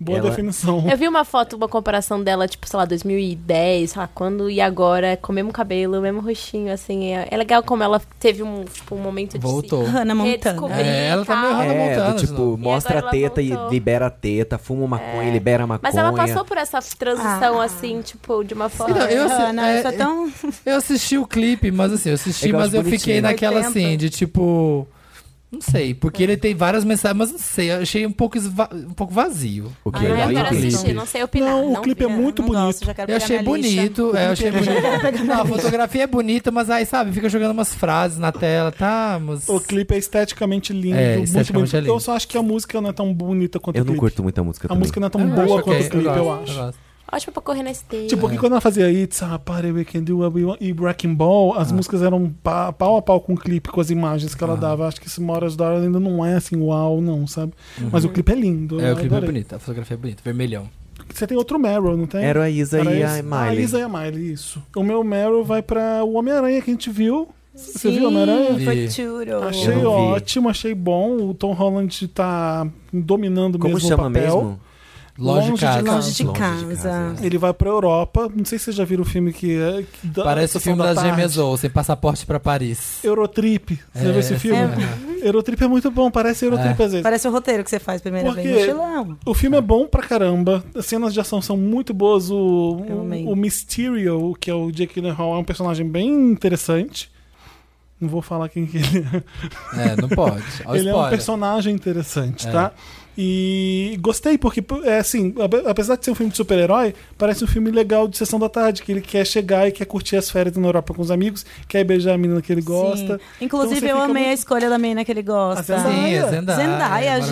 S1: Boa
S5: Ela-
S1: definição.
S8: Eu vi uma foto, uma comparação dela, tipo, sei lá, 2010, sei lá quando, e agora, com o mesmo cabelo, o mesmo rostinho, assim. É, é legal como ela teve um, tipo, um momento de
S4: Voltou.
S7: Hannah
S8: se
S7: Montana.
S8: redescobrir.
S4: É, ela tá
S8: e
S4: meio
S8: tal.
S4: Hannah
S5: É,
S4: Montana
S5: do
S4: de
S5: tipo,
S4: novo.
S5: mostra
S8: E
S5: a
S8: agora ela
S5: teta e
S8: voltou. É.
S5: libera a teta, fuma maconha, e libera a maconha.
S8: Mas ela passou por essa transição, assim, tipo, de uma forma.
S4: Então, eu, assi-
S7: Ana,
S4: é,
S7: isso é tão...
S4: eu assisti o clipe, mas assim, eu assisti,
S5: É que eu
S4: mas
S5: acho
S4: eu
S5: bonitinho.
S4: fiquei naquela
S7: 80.
S4: assim, de tipo. Não sei, porque ele tem várias mensagens, mas não sei, eu achei um pouco, esva- um pouco vazio.
S5: O que
S6: Ah, eu
S5: é
S6: quero
S4: clipe.
S6: assistir, não sei opinar.
S1: Não, o clipe é
S7: Não,
S1: muito
S7: não
S1: bonito.
S7: gosto, já quero
S4: Eu
S7: pegar
S4: achei
S7: minha lixa.
S4: bonito, é, eu achei bonito. Não, a fotografia é bonita, mas aí, sabe, fica jogando umas frases na tela, tá? Mas...
S1: O clipe é esteticamente lindo,
S4: É,
S1: muito
S4: esteticamente
S1: bonito.
S4: é lindo.
S1: Eu só acho que a música não é tão bonita quanto
S5: Eu
S1: o clipe.
S5: não curto muito a música
S1: A
S5: também.
S1: música não é tão
S4: Eu
S1: boa
S4: acho
S1: quanto
S4: ok,
S1: o clipe, eu,
S4: gosto,
S1: acho.
S4: gosto.
S8: Ótimo pra correr na esteira. É assim
S1: Tipo,
S5: É.
S1: que quando ela fazia It's a Party We Can Do What We Want e Wrecking Ball,
S5: É.
S1: as músicas eram pa- pau a pau com o clipe, com as imagens que ela dava. Acho que esse Mora's Darling ainda não é assim, uau, não, sabe?
S5: Uhum.
S1: Mas o clipe é lindo.
S4: É,
S1: eu
S4: o clipe é
S1: adorei.
S4: bonito, a fotografia é bonita, vermelhão.
S1: Você tem outro Meryl, não tem?
S5: Era a Isa
S1: Era
S5: e
S1: esse-
S5: a
S1: A
S5: Miley.
S1: Isa e a Miley, isso. O meu Meryl vai pra o Homem-Aranha que a gente viu. Você viu o Homem-Aranha?
S7: Sim,
S4: Vi.
S7: foi tudo.
S5: Eu
S1: Achei
S5: não vi.
S1: ótimo, achei bom. O Tom Holland tá dominando
S5: Como
S1: mesmo o
S5: chama
S1: papel.
S5: mesmo?
S4: Longe de
S1: Ah, tá. Longe
S4: casa.
S1: de
S7: Longe de
S5: Longe de
S7: casa.
S5: casa,
S1: Ele vai pra Europa. Não sei se vocês já viram o filme que é. que dá-
S4: Parece o
S1: Sessão
S4: filme das
S1: tarde.
S4: gêmeas ou sem passaporte pra Paris.
S1: Eurotrip. Você já
S4: É,
S1: viu esse filme? Eurotrip é muito bom, parece Eurotrip às vezes.
S7: Parece o roteiro que você faz primeira
S1: Por
S7: vez.
S1: quê?
S7: Mochilão.
S1: O filme é bom pra caramba. As cenas de ação são muito boas. O,
S7: Eu amei.
S1: o, o Mysterio, que é o Jake Hall, é um personagem bem interessante. Não vou falar quem que ele é.
S4: É, não pode. Olha o
S1: ele é um
S4: spoiler.
S1: personagem interessante,
S4: É.
S1: tá? E gostei, porque, é assim, ape- apesar de ser um filme de super-herói, parece um filme legal de sessão da tarde, que ele quer chegar e quer curtir as férias na Europa com os amigos, quer beijar a menina que ele gosta.
S7: Sim. Inclusive,
S1: Então você
S7: eu
S1: fica
S7: amei a
S1: muito-
S7: escolha da menina que ele gosta.
S1: A Zendaya.
S4: Sim, é Zendaya.
S7: Zendaya,
S4: maravilhosa.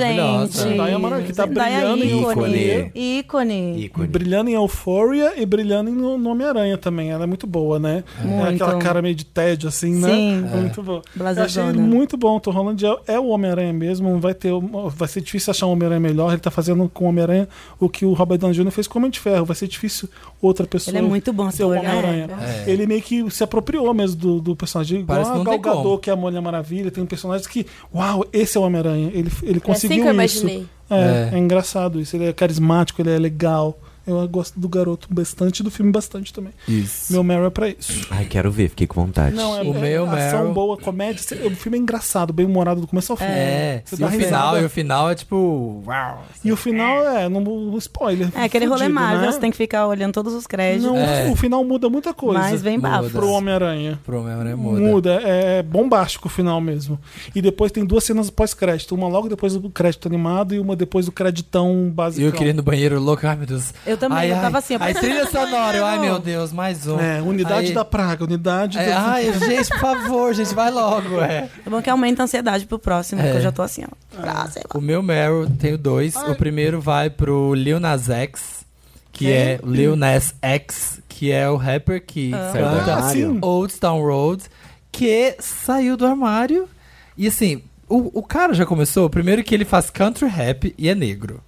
S7: gente.
S1: Zendaya é maravilhosa, que tá brilhando em
S7: ícone.
S5: Euphoria.
S7: Ícone.
S5: Ícone.
S1: Brilhando em Euphoria e brilhando em no no Homem-Aranha também. Ela é muito boa, né? É aquela
S7: Muito.
S1: cara meio de tédio, assim, né?
S7: Sim.
S1: É muito boa. Eu achei
S7: Blasezona.
S1: ele muito bom. O Tom Holland é, é o Homem-Aranha mesmo. Não Vai, ter, uma- vai ser difícil achar um Homem-Aranha melhor. Ele tá fazendo com o Homem-Aranha o que o Robert Downey Jr. fez com o Homem de Ferro. Vai ser difícil outra pessoa
S7: Ele é muito bom,
S1: ser o
S7: ator,
S1: Homem-Aranha.
S4: É.
S1: Ele meio que se apropriou mesmo do, do personagem. Igual
S4: Parece que
S1: a
S4: não
S1: Gal
S4: tem como.
S1: Gadot, que é a Mulher Maravilha. Tem personagens que, uau, esse é o Homem-Aranha. Ele, ele
S8: é assim
S1: conseguiu
S8: que eu
S1: isso.
S8: imaginei.
S1: É,
S4: É.
S1: é, engraçado isso. Ele é carismático, ele é legal. Eu gosto do garoto bastante e do filme bastante também.
S4: Isso.
S1: Meu Meryl é pra isso.
S5: Ai, quero ver, fiquei com
S1: é,
S5: vontade.
S4: O
S1: é
S4: meu
S1: ação
S4: Meryl-
S1: boa, comédia. cê- O filme é engraçado, bem humorado do começo ao fim.
S4: É,
S1: Você
S4: e
S7: tá
S1: dá
S4: o final,
S1: risada.
S4: e o final é tipo. Uau.
S1: E o final é, não, não- spoiler.
S7: É aquele rolê
S1: fudido,
S7: Marvel,
S1: né?
S7: você tem que ficar olhando todos os créditos.
S1: Não,
S4: É.
S1: o final muda muita coisa.
S7: mas vem
S4: Muda.
S7: bafo.
S1: Pro Homem-Aranha.
S4: Pro meu, né?
S1: Muda.
S4: Muda.
S1: é bombástico o final mesmo. E depois tem duas cenas pós-crédito, uma logo depois do crédito animado e uma depois do creditão
S4: E
S1: básico.
S4: eu queria ir no banheiro louco, ai meu Deus.
S7: Eu também,
S4: ai,
S7: eu
S4: ai.
S7: tava assim, eu
S4: Aí
S7: preciso
S4: trilha
S7: do banheiro.
S4: sonora, eu, ai meu Deus, mais um.
S1: É, unidade
S4: Aí-
S1: da praga, unidade
S4: É,
S1: do-
S4: ai, gente, por favor, gente, vai logo. É.
S7: É bom que aumenta a ansiedade pro próximo,
S4: É.
S7: porque eu já tô assim, ó. Prazer.
S4: O meu Meryl, tenho dois. O primeiro vai pro Lil Nas X, que é o Lil Nas X, que é o rapper que
S5: Saiu do
S4: canta
S5: armário?
S4: Old Town Road, que saiu do armário. E assim, o, o cara já começou, primeiro que ele faz country rap e é negro.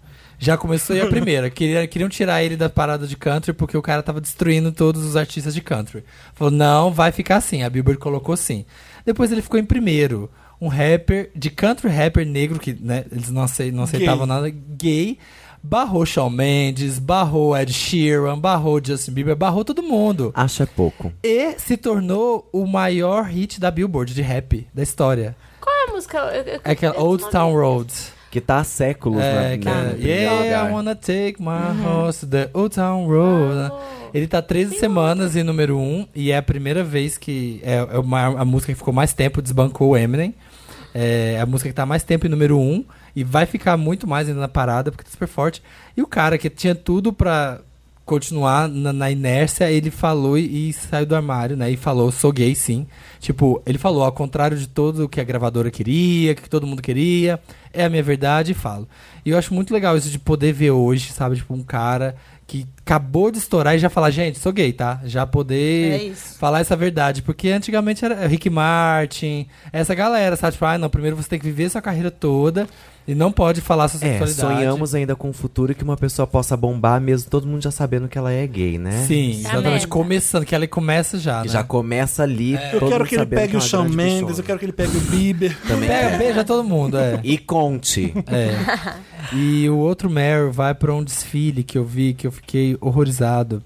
S4: Já começou e a primeira, queria, queriam tirar ele da parada de country porque o cara tava destruindo todos os artistas de country. Falou, não, vai ficar assim, a Billboard colocou sim. Depois ele ficou em primeiro, um rapper, de country rapper negro, que né, eles não, acei- não aceitavam nada, gay, barrou Shawn Mendes, barrou Ed Sheeran, barrou Justin Bieber, barrou todo mundo.
S5: Acho é pouco.
S4: E se tornou o maior hit da Billboard de rap da história.
S8: Qual é a música? Eu- eu-
S4: É aquela Old Town Road.
S5: Que tá há séculos Né?
S4: É,
S5: na,
S4: que é,
S5: na,
S4: yeah, I wanna take my horse to the Old Town Road. Ele tá 13 semanas em número 1 e é a primeira vez que. É, é uma- a música que ficou mais tempo, desbancou o Eminem. É a música que tá mais tempo em número 1 e vai ficar muito mais ainda na parada porque tá super forte. E o cara que tinha tudo pra continuar na, na inércia, ele falou e, e saiu do armário, né? E falou, sou gay sim. Tipo, ele falou, ao contrário de tudo que a gravadora queria, que todo mundo queria, é a minha verdade e falo. E eu acho muito legal isso de poder ver hoje, sabe? Tipo, um cara que acabou de estourar e já falar, gente, sou gay, tá? Já poder
S7: É isso.
S4: falar essa verdade. Porque antigamente era Rick Martin, essa galera, sabe? Tipo, ah, não, primeiro você tem que viver sua carreira toda e não pode falar sua
S5: É,
S4: sexualidade.
S5: sonhamos ainda com um futuro que uma pessoa possa bombar, mesmo todo mundo já sabendo que ela é gay, né?
S4: Sim, exatamente.
S8: merda.
S4: Começando, que ela começa já,
S5: E
S4: né?
S5: já começa ali.
S1: Eu
S5: todo
S1: quero
S5: mundo
S1: que ele
S5: sabendo
S1: pegue
S5: é
S1: o
S5: uma
S1: Shawn
S5: grande
S1: Mendes,
S5: bichona.
S1: eu quero que ele pegue o Bieber.
S5: Também
S4: Pega,
S5: quero.
S4: beija todo mundo, é.
S5: E conte.
S4: É. E o outro Meryl vai pra um desfile que eu vi, que eu fiquei horrorizado,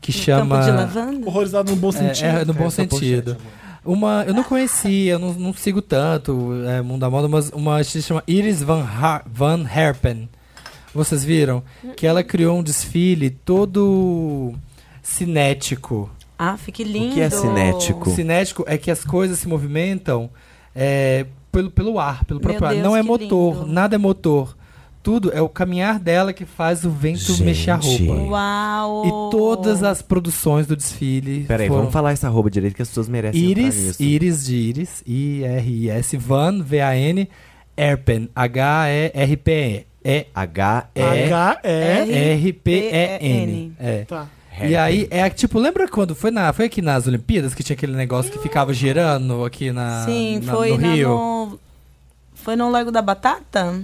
S4: que chama...
S7: Campo de lavanda?
S1: Horrorizado no bom
S4: É,
S1: sentido.
S4: é, no bom sentido. Uma, eu não conhecia, eu não, não sigo tanto é, mundo da moda, mas uma artista chama Iris Van, Har Van Herpen. Vocês viram? Que ela criou um desfile todo cinético. é
S7: Ah, fique lindo.
S5: O que é cinético?
S4: Cinético é que as coisas se movimentam é, pelo, pelo ar, pelo
S7: Meu
S4: próprio ar.
S7: Deus,
S4: Não é
S7: que
S4: motor,
S7: lindo.
S4: nada é motor. Tudo é o caminhar dela que faz o vento
S5: Gente.
S4: mexer a roupa.
S7: Uau!
S4: E todas as produções do desfile
S5: Peraí,
S4: foram
S5: vamos falar essa roupa direito que as pessoas merecem entrar
S4: Iris,
S5: nisso.
S4: Iris de Iris, I-R-I-S, Van, V-A-N, Erpen, H-E-R-P-E,
S5: H é
S4: É.
S1: H-E.
S4: E-R-P-E-N. É.
S1: Tá.
S4: E aí, é tipo, lembra quando foi, na, foi aqui nas Olimpíadas que tinha aquele negócio que ficava girando aqui na,
S7: Sim,
S4: na-
S7: foi
S4: no
S7: na-
S4: Rio?
S7: no- Foi no Lago da Batata?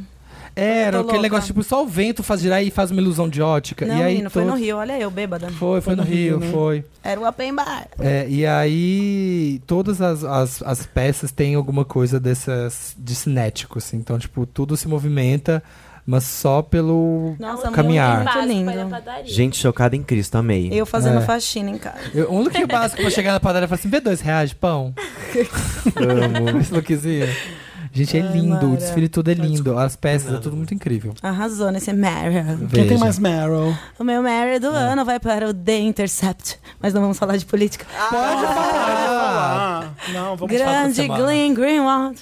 S4: Era
S7: Tô
S4: aquele
S7: louca.
S4: negócio, tipo, só o vento faz girar e faz uma ilusão de ótica.
S7: Não,
S4: e aí
S7: menino, foi no
S4: todo-
S7: Rio, olha eu, bêbada.
S4: Foi, foi no Rio,
S1: né?
S4: foi.
S7: Era o open bar.
S4: É, e aí, todas as, as, as peças têm alguma coisa dessas, de cinético, assim. Então, tipo, tudo se movimenta, mas só pelo...
S7: Nossa,
S4: Caminhar.
S7: muito
S8: Básico,
S7: lindo.
S8: vai na padaria.
S5: Gente chocada em Cristo, amei.
S7: Eu fazendo
S4: É.
S7: faxina em casa.
S4: Eu, um look básico pra chegar na padaria e falar assim, vê dois reais de pão? Amo. Esse lookzinho. Gente, é
S7: Ai,
S4: lindo. O
S7: Mara.
S4: desfile todo é lindo. As peças, é tudo muito incrível.
S7: Arrasou nesse Meryl.
S1: Quem tem
S4: Veja.
S1: mais Meryl?
S7: O meu Meryl do ano vai para o The Intercept. Mas não vamos falar de política.
S8: Ah,
S4: Pode falar!
S1: Ah, não, vamos falar.
S7: Grande
S4: semana.
S7: Glenn Greenwald.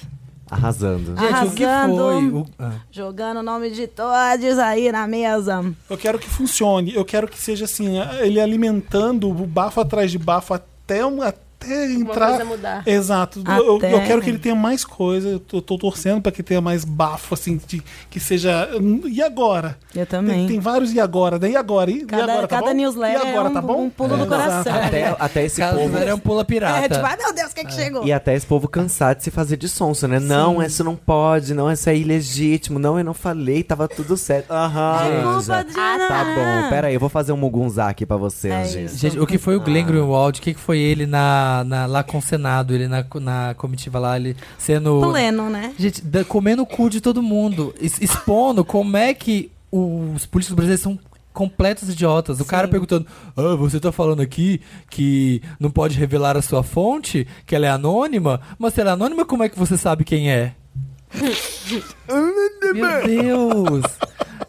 S5: Arrasando.
S4: Gente,
S7: Arrasando.
S4: o que foi? O- ah.
S7: Jogando o nome de todos aí na mesa.
S1: Eu quero que funcione. Eu quero que seja assim, ele alimentando o bafo atrás de bafo até, um- até
S8: Uma
S1: entrar.
S8: coisa mudar.
S1: Exato. Eu,
S7: Até- um.
S1: eu quero que ele tenha mais coisa. Eu tô, tô torcendo pra que tenha mais bafo, assim, de- que seja. hum, E agora?
S7: Eu
S1: Tem,
S7: também.
S1: tem vários e agora, daí agora, e, e
S7: Cada,
S1: agora, tá
S7: cada
S1: bom?
S7: newsletter
S1: e agora,
S7: é um,
S1: tá bom?
S7: um pulo no coração.
S5: Até, até esse
S4: Caso
S5: povo.
S4: era um pula pirata.
S7: É, tipo, ai meu Deus, o que é que chegou?
S5: E até esse povo cansado de se fazer de sonso, né? Não, isso não pode, não, isso é ilegítimo, não, eu não falei, tava tudo certo. Aham,
S7: É
S5: Anja.
S7: culpa de Ana.
S5: Tá bom, pera aí, eu vou fazer um mugunzá aqui pra você,
S7: É
S5: Anja.
S7: isso.
S4: Gente, o que foi o Glenn Greenwald? O que que foi ele na, na- lá com o Senado? Ele na, na comitiva lá, ele sendo...
S7: Pleno, né?
S4: Gente, da- comendo o cu de todo mundo. es- Expondo como é que os políticos brasileiros são completos idiotas. O cara perguntando: "Ah, você tá falando aqui que não pode revelar a sua fonte, que ela é anônima, mas se ela é anônima, como é que você sabe quem é? Meu Deus!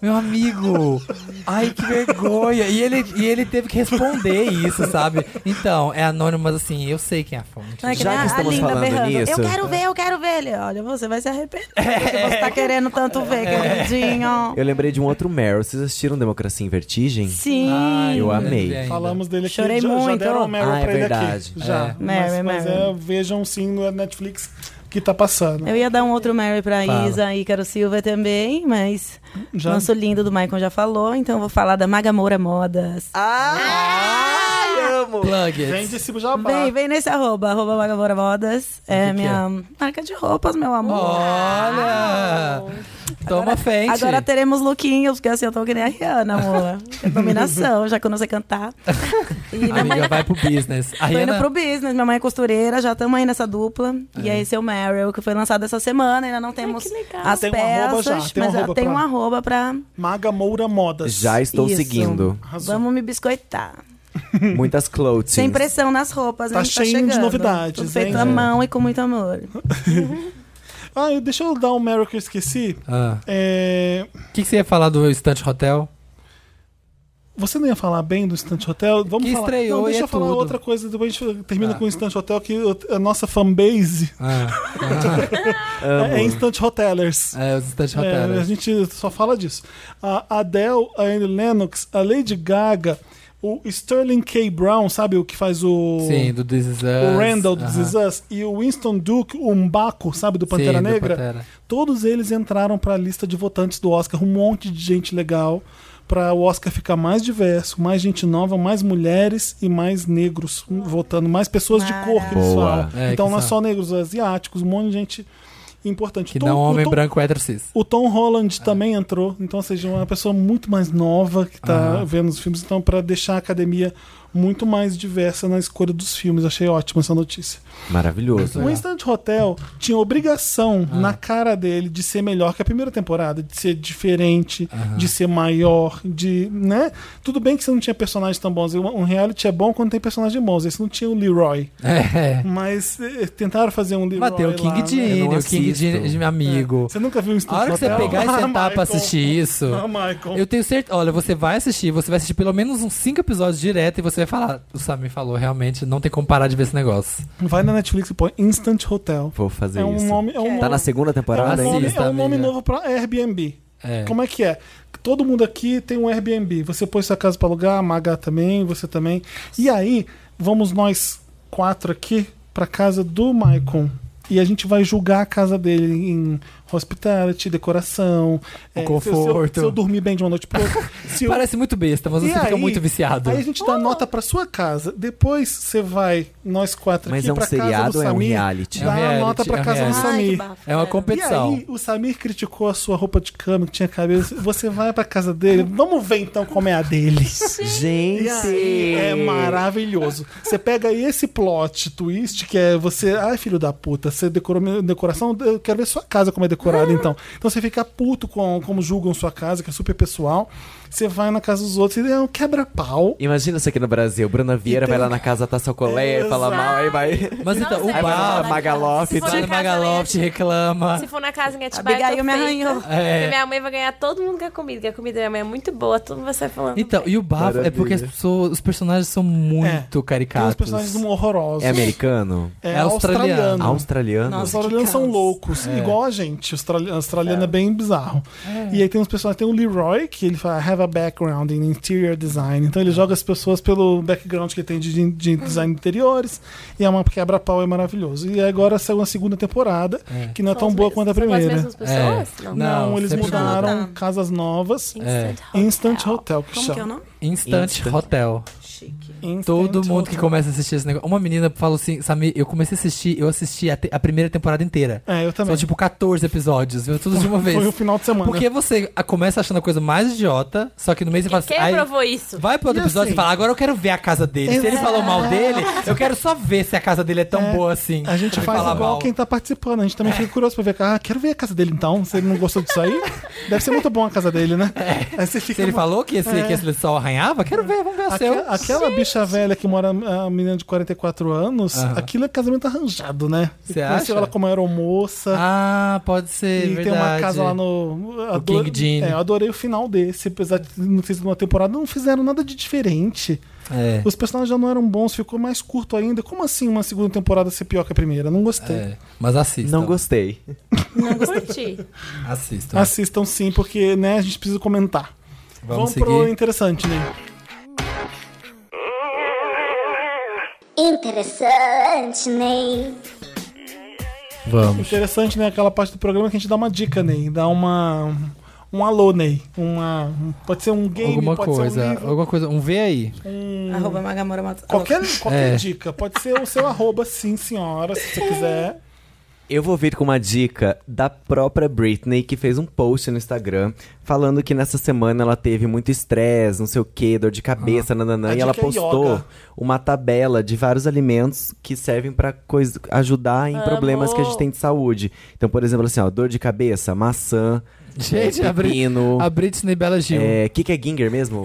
S4: Meu amigo! Ai, que vergonha! E ele, e ele teve que responder isso, sabe? Então, é anônimo, mas assim, eu sei quem é a fonte.
S7: Não é que
S5: Já
S7: nem
S5: que
S7: a- a
S5: estamos
S7: Linda
S5: falando
S7: berrando,
S5: nisso-
S7: Eu quero ver, eu quero ver. Ele, olha, você vai se arrepender. porque você tá querendo tanto ver, queridinho.
S5: Eu lembrei de um outro Meryl, vocês assistiram Democracia em Vertigem?
S7: Sim.
S4: Ai,
S5: eu amei.
S4: ainda.
S1: Falamos dele aqui.
S7: Chorei
S1: já, Já
S7: muito.
S1: deram o Meryl
S5: Ah, é
S1: pra ele
S5: verdade.
S1: aqui. Já.
S4: É.
S1: Mas,
S7: Meryl,
S1: mas
S7: Meryl.
S1: é, vejam sim no Netflix que tá passando.
S7: Eu ia dar um outro Mary pra
S4: Fala.
S7: Isa e Caro Silva também, mas
S1: Já-
S7: nosso lindo do Maicon já falou, então eu vou falar da Maga Moura Modas.
S8: Ah,
S4: Plug it.
S1: Vende esse jabá.
S7: Vem, vem nesse arroba, arroba Maga Moura Modas. É
S4: que
S7: minha marca de roupas, meu amor.
S4: Olha! Toma frente.
S7: Agora teremos lookinhos, porque assim eu tô que nem a Rihanna, amor. É Combinação, já que eu não sei cantar. E
S4: a
S7: minha mãe
S4: amiga vai pro business. A
S7: Tô indo
S4: Rihanna,
S7: pro business, minha mãe é costureira, já estamos aí nessa dupla. E
S1: É.
S7: aí, seu Meryl, que foi lançado essa semana, ainda não temos
S8: que legal.
S7: as
S1: Tem um arroba
S7: peças,
S1: já, tem um
S7: mas já
S1: arroba
S7: tem
S1: pra-
S7: um arroba pra.
S1: Maga Moura Modas.
S5: Já estou
S7: Isso.
S5: seguindo.
S1: Arrasou.
S7: Vamos me biscoitar.
S5: Muitas clothes.
S7: Sem pressão nas roupas,
S1: Tá
S7: né?
S1: cheio de
S7: chegando.
S1: novidades,
S7: Tudo feito
S1: hein?
S7: à
S1: É.
S7: mão e com muito amor.
S6: Tipo,
S1: Ah, eu- deixa eu dar um Meryl que eu esqueci.
S4: Ah,
S1: É,
S4: O que, que você ia falar do Estante Hotel?
S1: Você não ia falar bem do Instant Hotel? Vamos
S4: Que
S1: falar.
S4: estreou
S1: não,
S4: e
S1: deixa
S4: é
S1: eu falar
S4: tudo.
S1: outra coisa, depois a gente termina
S4: Ah.
S1: com o Instant Hotel, que eu- a nossa fanbase
S4: Ah,
S1: é, é Instant Hotelers.
S4: é, os Estante
S1: É,
S4: Hotel. né?
S1: a gente só fala disso. A Adele, a Annie Lennox, a Lady Gaga, o Sterling K. Brown, sabe o que faz o.
S4: Sim, do This Is Us.
S1: O Randall do
S4: aham.
S1: This Is Us, e o Winston Duke, o Mbaco, sabe, do Pantera
S4: Sim, do
S1: Negra.
S4: Pantera.
S1: Todos eles entraram para a lista de votantes do Oscar, um monte de gente legal, para o Oscar ficar mais diverso, mais gente nova, mais mulheres e mais negros hum, votando, mais pessoas de cor que eles
S5: Boa.
S1: falam.
S4: É,
S1: então
S4: que
S1: não é
S4: são.
S1: só negros, asiáticos, um monte de gente importante. Então,
S4: Que
S1: Tom-
S4: não é um
S1: o
S4: homem
S1: Tom-
S4: branco hétero cis.
S1: o Tom Holland também entrou, então ou seja uma pessoa muito mais nova que tá
S4: Aham.
S1: vendo os filmes, então para deixar a academia muito mais diversa na escolha dos filmes. Achei ótima essa notícia.
S5: Maravilhoso.
S1: O Instant Hotel tinha obrigação
S4: Ah.
S1: na cara dele de ser melhor que a primeira temporada, de ser diferente, de ser maior, de, né? Tudo bem que você não tinha personagens tão bons. Um um reality é bom quando tem personagens bons. Esse não tinha o Leroy,
S4: É.
S1: mas eh, tentaram fazer um Leroy
S4: Mas tem o
S1: lá,
S4: King
S1: né?
S5: Eu
S4: Gene,
S5: não
S4: o King Gene,
S5: assisto.
S4: meu amigo.
S1: É. Você nunca viu o Instant
S4: A hora que você
S1: Hotel?
S4: pegar e
S1: Ah,
S4: sentar
S1: Michael.
S4: pra assistir isso,
S1: Ah, Michael.
S4: Eu tenho certeza. Olha, você vai assistir, você vai assistir pelo menos uns cinco episódios direto e você ia falar, o Samir falou, realmente não tem como parar de ver esse negócio.
S1: Vai na Netflix e põe Instant Hotel.
S5: Vou fazer
S1: É um
S5: isso.
S1: nome. É um
S5: Tá
S1: nome-
S5: na segunda temporada
S1: é um nome,
S5: ainda?
S1: é um nome
S4: amiga.
S1: novo pra Airbnb.
S4: É.
S1: Como é que é? Todo mundo aqui tem um Airbnb. Você põe sua casa pra alugar, a Maga também, você também. E aí, vamos nós quatro aqui pra casa do Maicon. E a gente vai julgar a casa dele em hospitality, decoração, é, se eu- se eu- Se
S4: conforto.
S1: eu, dormir bem de uma noite pra outra. se eu-
S4: Parece muito besta, mas
S1: E
S4: você fica
S1: aí-
S4: muito viciado.
S1: Aí a gente
S7: Oh.
S1: dá nota pra sua casa. Depois você vai, nós quatro
S5: Mas
S1: aqui,
S5: é um
S1: pra casa
S5: seriado
S1: do
S5: ou é um
S1: Samir.
S5: reality?
S1: Dá
S4: É um reality,
S1: nota pra
S4: é um
S1: casa do
S4: reality.
S7: Ai, que
S1: Samir.
S7: bafo.
S4: É uma
S1: E
S4: competição.
S1: aí, o Samir criticou a sua roupa de cama que tinha cabelo. Você vai pra casa dele, vamos ver então como é a deles. E aí,
S5: Gente!
S1: é maravilhoso. Você pega aí esse plot twist que é você. Ai, filho da puta, você decorou minha decoração. Eu quero ver sua casa como é decorada, então. Então você fica puto com como julgam sua casa, que é super pessoal. Você vai na casa dos outros e é um quebra-pau.
S5: Imagina isso aqui no Brasil. Bruna Vieira vai lá na casa, tá seu colé,
S1: Exato.
S5: fala mal, aí vai.
S4: Mas então, o
S5: Aí vai lá,
S4: Bafo,
S5: na Magalop.
S6: Se for
S4: vai
S6: na
S4: no
S6: casa
S4: Magaloft, reclama.
S8: Se for na casa em Atibaia, eu
S7: Abigail
S8: tô
S7: me
S8: feita.
S7: arranhou.
S8: Porque
S4: É.
S8: minha mãe vai ganhar, todo mundo quer comida, porque a comida da minha mãe é muito boa, todo mundo vai sair falando.
S4: Então, e o Bafo é
S5: Maravilha.
S4: porque as pessoas, os personagens são muito
S1: É. Tem uns
S4: caricatos.
S1: personagens horrorosos.
S5: É americano?
S1: É
S4: É australiano.
S1: australiano.
S5: Australiano?
S1: Os
S7: Nossa. que
S1: australianos são
S7: caos.
S1: loucos,
S4: É.
S1: igual a gente. O australi- o australiano é, bem bizarro. E aí tem uns personagens, tem o Leroy, que ele fala, have a background in interior design. Então ele joga as pessoas pelo background que ele tem de, de design de interiores. E é uma quebra-pau, é maravilhoso. E agora saiu a segunda temporada, que não é
S8: São
S1: tão
S8: os
S1: boa
S8: mesmos-
S1: quanto a
S8: são
S1: primeira.
S8: as mesmas pessoas?
S4: É.
S8: Não.
S1: Não,
S4: Não,
S1: eles
S4: sempre
S1: mudaram
S7: muda.
S1: casas novas.
S8: Instant Hotel.
S1: Instant Hotel, que
S7: Como que é o
S1: chama.
S7: nome?
S4: Instant,
S5: Instant.
S4: Hotel.
S7: Chique.
S1: Instant
S4: Todo mundo que
S1: Hotel.
S4: começa a assistir esse negócio. Uma menina falou assim, Samir, eu comecei a assistir, eu assisti a, te- a primeira temporada inteira.
S1: É, eu também.
S4: São tipo 14 episódios, viu? Tudo de uma vez.
S1: Foi o final de semana.
S4: Porque você a- começa achando a coisa mais idiota, só que no meio você fala assim.
S8: Quem
S4: "Ai,
S8: aprovou isso?
S4: Vai pro outro
S1: E
S4: episódio
S1: assim-
S4: e fala, agora eu quero ver a casa dele. Se ele
S1: Exato.
S4: falou mal dele, eu quero só ver se a casa dele é tão
S1: É,
S4: boa assim.
S1: A gente
S4: Ele
S1: faz
S4: fala
S1: igual
S4: mal.
S1: quem tá participando. A gente também fica curioso pra ver. Ah, quero ver a casa dele então. Se ele não gostou disso aí, deve ser muito bom a casa dele, né? Aí você fica.
S4: É. Se ele falou que esse,
S1: É.
S4: que esse sol arranhava, quero ver, vamos ver o
S1: Aque-
S4: seu.
S1: aquela bicha velha que mora, a menina de 44 anos,
S4: Aham.
S1: aquilo é casamento arranjado, né?
S4: Você
S1: Conheceu
S4: acha?
S1: ela como aeromoça.
S4: Ah, pode ser.
S1: E
S4: verdade.
S1: tem uma casa lá no.
S4: King Gene.
S1: É, eu adorei o final desse. Apesar de não ter sido uma temporada, não fizeram nada de diferente.
S4: É.
S1: Os personagens já não eram bons, ficou mais curto ainda. Como assim uma segunda temporada ser pior que a primeira? Não gostei.
S4: É, mas assistam.
S5: Não gostei.
S8: Curti.
S4: Assistam.
S1: Assistam sim, porque né, a gente precisa comentar.
S4: Tá.
S1: Vamos,
S4: Vamos
S1: pro
S4: seguir.
S1: interessante, né?
S3: Interessante, Ney.
S4: Vamos.
S1: Interessante, né? Aquela parte do programa que a gente dá uma dica, Ney. Dá uma. Um alô, Ney. Uma. um- Pode ser um game,
S4: alguma
S1: pode ser um
S4: coisa.
S1: livro,
S4: alguma coisa. Um vê aí.
S7: Arroba Magamora Matos.
S1: Qualquer, qualquer
S4: É.
S1: dica. Pode ser o seu arroba, sim, senhora, se você quiser.
S5: Eu vou vir com uma dica da própria Britney, que fez um post no Instagram falando que nessa semana ela teve muito estresse, não sei o que, dor de cabeça, nananã,
S1: A
S5: e ela
S1: dica é
S5: postou
S1: yoga.
S5: uma tabela de vários alimentos que servem pra coisa ajudar em problemas que a gente tem de saúde. Então, por exemplo, assim, ó, dor de cabeça, maçã,
S4: Gente,
S5: é,
S4: a, Brit
S5: pepino,
S4: a Britney Bela Gil. É,
S5: é, que que é ginger mesmo?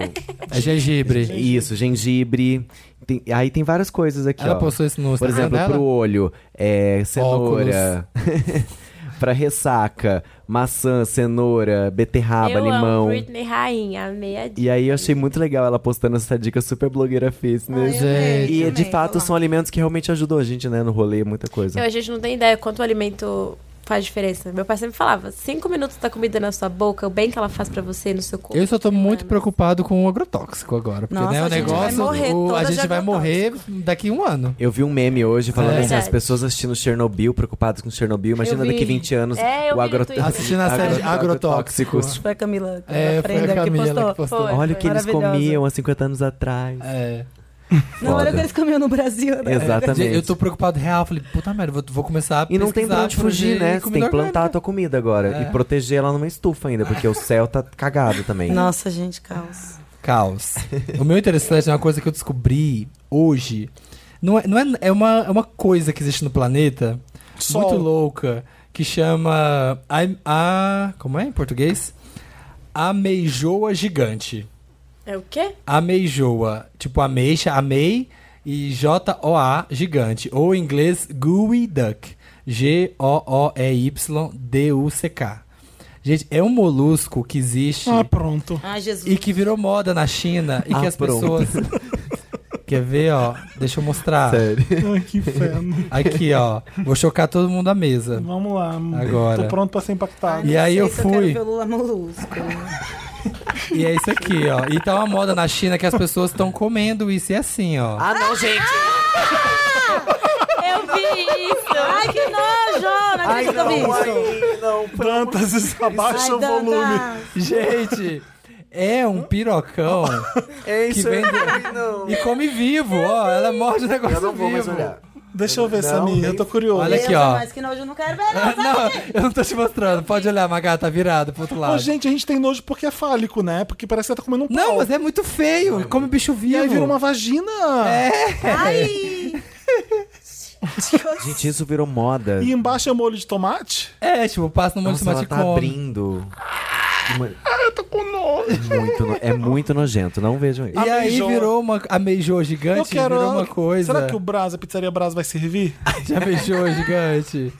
S4: gengibre.
S5: Isso, gengibre. Tem- aí tem várias coisas aqui,
S4: Ela
S5: ó.
S4: postou isso no
S5: Por
S4: Instagram
S5: exemplo,
S4: dela?
S5: pro olho, é, cenoura. pra ressaca, maçã, cenoura, beterraba,
S8: eu
S5: limão.
S8: amo Britney Rainha, amei a dica.
S5: E aí eu achei muito legal ela postando essa dica super blogueira fitness.
S4: Gente.
S5: e de fato são alimentos que realmente ajudam a gente, né, no rolê, muita coisa.
S8: Eu, a gente não tem ideia quanto o alimento faz diferença. Meu pai sempre falava, cinco minutos da comida na sua boca, o bem que ela faz pra você no seu corpo.
S4: Eu só tô muito preocupado com o agrotóxico agora. Porque,
S7: Nossa,
S4: né, o
S7: a gente vai
S4: negócio.
S7: morrer
S4: o- a
S7: toda de
S4: gente vai morrer daqui um ano.
S5: Eu vi um meme hoje falando
S4: É.
S5: assim, as
S8: Verdade.
S5: pessoas assistindo Chernobyl, preocupadas com Chernobyl. Imagina
S8: vi.
S5: daqui 20 anos
S8: É,
S5: o
S8: eu vi no
S5: agro...
S8: Twitter.
S4: Assistindo a série Agrotóxicos.
S7: Foi a Camila, Camila
S4: É, foi
S7: Frender
S4: a
S7: que
S4: Camila
S7: postou.
S4: que postou.
S8: Foi.
S5: Olha o que eles
S7: Maravilhosa.
S5: comiam há 50 anos atrás.
S4: É.
S7: Não, olha o que
S5: Foda.
S7: eles comiam no Brasil, né?
S5: Exatamente.
S4: Gente, Eu tô preocupado real. Falei, puta merda, vou, vou começar a
S5: E não tem pra
S4: pesquisar
S5: onde fugir,
S4: por
S5: né?
S4: comida
S5: Você tem que
S4: orgânica.
S5: plantar a tua comida agora.
S4: É.
S5: E proteger ela numa estufa ainda, porque o céu tá cagado também.
S7: Nossa, gente, caos.
S4: Caos. o meu interessante é uma coisa que eu descobri hoje. Não é, não é, é, uma, é uma coisa que existe no planeta
S1: Sol.
S4: muito louca que chama. A, a- como é em português? Ameijoa gigante.
S8: É o quê?
S4: Ameijoa. Tipo ameixa, amei e J-O-A gigante. Ou em inglês gooey duck. G-O-O-E-Y-D-U-C-K. Gente, é um molusco que existe
S1: Ah, pronto.
S7: Ah, Jesus.
S4: e que virou moda na China e
S5: Ah,
S4: que as
S5: pronto.
S4: pessoas Quer ver, ó? Deixa eu mostrar.
S5: Sério.
S1: Ai, que inferno.
S4: Aqui, ó. Vou chocar todo mundo à mesa.
S1: Vamos lá.
S4: Agora.
S1: Tô pronto pra ser impactado.
S4: E aí eu
S7: Eu quero
S4: fui.
S7: ver o Lula Molusco.
S4: E é isso aqui, ó. E tá uma moda na China que as pessoas estão comendo isso. E é assim, ó.
S5: Ah, não, gente!
S6: Eu vi isso!
S7: Ai, que nojo! Não acredito que eu vi isso.
S5: ai, não.
S1: Dantas, isso abaixa
S7: Ai,
S1: o volume.
S7: Dantas.
S4: Gente, é um pirocão
S5: É
S4: que vem do-
S5: Não.
S4: e come vivo, ó. Ela morde o negócio
S5: Eu não vou mais
S4: vivo.
S5: olhar.
S1: Deixa eu ver,
S5: Não,
S1: Samir.
S5: nem-
S1: Eu tô curioso.
S4: Olha aqui,
S7: Deus,
S4: ó.
S7: Mas que nojo, eu não quero ver, não.
S4: Ah, Não, eu não tô te mostrando. Pode olhar, Magá, tá virado pro outro
S1: Ô,
S4: lado.
S1: gente, a gente tem nojo porque é fálico, né? Porque parece que você tá comendo um pau.
S4: Não, mas é muito feio. Come bicho
S1: E
S4: vivo. É,
S1: aí vira uma vagina.
S7: tá?
S5: Gente, isso virou moda.
S1: E embaixo é molho de tomate?
S4: É, tipo, passa no monte de
S5: Nossa,
S4: tomate
S5: ela
S4: e
S5: tá
S4: come.
S5: abrindo. Mano,
S1: Com nojo.
S5: muito no- É muito nojento, não vejam isso.
S4: E aí
S1: Ameijoa.
S4: virou uma. A meijô
S1: Eu
S4: gigante
S1: quero.
S4: virou uma coisa.
S1: Será que o Brás, a pizzaria Brás vai servir?
S4: Já beijou gigante.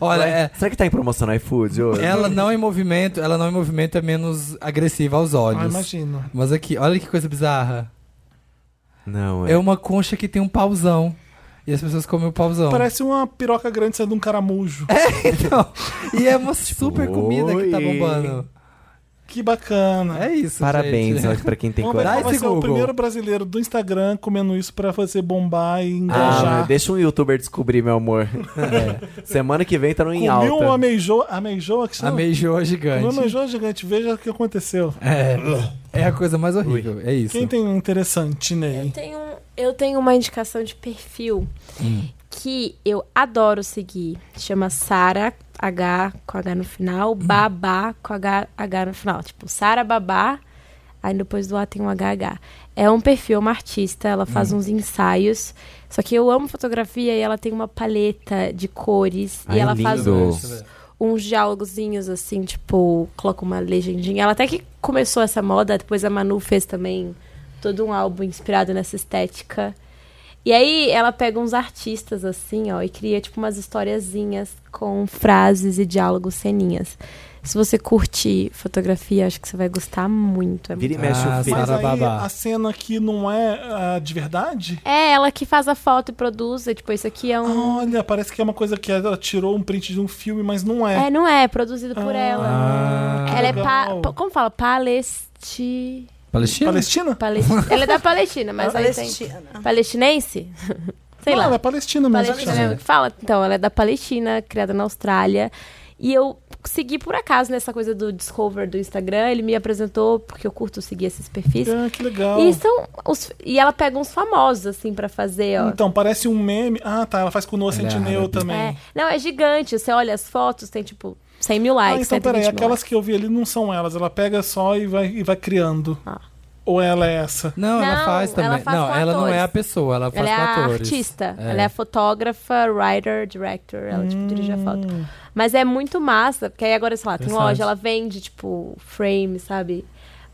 S4: Olha, é,
S5: Será que tá em promoção no iFood hoje?
S4: ela não em movimento, ela não em movimento é menos agressiva aos olhos.
S1: Ah, imagino.
S4: Mas aqui, olha que coisa bizarra.
S5: Não, é.
S4: É uma concha que tem um pauzão. E as pessoas comem o pauzão.
S1: Parece uma piroca grande saindo de um caramujo.
S4: Então, e é uma
S1: Tipo,
S4: super comida que tá
S5: oi.
S4: bombando.
S1: Que bacana.
S4: É isso,
S5: Parabéns
S4: gente.
S5: ó, pra quem tem
S1: Vamos ver qual
S4: Dá
S5: coragem.
S1: vai
S4: esse
S1: ser o
S4: Google.
S1: primeiro brasileiro do Instagram comendo isso pra fazer bombar e
S5: Ah,
S1: engajar.
S5: deixa um youtuber descobrir, meu amor. Semana que vem tá no
S8: um
S5: em alta.
S1: Comi uma ameijoa. Ameijoa que
S4: A
S1: chama?
S4: meijoa
S1: Comeu
S4: gigante.
S1: ameijoa gigante. Veja o que aconteceu.
S4: É, é a coisa mais horrível. É isso.
S1: Quem tem um interessante,
S4: É.
S1: Ney?
S8: Tem um- eu tenho uma indicação de perfil
S5: Hum.
S8: que eu adoro seguir. Chama Sara H com H no final,
S5: Uhum.
S8: Babá com H, H no final. Tipo, Sara Babá, aí depois do A tem um HH. É um perfil, é uma artista, ela faz
S5: Uhum.
S8: uns ensaios. Só que eu amo fotografia e ela tem uma paleta de cores.
S5: Ai,
S8: e ela faz
S5: lindo.
S8: uns uns diálogozinhos assim, tipo, coloca uma legendinha. Ela até que começou essa moda, depois a Manu fez também todo um álbum inspirado nessa estética. E aí ela pega uns artistas assim, ó, e cria tipo umas historiazinhas com frases e diálogos ceninhas. Se você curte fotografia, acho que você vai gostar muito. É, muito-
S5: Vira e mexe
S4: Ah,
S5: o filho.
S1: Mas
S4: Sara
S1: aí,
S4: Babá.
S1: a cena aqui não é ah, de verdade?
S8: É ela que faz a foto e produz, é, tipo, isso aqui é um
S1: Olha, parece que é uma coisa que ela tirou um print de um filme, mas não é.
S8: É, não é, é produzido por
S4: Ah,
S8: ela.
S1: que
S8: ela é pa...
S1: legal.
S8: pa- como fala? Palesti
S4: Palestina?
S1: Palestina?
S8: Palest... Ela é da Palestina, mas aí tem...
S7: Palestina.
S8: Palestinense? Sei
S1: não,
S8: lá.
S1: ela é palestina mesmo.
S8: Palestina mesmo que fala. Então, ela é da Palestina, criada na Austrália. E eu segui por acaso nessa coisa do Discover do Instagram. Ele me apresentou, porque eu curto seguir esses perfis.
S1: Ah, que legal.
S8: E, são os- e ela pega uns famosos, assim, pra fazer, ó.
S1: Então, parece um meme. Ah, tá. Ela faz com o Noah Centineo também.
S8: É. Não, é gigante. Você olha as fotos, tem tipo 100 mil
S1: Ah,
S8: likes.
S1: então
S8: 120
S1: peraí,
S8: mil
S1: aquelas que eu vi ali não são elas. Ela pega só e vai, e vai criando.
S8: Ah.
S1: Ou ela é essa?
S4: Não, ela
S8: Não,
S4: faz também.
S8: ela faz
S4: não,
S8: com
S4: ela não é
S8: atores.
S4: a pessoa, ela faz
S8: Ela é
S4: com
S8: a
S4: atores.
S8: artista, ela é a fotógrafa, writer, director, ela tipo dirige a foto. Mas é muito massa, porque aí agora, sei lá, tem
S4: Hum. Interessante.
S8: loja, ela vende tipo frame, sabe?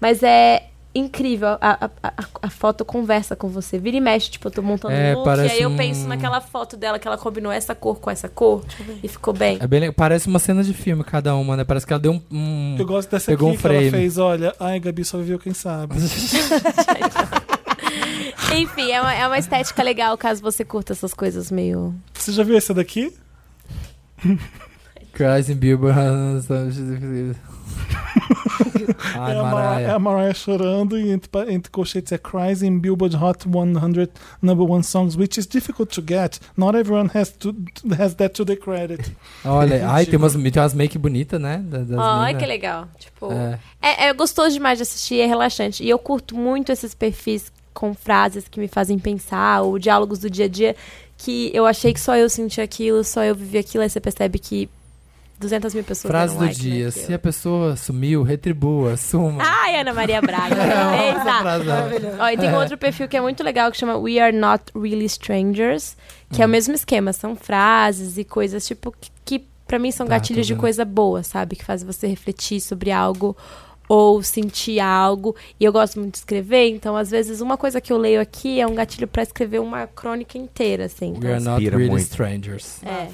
S8: Mas é incrível, a, a, a- a foto conversa com você, vira e mexe, tipo, eu tô montando
S4: É,
S8: um look, e
S4: parece
S8: aí eu
S4: um-
S8: penso naquela foto dela que ela combinou essa cor com essa cor e ficou bem.
S4: É bem le- Parece uma cena de filme cada uma, né? Parece que ela deu um. um-
S1: Eu gosto dessa
S4: Pegou
S1: aqui
S4: um
S1: que ela
S4: frame.
S1: fez, olha. Ai, Gabi, só viveu quem sabe.
S8: Enfim, é uma, é uma estética legal, caso você curta essas coisas meio...
S1: Você já viu essa daqui?
S4: Crazy Bieber. Ai,
S1: é, a Mariah. é a
S4: Ah, Mariah.
S1: Mariah chorando e entre, pa- entre colchetes é Cries in Billboard Hot 100 Number One Songs, which is difficult to get. Not everyone has, to, has that to their credit.
S4: Olha, ai, tem umas, tem umas make bonitas, né? Da- das
S8: Ai,
S4: minas.
S8: que legal. Tipo,
S4: É.
S8: É, é gostoso demais de assistir, é relaxante. E eu curto muito esses perfis com frases que me fazem pensar, ou diálogos do dia a dia, que eu achei que só eu senti aquilo, só eu vivi aquilo, aí você percebe que 200 mil pessoas
S4: Frase
S8: deram
S4: do
S8: like
S4: dia:
S8: naquilo.
S4: se a pessoa sumiu, retribua, suma.
S8: Ai, Ana Maria Braga.
S4: Essa
S8: Eita.
S4: frase, ó.
S8: Ó, e tem um outro perfil que é muito legal que chama We Are Not Really Strangers, que é o mesmo esquema, são frases e coisas tipo que, que para mim são
S4: Tá,
S8: gatilhos
S4: tô
S8: de
S4: vendo.
S8: coisa boa, sabe? Que faz você refletir sobre algo ou sentir algo. E eu gosto muito de escrever, então às vezes uma coisa que eu leio aqui é um gatilho pra escrever uma crônica inteira, assim.
S4: We are
S8: Então,
S4: not
S5: Inspira
S4: really
S5: muito.
S4: strangers.
S8: é.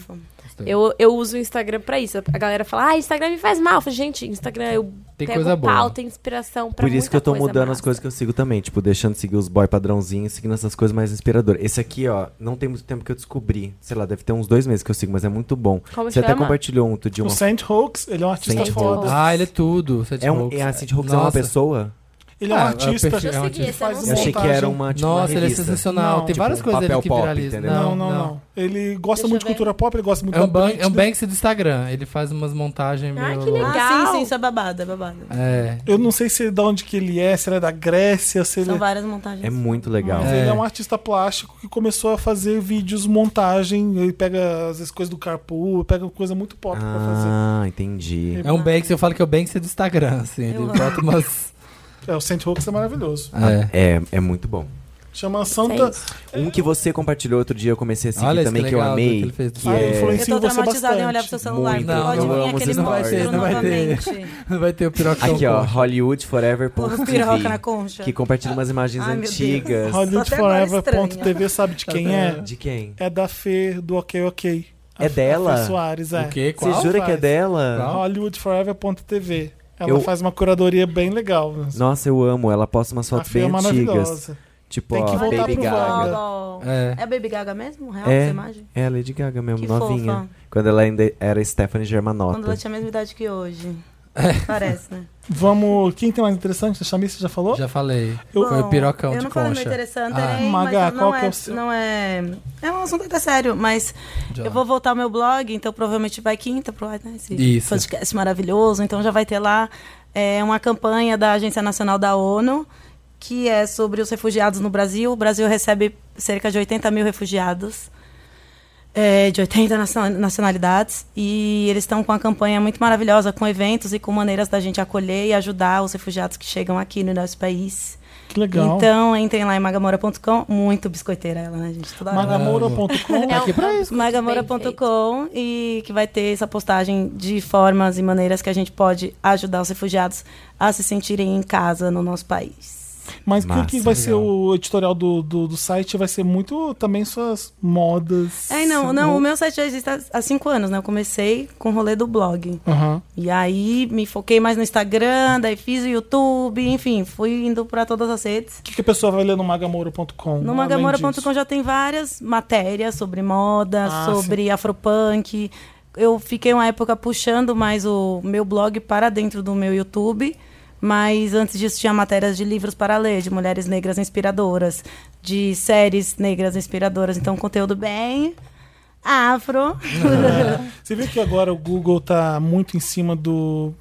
S4: Gostei.
S8: Eu, eu uso o Instagram pra isso. A galera fala, ah, Instagram me faz mal. Eu falo, gente, Instagram eu
S4: Tem
S8: pego
S4: coisa boa.
S8: pauta, inspiração pra
S5: Por isso que eu
S8: muita
S5: tô
S8: coisa
S5: mudando as
S8: massa.
S5: coisas que eu sigo também, tipo, deixando de seguir os boy padrãozinhos, seguindo essas coisas mais inspiradoras. Esse aqui, ó, não tem muito tempo que eu descobri. Sei lá, deve ter uns dois meses que eu sigo, mas é muito bom.
S8: Como
S5: Você até
S8: chama?
S5: compartilhou um de
S1: O
S5: uma.
S1: Saint Hoax, ele é um artista
S5: Saint
S1: foda.
S8: Hoax.
S4: Ah, ele é tudo. Seth
S5: É um,
S4: Rogen.
S5: é, a Cindy Hooks é uma
S4: Nossa.
S5: pessoa?
S1: Ele é um
S4: Ah, é
S1: artista.
S4: perfeito. É
S8: Eu
S4: um
S8: segui, esse eu não
S1: faz
S5: Eu
S1: um-
S8: sei.
S5: achei que era uma, tipo, uma
S4: Nossa, ele é
S5: revista.
S4: sensacional.
S1: Não,
S4: Tem
S1: tipo,
S4: várias coisas dele
S5: papel
S4: que
S5: pop,
S4: viralizam.
S5: entendeu?
S1: Não, não, não. Ele gosta muito
S8: Deixa
S1: de
S8: eu ver.
S1: cultura pop, ele gosta muito
S4: É um,
S1: da né?
S4: ban- é um
S1: Britney.
S4: Banksy do Instagram. Ele faz umas montagens
S8: Ah,
S4: meio...
S8: que legal.
S7: Ah, sim, sim, isso é babado, é babado.
S4: É.
S1: Eu não sei se é de onde que ele é, se ele é da Grécia, se ele
S7: São várias montagens.
S5: É muito legal.
S1: Mas
S4: É.
S1: ele é um artista plástico que começou a fazer vídeos montagem. Ele pega, às vezes, coisas do Carpool, pega coisa muito pop pra fazer.
S5: Ah, entendi.
S4: É um Banksy, eu falo que é o Banksy do Instagram, assim. Ele
S7: Eu amo.
S4: bota umas...
S1: É, o Saint Hoax é maravilhoso.
S4: É.
S5: É, é muito bom.
S1: Chama
S8: é
S1: Santa.
S8: tá-
S5: Um que você compartilhou outro dia, eu comecei a seguir
S4: Olha esse
S5: também,
S4: que
S5: que, eu
S4: legal, do que
S5: amei.
S4: ele fez.
S5: que
S1: Ah,
S5: é-
S1: influenciou
S7: Eu tô
S1: você
S7: traumatizada em
S1: bastante.
S7: olhar pro seu celular.
S5: Muito.
S7: então
S4: Não,
S7: pode
S4: eu
S7: vir
S5: amo
S7: aquele
S5: esses
S7: monstro
S5: stories.
S4: Não vai ter.
S7: novamente.
S4: Não É. vai ter o pirocão.
S5: Aqui, ó,
S4: pô.
S5: Hollywood Forever.
S7: Porra, piroca na concha.
S5: Que compartilha umas imagens
S7: Ai, meu Deus.
S5: antigas.
S7: Tô até agora
S8: é
S1: HollywoodForever.tv sabe de quem
S8: Tá
S1: é?
S5: De quem?
S1: É da Fê do Ok Ok. A
S5: É
S1: Fê-
S5: dela?
S1: A Fê Soares, é.
S4: O quê?
S5: Você
S4: Qual?
S5: jura que é
S1: faz?
S5: dela?
S4: Qual?
S1: HollywoodForever.tv. Ela
S5: Eu-
S1: faz uma curadoria bem legal. né?
S5: Nossa, eu amo. Ela posta umas
S1: a
S5: fotos
S1: Fê
S5: bem
S1: é
S5: antigas.
S1: maravilhosa.
S5: Tipo,
S1: Tem que
S5: ó,
S1: voltar
S5: Baby
S1: pro
S5: Gaga.
S1: Wanda.
S4: É.
S7: É Baby Gaga mesmo? Real,
S5: É.
S7: essa imagem?
S5: É a Lady Gaga
S4: um
S5: mesmo,
S7: Que
S5: novinha.
S7: fofa.
S5: Quando ela ainda era Stephanie
S7: Quando ela
S5: Germanotta.
S7: tinha a mesma idade que hoje.
S4: É.
S7: Parece, né?
S1: Vamos. Quem tem mais interessante? A Chamice já falou?
S4: Já falei.
S1: Eu-
S4: Foi o pirocão
S7: eu
S4: de
S7: não falei meu
S4: concha.
S7: interessante,
S4: Ah.
S7: hein,
S1: Maga,
S7: mas não
S1: qual
S7: é,
S1: que é o seu?
S7: não é. É um assunto até sério, mas
S4: Já.
S7: eu vou voltar ao meu blog, então provavelmente vai quinta pro ar, né, esse
S4: Isso.
S7: podcast maravilhoso. Então já vai ter lá é, uma campanha da Agência Nacional da ONU, que é sobre os refugiados no Brasil. O Brasil recebe cerca de 80 mil refugiados. é, de 80 nacio- nacionalidades e eles estão com uma campanha muito maravilhosa com eventos e com maneiras da gente acolher e ajudar os refugiados que chegam aqui no nosso país.
S1: Que legal.
S7: Então, entrem lá em magamora.com. Muito biscoiteira ela, né, gente? Toda hora.
S1: Magamoura.com.
S8: É um-
S7: magamora.com e que vai ter essa postagem de formas e maneiras que a gente pode ajudar os refugiados a se sentirem em casa no nosso país.
S1: Mas o
S5: Massa,
S1: que vai ser
S4: legal.
S1: o editorial do, do, do site? Vai ser muito também suas modas.
S7: É, não, não,
S1: Ou-
S7: o meu site já existe há- há cinco anos, né? Eu comecei com o rolê do blog.
S1: Aham.
S7: E aí me foquei mais no Instagram, daí fiz o YouTube, enfim, fui indo pra todas as redes.
S1: O que, que a pessoa vai ler no magamoura.com?
S7: No
S1: além
S7: magamora.com
S1: disso?
S7: já tem várias matérias sobre moda,
S1: Ah,
S7: sobre afropunk. Eu fiquei uma época puxando mais o meu blog para dentro do meu YouTube, mas antes disso tinha matérias de livros para ler, de mulheres negras inspiradoras, de séries negras inspiradoras. Então, conteúdo bem afro.
S1: Você viu que agora o Google tá muito em cima do.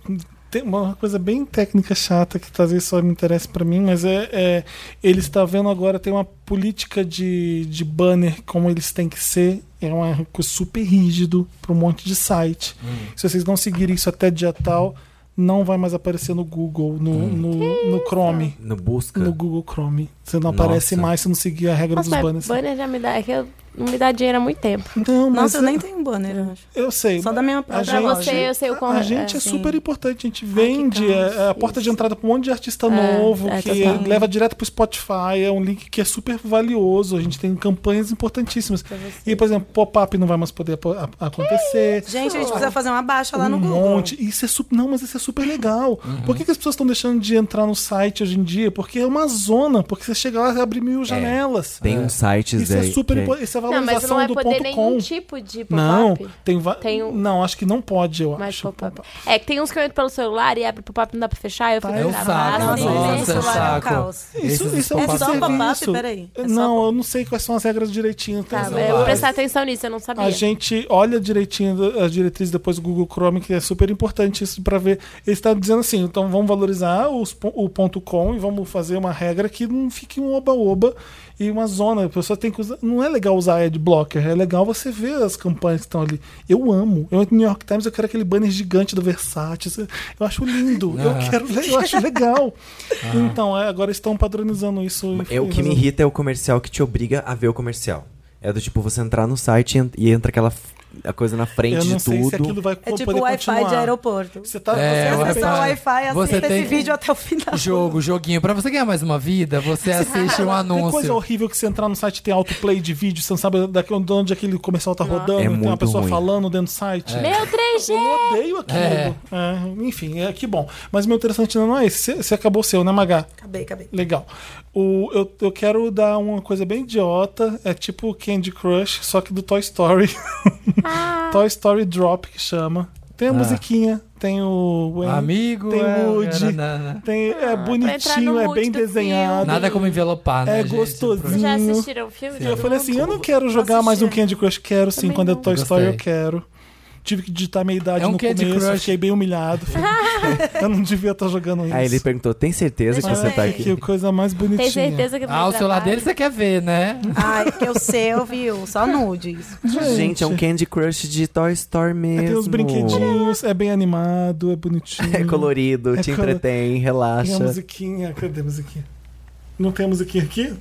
S1: Tem uma coisa bem técnica chata que talvez só me interesse pra mim, mas é, é- ele está vendo agora, tem uma política de, de banner como eles têm que ser. É uma coisa super rígido para um monte de site. Se vocês não seguirem isso até dia tal, não vai mais aparecer no Google, no, no, no Chrome.
S5: No busca.
S1: No Google Chrome. Você não aparece
S5: Nossa.
S1: mais se não seguir a regra
S8: Nossa,
S1: dos
S8: mas
S1: banners.
S8: banner já me dá. É que eu, não me dá dinheiro há muito tempo.
S1: Não, mas
S7: Nossa, eu nem tenho um banner, eu acho.
S1: eu sei.
S7: Só da minha
S1: A
S7: própria
S8: Pra
S1: gente-
S7: loja.
S8: você, eu sei o
S1: A gente é
S8: é.
S1: super importante, a gente vende, é, é a porta de entrada para um monte de artista novo,
S8: é,
S1: que
S8: total.
S1: leva direto pro Spotify, é um link que é super valioso, a gente tem campanhas importantíssimas. E, por exemplo, pop-up não vai mais poder apo- a- acontecer.
S7: Gente, a gente precisa fazer uma baixa lá no
S1: um
S7: Google.
S1: monte. Isso é super. Não, mas isso é super legal.
S5: Uhum.
S1: Por que, que as pessoas estão deixando de entrar no site hoje em dia? Porque é uma zona, porque você chega lá e abre mil janelas.
S5: É. Tem uns sites
S1: Isso é
S5: aí.
S1: super
S5: que-
S1: importante. Isso é
S8: Não, mas não
S1: valorização
S8: vai
S1: do
S8: poder
S1: ponto
S8: nenhum
S1: com.
S8: tipo de
S1: Não,
S8: pop-up.
S1: tem, va-
S8: Tem um-
S1: não, acho que não pode, eu
S8: Mais
S1: acho.
S8: pop-up. É que tem uns que eu entro pelo celular e abre pop-up não dá pra fechar, eu fico
S4: É um
S8: travada,
S4: saco.
S8: assim,
S7: nossa,
S4: Nossa,
S8: né?
S4: é um
S7: celular é um
S4: saco.
S7: caos.
S1: Isso,
S4: Esses
S1: isso é um
S4: pop-up-
S7: só um pop-up,
S1: serviço.
S7: peraí? É só
S1: não, eu não sei quais são as regras direitinho. Tem
S8: Tá,
S1: as-
S8: eu vou prestar atenção nisso, eu não sabia.
S1: a gente olha direitinho as diretrizes depois do Google Chrome, que é super importante isso para ver. Ele está dizendo assim, então vamos valorizar os po- o ponto .com e vamos fazer uma regra que não fique um oba-oba e uma zona. A pessoa tem que usar... Não é legal usar adblocker, é legal você ver as campanhas que estão ali. Eu amo. Eu entro no New York Times, eu quero aquele banner gigante do Versace. Eu acho lindo.
S5: Ah.
S1: Eu quero... le- Eu acho legal. Então, é, agora estão padronizando isso.
S5: É, o que me irrita é o comercial que te obriga a ver o comercial. É do tipo, você entrar no site e en- e entra aquela f- a coisa na frente
S1: Eu não
S5: de
S1: sei se
S5: tudo.
S1: aquilo vai
S7: É
S1: poder
S7: tipo o Wi-Fi
S1: continuar.
S7: de aeroporto.
S1: Você tá,
S4: É,
S1: você
S4: o
S1: repete-
S7: Acessar o Wi-Fi e
S4: Você
S7: assista
S4: tem-
S7: esse vídeo até o final.
S4: Jogo, joguinho. Pra você ganhar mais uma vida, você assiste
S1: Tem
S4: um
S1: coisa
S4: anúncio.
S1: horrível que você entrar no site e tem autoplay de vídeo, você não sabe daqui onde onde aquele comercial tá rodando,
S5: É
S1: tem uma
S5: muito
S1: pessoa
S5: ruim.
S1: falando dentro do site.
S8: Meu 3G!
S1: Eu um odeio aquilo.
S4: É.
S1: É, enfim, é que bom. Mas meu interessante não é esse. Você- Você acabou o seu, né, Magá?
S7: Acabei, acabei.
S1: Legal. O, eu, eu quero dar uma coisa bem idiota. É tipo Candy Crush, só que do Toy Story.
S8: Ah.
S1: Toy Story Drop que chama. Tem a
S4: Ah.
S1: musiquinha, tem o. o-
S4: Amigo.
S1: Tem
S4: é,
S1: Woody.
S4: nanana.
S1: Tem, é
S8: Ah, entrar no
S1: bonitinho, é
S8: mood
S1: bem
S8: do
S1: desenhado.
S4: Nada como envelopar, né?
S1: É
S4: gente?
S1: gostosinho.
S8: Já assistiram o filme?
S1: E
S8: todo
S1: eu falei
S8: mundo?
S1: assim: eu não quero jogar mais um
S7: assistir.
S1: Candy Crush. Quero sim,
S8: Também
S1: quando é
S8: não.
S1: Toy Story eu
S4: Gostei.
S1: quero. Tive que digitar minha idade
S4: É um
S1: no
S4: Candy
S1: começo,
S4: Crush.
S1: fiquei bem humilhado. eu não devia estar jogando isso.
S5: Aí Ah, ele perguntou: tem certeza que
S1: Mas
S5: você tá
S1: é
S5: aqui?
S1: que coisa mais bonitinha.
S8: Tem certeza que vai
S4: Ah, o celular
S8: gravar?
S4: dele você quer ver, né?
S7: Ai, que eu sei, eu vi. o- Só nudes.
S5: Gente, é um Candy Crush de Toy Story mesmo.
S1: Tem uns brinquedinhos, é bem animado, é bonitinho.
S5: É colorido,
S1: É
S5: te
S1: colo-
S5: entretém,
S1: Tem a
S5: relaxa.
S1: musiquinha, cadê a musiquinha? Não tem a musiquinha aqui?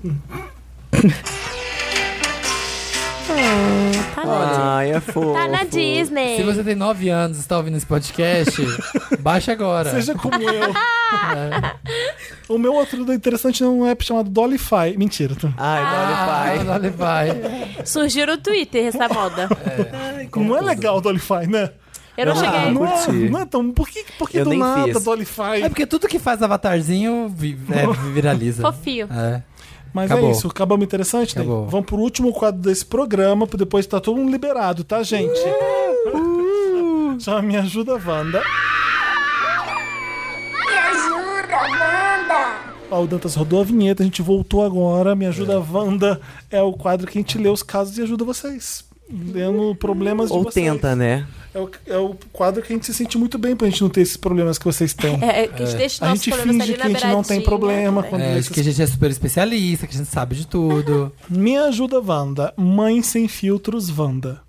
S8: Tá na,
S5: Ai, é fofo.
S8: tá na Disney.
S4: Se você tem 9 anos e está ouvindo esse podcast, baixa
S5: É.
S4: agora.
S1: Seja como eu. O meu outro interessante é um app chamado Dollyfy. Mentira. tá?
S5: Ai,
S4: Ah,
S5: olha, pai.
S4: olha, vai.
S8: Surgiu no Twitter essa moda.
S1: Não é legal o Dollyfy, né?
S8: Eu não,
S5: Não,
S8: cheguei.
S1: não, é,
S5: curti.
S1: não é tão. Por que, por que
S5: Eu
S1: do
S5: nem
S1: nada
S5: fiz.
S1: Dollyfy?
S4: É porque tudo que faz avatarzinho vi- é, viraliza.
S8: Fofinho.
S4: É.
S1: Mas
S4: Acabou.
S1: é isso, acabamos interessante, né?
S4: Acabou.
S1: Vamos pro último quadro desse programa, pra depois tá todo mundo liberado, tá, gente? Chama Me Ajuda, Wanda.
S3: Me ajuda, Wanda!
S1: Ó, o Dantas rodou a vinheta, a gente voltou agora. Me ajuda, Wanda. É o quadro que a gente lê os casos e ajuda vocês. Lendo problemas de
S5: Ou
S1: vocês.
S5: tenta, né?
S1: É o, é o quadro que a gente se sente muito bem pra gente não ter esses problemas que vocês têm.
S8: É, é, que a gente deixa os
S1: A
S8: nossos
S1: gente
S8: problemas
S1: finge
S8: ali
S1: que
S8: na
S1: a gente não tem
S8: beiradinha. né?
S1: problema quando
S4: É,
S1: esses
S4: que a gente é super especialista, que a gente sabe de tudo.
S1: Me ajuda, Wanda. Mãe sem filtros, Wanda.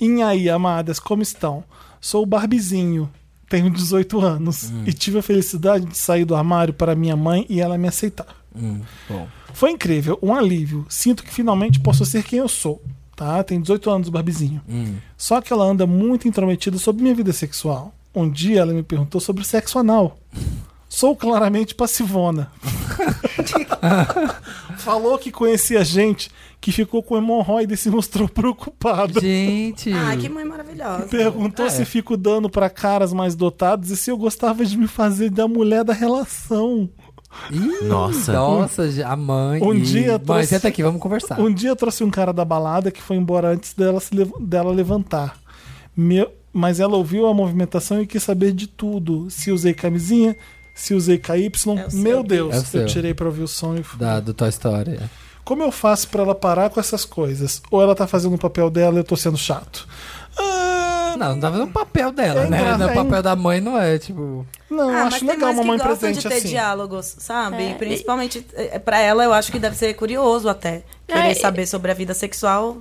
S1: Em aí, amadas, como estão? Sou o Barbizinho, tenho 18 anos e tive a felicidade de sair do armário para minha mãe e ela me aceitar.
S4: Bom,
S1: Foi incrível, um alívio. Sinto que finalmente posso ser quem eu sou. Tá? Tem 18 anos o Barbizinho. Só que ela anda muito intrometida sobre minha vida sexual. Um dia ela me perguntou sobre sexo anal. Sou claramente passivona. Falou que conhecia gente que ficou com hemorroida e se mostrou preocupada.
S4: gente.
S7: Ai, que mãe maravilhosa.
S1: Perguntou se fico dando pra caras mais dotados e se eu gostava de me fazer da mulher da relação.
S4: Ih,
S5: Nossa.
S4: Nossa, já- a mãe.
S1: Um
S4: Ih,
S1: dia eu
S4: Mãe,
S1: trouxe-
S4: senta aqui, vamos conversar.
S1: Um dia eu trouxe um cara da balada que foi embora antes dela, se lev- dela levantar. Meu- Mas ela ouviu a movimentação e quis saber de tudo. Se usei camisinha, se usei KY.
S7: É o seu.
S1: Meu
S4: É o
S1: Deus,
S4: seu.
S1: eu tirei pra ouvir o som e fui.
S4: Da, do Toy Story. é.
S1: Como eu faço pra ela parar com essas coisas? Ou ela tá fazendo o papel dela e eu tô sendo chato? Ah,
S4: Não, não tava no papel dela,
S1: É
S4: né?
S1: engraçado,
S4: No
S1: hein?
S4: papel da mãe não é, tipo.
S1: não,
S7: Ah, mas
S1: acho
S7: tem
S1: legal
S7: mães
S1: uma mãe
S7: que gostam
S1: presente
S7: de ter
S1: assim.
S7: diálogos, sabe?
S8: É,
S7: Principalmente eh, pra ela, eu acho que deve ser curioso até. Querer
S8: É, e-
S7: saber sobre a vida sexual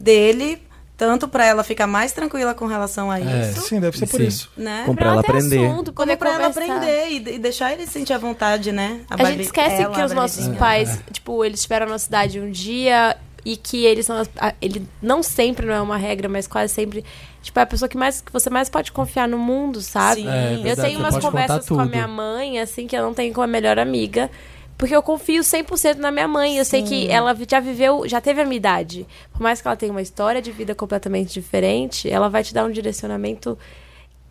S7: dele, tanto pra ela ficar mais tranquila com relação
S8: É.
S7: a isso,
S1: Sim, deve ser por
S4: Sim.
S1: isso.
S7: né?
S5: Com-
S8: Pra ela aprender. Assunto,
S7: Como
S8: poder
S7: pra ela
S8: conversar.
S7: aprender e, e deixar ele se sentir à vontade, né?
S8: A gente esquece
S7: ela, né? É,
S8: que
S7: a
S8: os nossos
S7: Barbizinha.
S8: pais, tipo, eles tiveram a nossa idade um dia e que eles são. as- a- Ele não sempre, não é uma regra, mas quase sempre. Tipo, é a pessoa que, mais, que você mais pode confiar no mundo, sabe?
S7: Sim.
S4: É,
S8: Eu
S4: verdade,
S8: tenho
S4: você
S8: umas
S4: pode contar
S8: conversas com a
S4: tudo.
S8: minha mãe, assim, que eu não tenho com a melhor amiga. Porque eu confio 100% na minha mãe. Eu sei que ela já viveu, já teve a minha idade. Por mais que ela tenha uma história de vida completamente diferente, ela vai te dar um direcionamento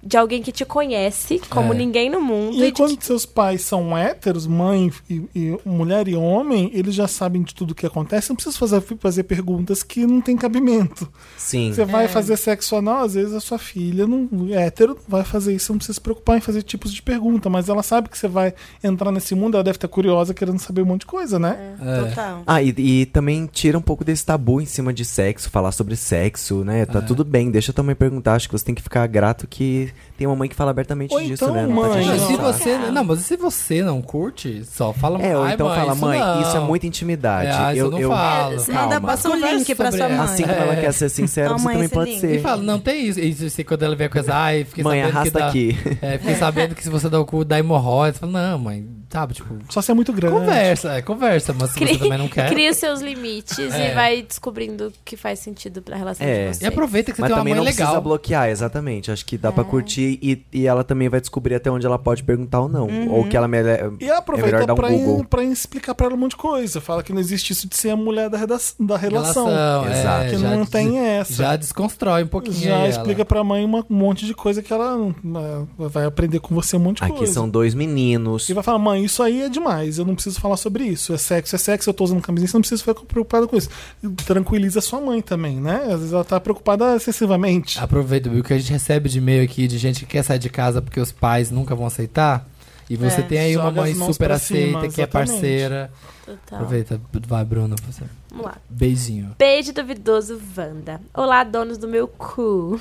S8: de alguém que te conhece como
S4: É.
S8: ninguém no mundo.
S1: E
S8: e
S1: aí,
S8: de
S1: quando seus pais são héteros, mãe, e, e mulher e homem, eles já sabem de tudo o que acontece, não precisa fazer, fazer perguntas que não tem cabimento.
S5: Sim.
S1: Você vai fazer sexo anal, às vezes a sua filha, não, hétero, não vai fazer isso, não precisa se preocupar em fazer tipos de pergunta, mas ela sabe que você vai entrar nesse mundo, ela deve estar curiosa, querendo saber um monte de coisa, né?
S7: é. Total.
S5: Ah, e, e também tira um pouco desse tabu em cima de sexo, falar sobre sexo, né? Tá tudo bem, deixa eu também perguntar. Acho que você tem que ficar grato que Tem uma mãe que fala abertamente
S1: Ou
S5: disso,
S1: então,
S5: né? Não
S1: mãe,
S5: tá
S1: Não,
S4: Não,
S5: te
S4: Tipo, se
S5: enchendo o saco.
S4: você, não, mas se você não curte, só fala
S5: É, ou
S4: "Ai,
S5: então fala, mãe,
S4: não."
S5: isso é muita intimidade.
S4: É, ah, isso
S5: eu,
S4: eu não
S5: eu-
S4: falo.
S5: Calma.
S7: Manda, passa um
S4: Conversa
S7: link pra sua
S4: sobre- É.
S7: mãe.
S5: Assim como ela quer ser sincera,
S7: Não,
S5: você
S7: mãe,
S5: também
S7: esse
S5: pode
S7: link.
S5: ser.
S4: E fala, não tem isso. E se quando ela vem com essa, ai, fiquei
S5: Mãe,
S4: sabendo que
S5: arrasta
S4: dá,
S5: aqui.
S4: É, fiquei sabendo que se você dá o cu, dá hemorroida. Você fala, não, mãe, sabe, tipo,
S1: Só se é muito grande.
S4: conversa, é, conversa, mas se você também não quer.
S8: Cria os seus limites
S4: É.
S8: e vai descobrindo o que faz sentido pra relação
S5: É.
S8: de
S4: E
S8: vocês.
S4: aproveita que você
S5: Mas
S4: tem uma
S5: também
S4: mãe
S5: não precisa
S4: legal.
S5: bloquear, exatamente. Acho que dá pra curtir e, e ela também vai descobrir até onde ela pode perguntar ou não. Ou que ela mere...
S1: E
S5: é melhor
S1: aproveita
S5: dar um
S1: pra,
S5: Google.
S1: pra explicar pra ela um monte de coisa. Fala que não existe isso de ser a mulher da, redação, da relação.
S4: Relação,
S5: Exato.
S4: é,
S1: que
S4: já
S1: não
S4: des-
S1: tem essa.
S4: Já desconstrói um pouquinho.
S1: Já
S4: ela.
S1: explica pra mãe uma- um monte de coisa que ela eh, vai aprender com você um monte de
S5: Aqui
S1: coisa.
S5: são dois meninos.
S1: E vai falar, mãe, isso aí é demais, eu não preciso falar sobre isso. É sexo, é sexo, eu tô usando camisinha, você não precisa ficar preocupada com isso. E Tranquiliza sua mãe também, né? Às vezes ela tá preocupada excessivamente.
S4: Aproveita, Bill, que a gente recebe de e-mail aqui de gente que quer sair de casa porque os pais nunca vão aceitar. E você
S7: É,
S4: tem aí uma
S1: joga as
S4: mãe
S1: mãos
S4: super
S1: pra
S4: aceita,
S1: cima,
S4: que é
S1: exatamente.
S4: parceira.
S8: Total.
S4: Aproveita, vai, Bruno. você-
S8: Vamos lá.
S4: Beijinho.
S8: Beijo duvidoso, Wanda. Olá, donos do meu cu.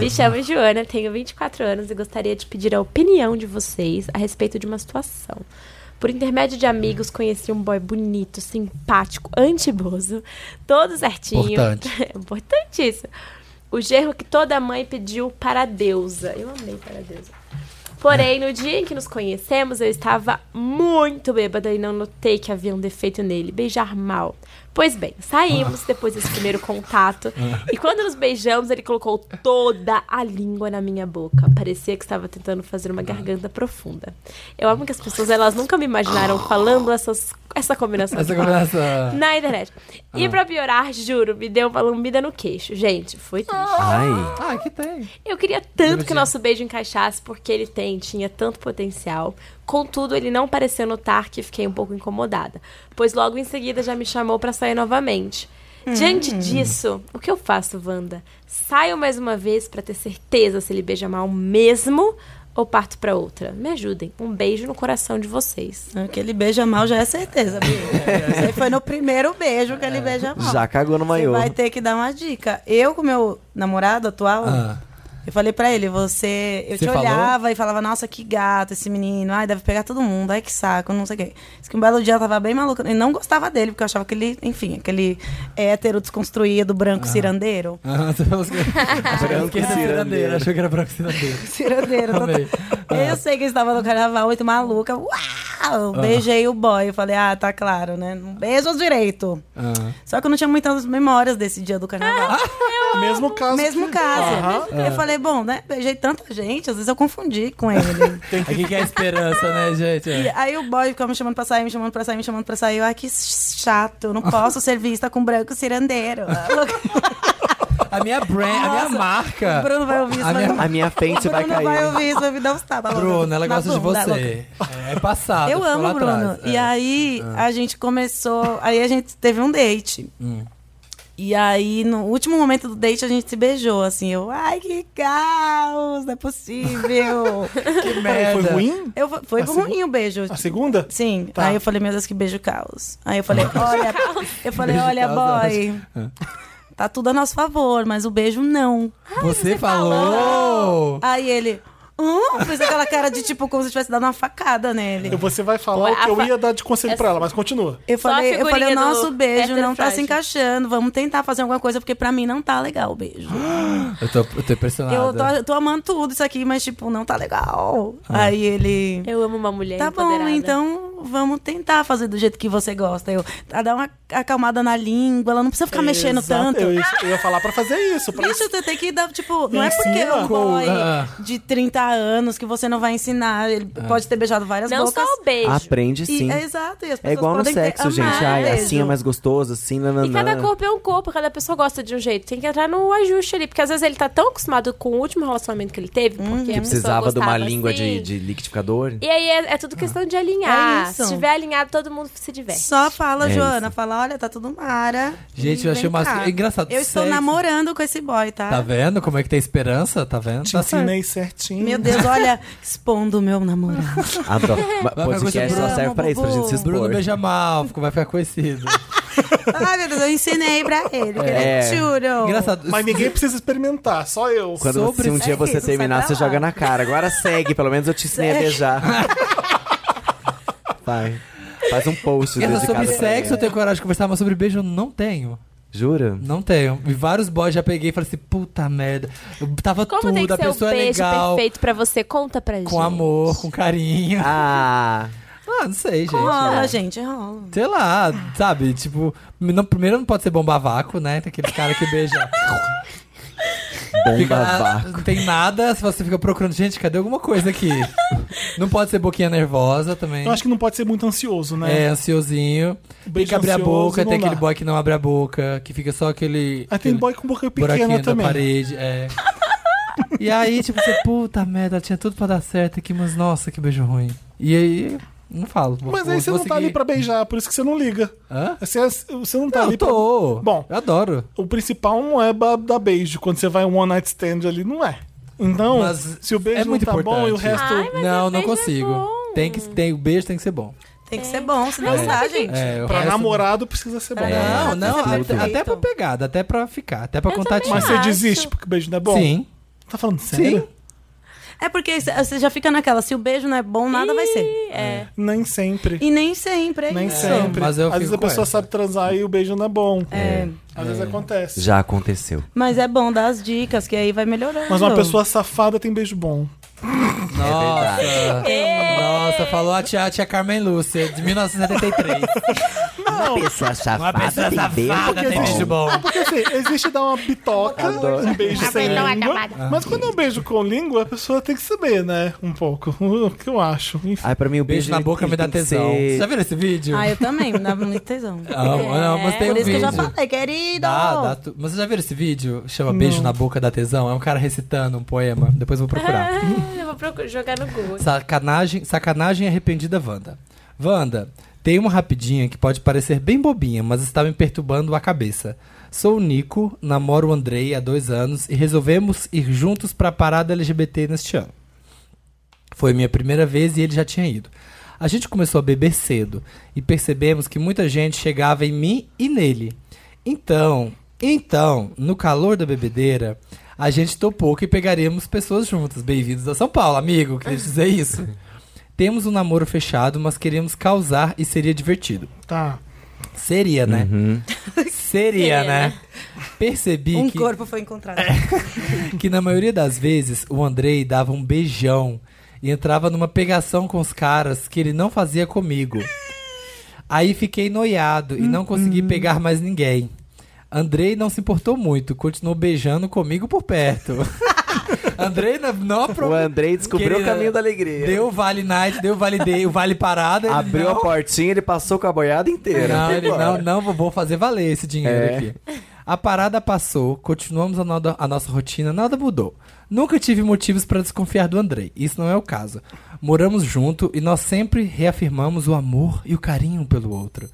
S8: Me chamo Joana, tenho 24 anos e gostaria de pedir a opinião de vocês a respeito de uma situação. Por intermédio de amigos, conheci um boy bonito, simpático, antiboso, todo certinho.
S4: Importante.
S8: É importante isso. O gerro que toda mãe pediu para a deusa. Eu amei para a deusa. Porém, no dia em que nos conhecemos, eu estava muito bêbada e não notei que havia um defeito nele, beijar mal. Pois bem, saímos depois desse primeiro contato e quando nos beijamos, ele colocou toda a língua na minha boca. Parecia que estava tentando fazer uma garganta profunda. Eu amo que as pessoas, elas nunca me imaginaram falando essas, essa combinação. de
S4: Essa
S8: palavras.
S4: conversa.
S8: Na internet. E pra piorar, juro, me deu uma lambida no queixo. Gente, foi triste.
S5: Ai,
S4: Ah, que tem.
S8: Eu queria tanto que o nosso beijo encaixasse, porque ele tem, tinha tanto potencial. Contudo, ele não pareceu notar que fiquei um pouco incomodada, pois logo em seguida já me chamou pra sair novamente.
S7: Hum.
S8: Diante disso, o que eu faço, Wanda? Saio mais uma vez pra ter certeza se ele beija mal mesmo ou parto pra outra? Me ajudem. Um beijo no coração de vocês.
S7: Que ele beija mal já é certeza, Bill. Isso aí foi no primeiro beijo que ele
S8: É.
S7: beija mal.
S5: já cagou no
S7: Ah, Você
S5: maiô.
S7: vai ter que dar uma dica. Eu, com meu namorado atual,
S4: Ah.
S7: eu falei pra ele, você. Eu
S4: Você
S7: te
S4: falou?
S7: olhava e falava, nossa, que gato esse menino. Ai, deve pegar todo mundo, ai, que saco, não sei o quê. Diz que um belo dia eu tava bem maluca. E não gostava dele, porque eu achava que ele, enfim, aquele hétero desconstruído, branco cirandeiro.
S4: Ah, você falou que...
S5: Branco
S4: Branco cirandeiro.
S5: cirandeiro.
S4: Achou que era branco cirandeiro. Ah.
S7: Cirandeiro, tô-
S4: Amei.
S7: Eu sei que eu estava no carnaval muito maluca. Uau!
S4: Ah.
S7: Beijei o boy. Eu falei, ah, tá claro, né? Não beijo direito.
S4: Ah.
S7: Só que eu não tinha muitas memórias desse dia do carnaval.
S1: Mesmo caso.
S7: Ah, Mesmo caso.
S1: Aham.
S4: É.
S7: Eu falei, bom, né? Beijei tanta gente, às vezes eu confundi com ele.
S4: Aqui que é a esperança, né, gente?
S7: E
S4: É.
S7: aí o boy ficava me chamando pra sair, me chamando pra sair, me chamando pra sair. Eu, ai, que chato, eu não posso ser vista com branco cirandeiro.
S4: A minha brand, a minha
S7: Nossa,
S4: marca.
S7: O Bruno vai ouvir isso.
S4: A
S7: vai-
S4: minha-
S5: A minha
S7: O
S5: frente vai
S7: Bruno
S5: cair.
S7: vai ouvir isso, vai me dar uns tapas. louca.
S4: Bruno, ela
S7: Na
S4: gosta de
S7: bunda, louca.
S4: você. É, é passado.
S7: Eu
S4: ficou
S7: amo
S4: lá
S7: o Bruno.
S4: atrás.
S7: E
S4: É.
S7: aí a gente começou. Aí a gente teve um date.
S4: Hum.
S7: E aí, no último momento do date, a gente se beijou, assim. Eu, ai, que caos! Não é possível!
S4: Que
S1: Peraí, foi
S4: merda.
S1: ruim?
S7: eu, fa- foi
S1: A
S7: ruim o beijo.
S1: A segunda?
S7: Sim.
S1: Assim? Tá.
S7: Aí eu falei, meu Deus, que beijo caos. Aí eu falei, olha, eu falei,
S4: Beijo
S7: olha,
S4: caos,
S7: boy. Tá tudo a nosso favor, mas o beijo não.
S4: Você falou.
S7: Aí ele. Hum, fez aquela cara de tipo como se tivesse dado uma facada nele.
S1: E Você vai falar
S8: Ué,
S1: o que eu
S8: a fa-
S1: ia dar de conselho pra ela, mas continua.
S7: Eu
S8: Só a
S7: falei, eu falei, o
S8: figurinha do
S7: nosso beijo não tá
S8: heterofrágil.
S7: se encaixando. Vamos tentar fazer alguma coisa, porque pra mim não tá legal o beijo.
S4: Eu tô, eu tô impressionado.
S7: Eu tô, eu tô amando tudo isso aqui, mas, tipo, não tá legal. Aí ele.
S8: Eu amo uma mulher
S7: Tá bom,
S8: É, empoderada.
S7: então vamos tentar fazer do jeito que você gosta. Eu ah, dá uma acalmada na língua, ela não precisa ficar mexendo
S1: Exato,
S7: tanto.
S1: Eu, eu ia falar pra fazer isso. Pra
S7: Bicho, você tem que dar, tipo, não é porque é
S1: Ensina.
S7: um boy
S4: Ah.
S7: de 30 anos que você não vai ensinar. Ele pode ter beijado várias
S8: Não
S7: bocas.
S8: só o beijo.
S5: Aprende
S7: E-
S5: sim.
S7: é exato, e as
S5: É
S7: pessoas
S5: igual no
S7: podem ter-
S5: sexo, gente.
S7: amar
S5: Ai,
S7: mesmo.
S5: assim é mais gostoso, assim, nananã.
S8: E cada corpo é um corpo, cada pessoa gosta de um jeito. Tem que entrar no ajuste ali, porque às vezes ele tá tão acostumado com o último relacionamento que ele teve, porque a
S5: Uhum. Que precisava
S8: pessoa
S5: de uma
S8: gostava
S5: língua de,
S8: assim.
S5: de liquidificador.
S8: E aí é, é tudo questão de alinhar.
S7: É isso.
S8: Se tiver alinhado, todo mundo se diverte.
S7: Só fala,
S5: É
S7: Joana. Fala, olha, tá tudo mara.
S4: Gente,
S7: E
S4: eu achei
S7: vem
S4: uma-
S7: cá.
S4: é engraçado,
S7: Eu estou
S4: sexo.
S7: namorando com esse boy, tá?
S4: Tá vendo como é que tem esperança? Tá vendo?
S1: Te
S4: Tá certo.
S1: ensinei certinho.
S7: Meu Deus, olha, expondo o meu namorado.
S5: Adoro. Mas
S4: Vai, vai,
S5: Ah, Podcast
S4: vai,
S5: só serve
S7: Bruno,
S4: assim,
S5: pra isso, pra gente se
S7: Bubu.
S5: expor.
S4: Bruno beija mal, fica- vai ficar conhecido.
S7: Ai, meu Deus, eu ensinei pra ele. que ele
S5: É.
S7: É. Juro.
S4: Engraçado.
S1: Mas ninguém precisa experimentar, só eu.
S5: Quando
S4: Sobre
S5: se um dia
S7: sexo,
S5: você
S7: sai
S5: terminar,
S7: pra
S5: você
S7: lá.
S5: joga na cara. Agora segue, pelo menos eu te ensinei a beijar. Vai. Faz um post
S4: Engraçado,
S5: dedicado
S4: sobre
S5: pra ele.
S4: sexo eu tenho coragem de conversar, mas sobre beijo eu não tenho.
S5: Jura?
S4: Não tenho. E vários boys já peguei e falei assim, puta merda. Eu tava
S8: Como
S4: tudo,
S8: tem que
S4: a
S8: ser o
S4: pessoa é
S8: beijo
S4: legal.
S8: perfeito pra você? Conta pra gente.
S4: Com amor, com carinho. Ah,
S5: Ah,
S4: não sei, gente.
S7: Rola, gente,
S1: é.
S7: rola.
S4: Sei lá, sabe? Tipo, não- primeiro não pode ser bomba vácuo, né? Tem aquele cara que beija.
S5: bomba
S4: Fica lá,
S5: vá.
S4: não tem nada, se você fica procurando, gente, cadê alguma coisa aqui? não pode ser boquinha nervosa também.
S1: Eu acho que não pode ser muito ansioso, né?
S4: É, ansiosinho. tem
S1: Beijo
S4: que abrir a
S1: ansioso,
S4: boca,
S1: não
S4: tem aquele
S1: dá.
S4: boy que não abre a boca, que fica só aquele.
S1: Aí Ah, tem
S4: aquele
S1: boy com boca
S4: buraquinho
S1: pequena
S4: na
S1: também.
S4: parede. É. e aí, tipo, você, puta merda, tinha tudo pra dar certo aqui, mas nossa, que beijo ruim. E aí, não falo. vou-
S1: Mas aí
S4: vou-
S1: você
S4: vou
S1: não tá
S4: seguir.
S1: ali pra beijar, por isso que você não liga.
S4: Hã?
S1: Você, você não tá
S4: Não,
S1: ali pra-
S4: tô.
S1: Bom.
S4: eu adoro.
S1: O principal não é ba- dar beijo. Quando você vai um one night stand ali, não é. Então,
S4: Mas
S1: se o beijo
S4: é
S1: não
S4: muito
S1: tá bom e o
S4: importante.
S1: resto...
S8: Ai, mas
S4: não,
S8: o
S4: não
S8: beijo é
S4: consigo.
S8: bom.
S4: tem que tem o beijo tem que ser bom.
S7: Tem que ser
S1: É.
S7: bom, senão não dá, gente.
S4: É, o
S1: Pra
S4: resto-
S1: namorado precisa ser bom.
S4: Não, não,
S7: Tem que ser
S4: até,
S7: perfeito.
S4: até pra pegada, até pra ficar, até pra
S8: Eu
S4: contatinho.
S8: também
S1: Mas você
S8: acho.
S1: desiste porque o beijo não é bom?
S4: Sim.
S1: Tá falando sério?
S7: É porque c- você já fica naquela, se o beijo não é bom, nada vai ser.
S8: É.
S1: Nem sempre.
S7: E nem sempre, é
S1: Nem
S7: isso.
S1: sempre.
S4: mas eu
S1: Às vezes a
S4: fico com
S1: pessoa
S4: essa.
S1: sabe transar e o beijo não é bom.
S7: É,
S1: Às vezes acontece.
S5: Já aconteceu.
S7: Mas é bom dar as dicas, que aí vai melhorando.
S1: Mas uma pessoa safada tem beijo bom.
S4: Nossa.
S7: É.
S4: Nossa, falou a tia, a tia Carmen Lúcia, de 1973.
S5: Uma pessoa safada
S4: Uma pessoa
S5: tem beijo
S4: safada tem
S5: bom.
S4: bicho bom.
S1: Porque assim, existe dar uma bitoca,
S5: Adoro.
S1: um beijo sem língua. Mas quando é um beijo com língua, a pessoa tem que saber, né? Um pouco. O que eu acho. Enfim.
S5: Ai, pra mim o beijo...
S4: Beijo na
S5: ele-
S4: boca
S5: ele
S4: me dá
S5: tem que
S4: tesão. Você
S5: ser-
S4: já viu esse
S1: assim,
S4: vídeo?
S7: Ah, eu também, me dava muito tesão. É
S4: Amo, não, mas tem
S7: Por
S4: um
S7: isso que
S4: vídeo.
S7: eu já falei, querido!
S4: Dá, dá tu- Mas você já viu esse vídeo? Chama Beijo na Boca da Tesão. É um cara recitando um poema. Depois eu vou procurar.
S8: Ah, eu vou procurar jogar no Google.
S4: Sacanagem, sacanagem arrependida, Wanda. Wanda, tem uma rapidinha que pode parecer bem bobinha, mas está me perturbando a cabeça. Sou o Nico, namoro o Andrei há dois anos e resolvemos ir juntos para a parada LGBT neste ano. Foi minha primeira vez e ele já tinha ido. A gente começou a beber cedo e percebemos que muita gente chegava em mim e nele. Então, então, no calor da bebedeira, a gente topou que pegaríamos pessoas juntas. Bem-vindos a São Paulo, amigo, queria dizer isso. Temos um namoro fechado, mas queríamos causar e seria divertido.
S1: Tá.
S4: Seria, né? Seria, né? Percebi
S7: Um
S4: que
S7: corpo foi encontrado.
S4: que na maioria das vezes o Andrei dava um beijão e entrava numa pegação com os caras que ele não fazia comigo. Aí fiquei noiado e não consegui pegar mais ninguém. Andrei não se importou muito, continuou beijando comigo por perto. Andrei não, não
S5: O
S4: aproveitou.
S5: Andrei descobriu o
S4: Querida,
S5: caminho da alegria.
S4: Deu o Vale Night, deu o Vale Day, o Vale Parada. ele
S5: Abriu
S4: não...
S5: a portinha, ele passou com a boiada inteira.
S4: Não, ele,
S5: Bora.
S4: não, não, vou- vou fazer valer esse dinheiro
S5: É.
S4: aqui. A parada passou, continuamos a, noda- a nossa rotina, nada mudou. Nunca tive motivos pra desconfiar do Andrei, isso não é o caso. Moramos junto e nós sempre reafirmamos o amor e o carinho um pelo outro.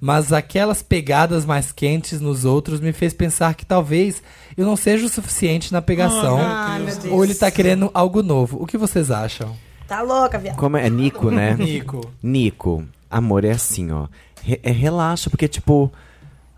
S4: Mas aquelas pegadas mais quentes nos outros me fez pensar que talvez eu não seja o suficiente na pegação.
S7: Ah, meu Deus.
S4: ou ele tá querendo algo novo. O que vocês acham?
S7: Tá louca, viado.
S5: Como é? É Nico, né?
S4: Nico.
S5: Nico, amor, é assim, ó. Re- é, relaxa, porque, tipo.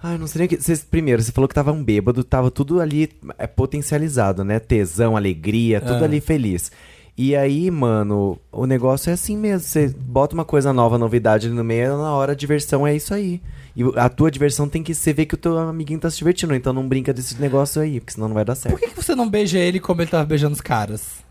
S5: Ai, não sei nem o que. Cês, primeiro, você falou que tava um bêbado, tava tudo ali é, potencializado, né? Tesão, alegria, tudo
S4: É.
S5: ali feliz. E aí, mano, o negócio é assim mesmo. Você bota uma coisa nova, novidade ali no meio, na hora a diversão é isso aí. E o- a tua diversão tem que ser ver que o teu amiguinho tá se divertindo. Então não brinca desse negócio aí, porque senão não vai dar certo.
S4: Por que, que você não beija ele como ele tava beijando os caras?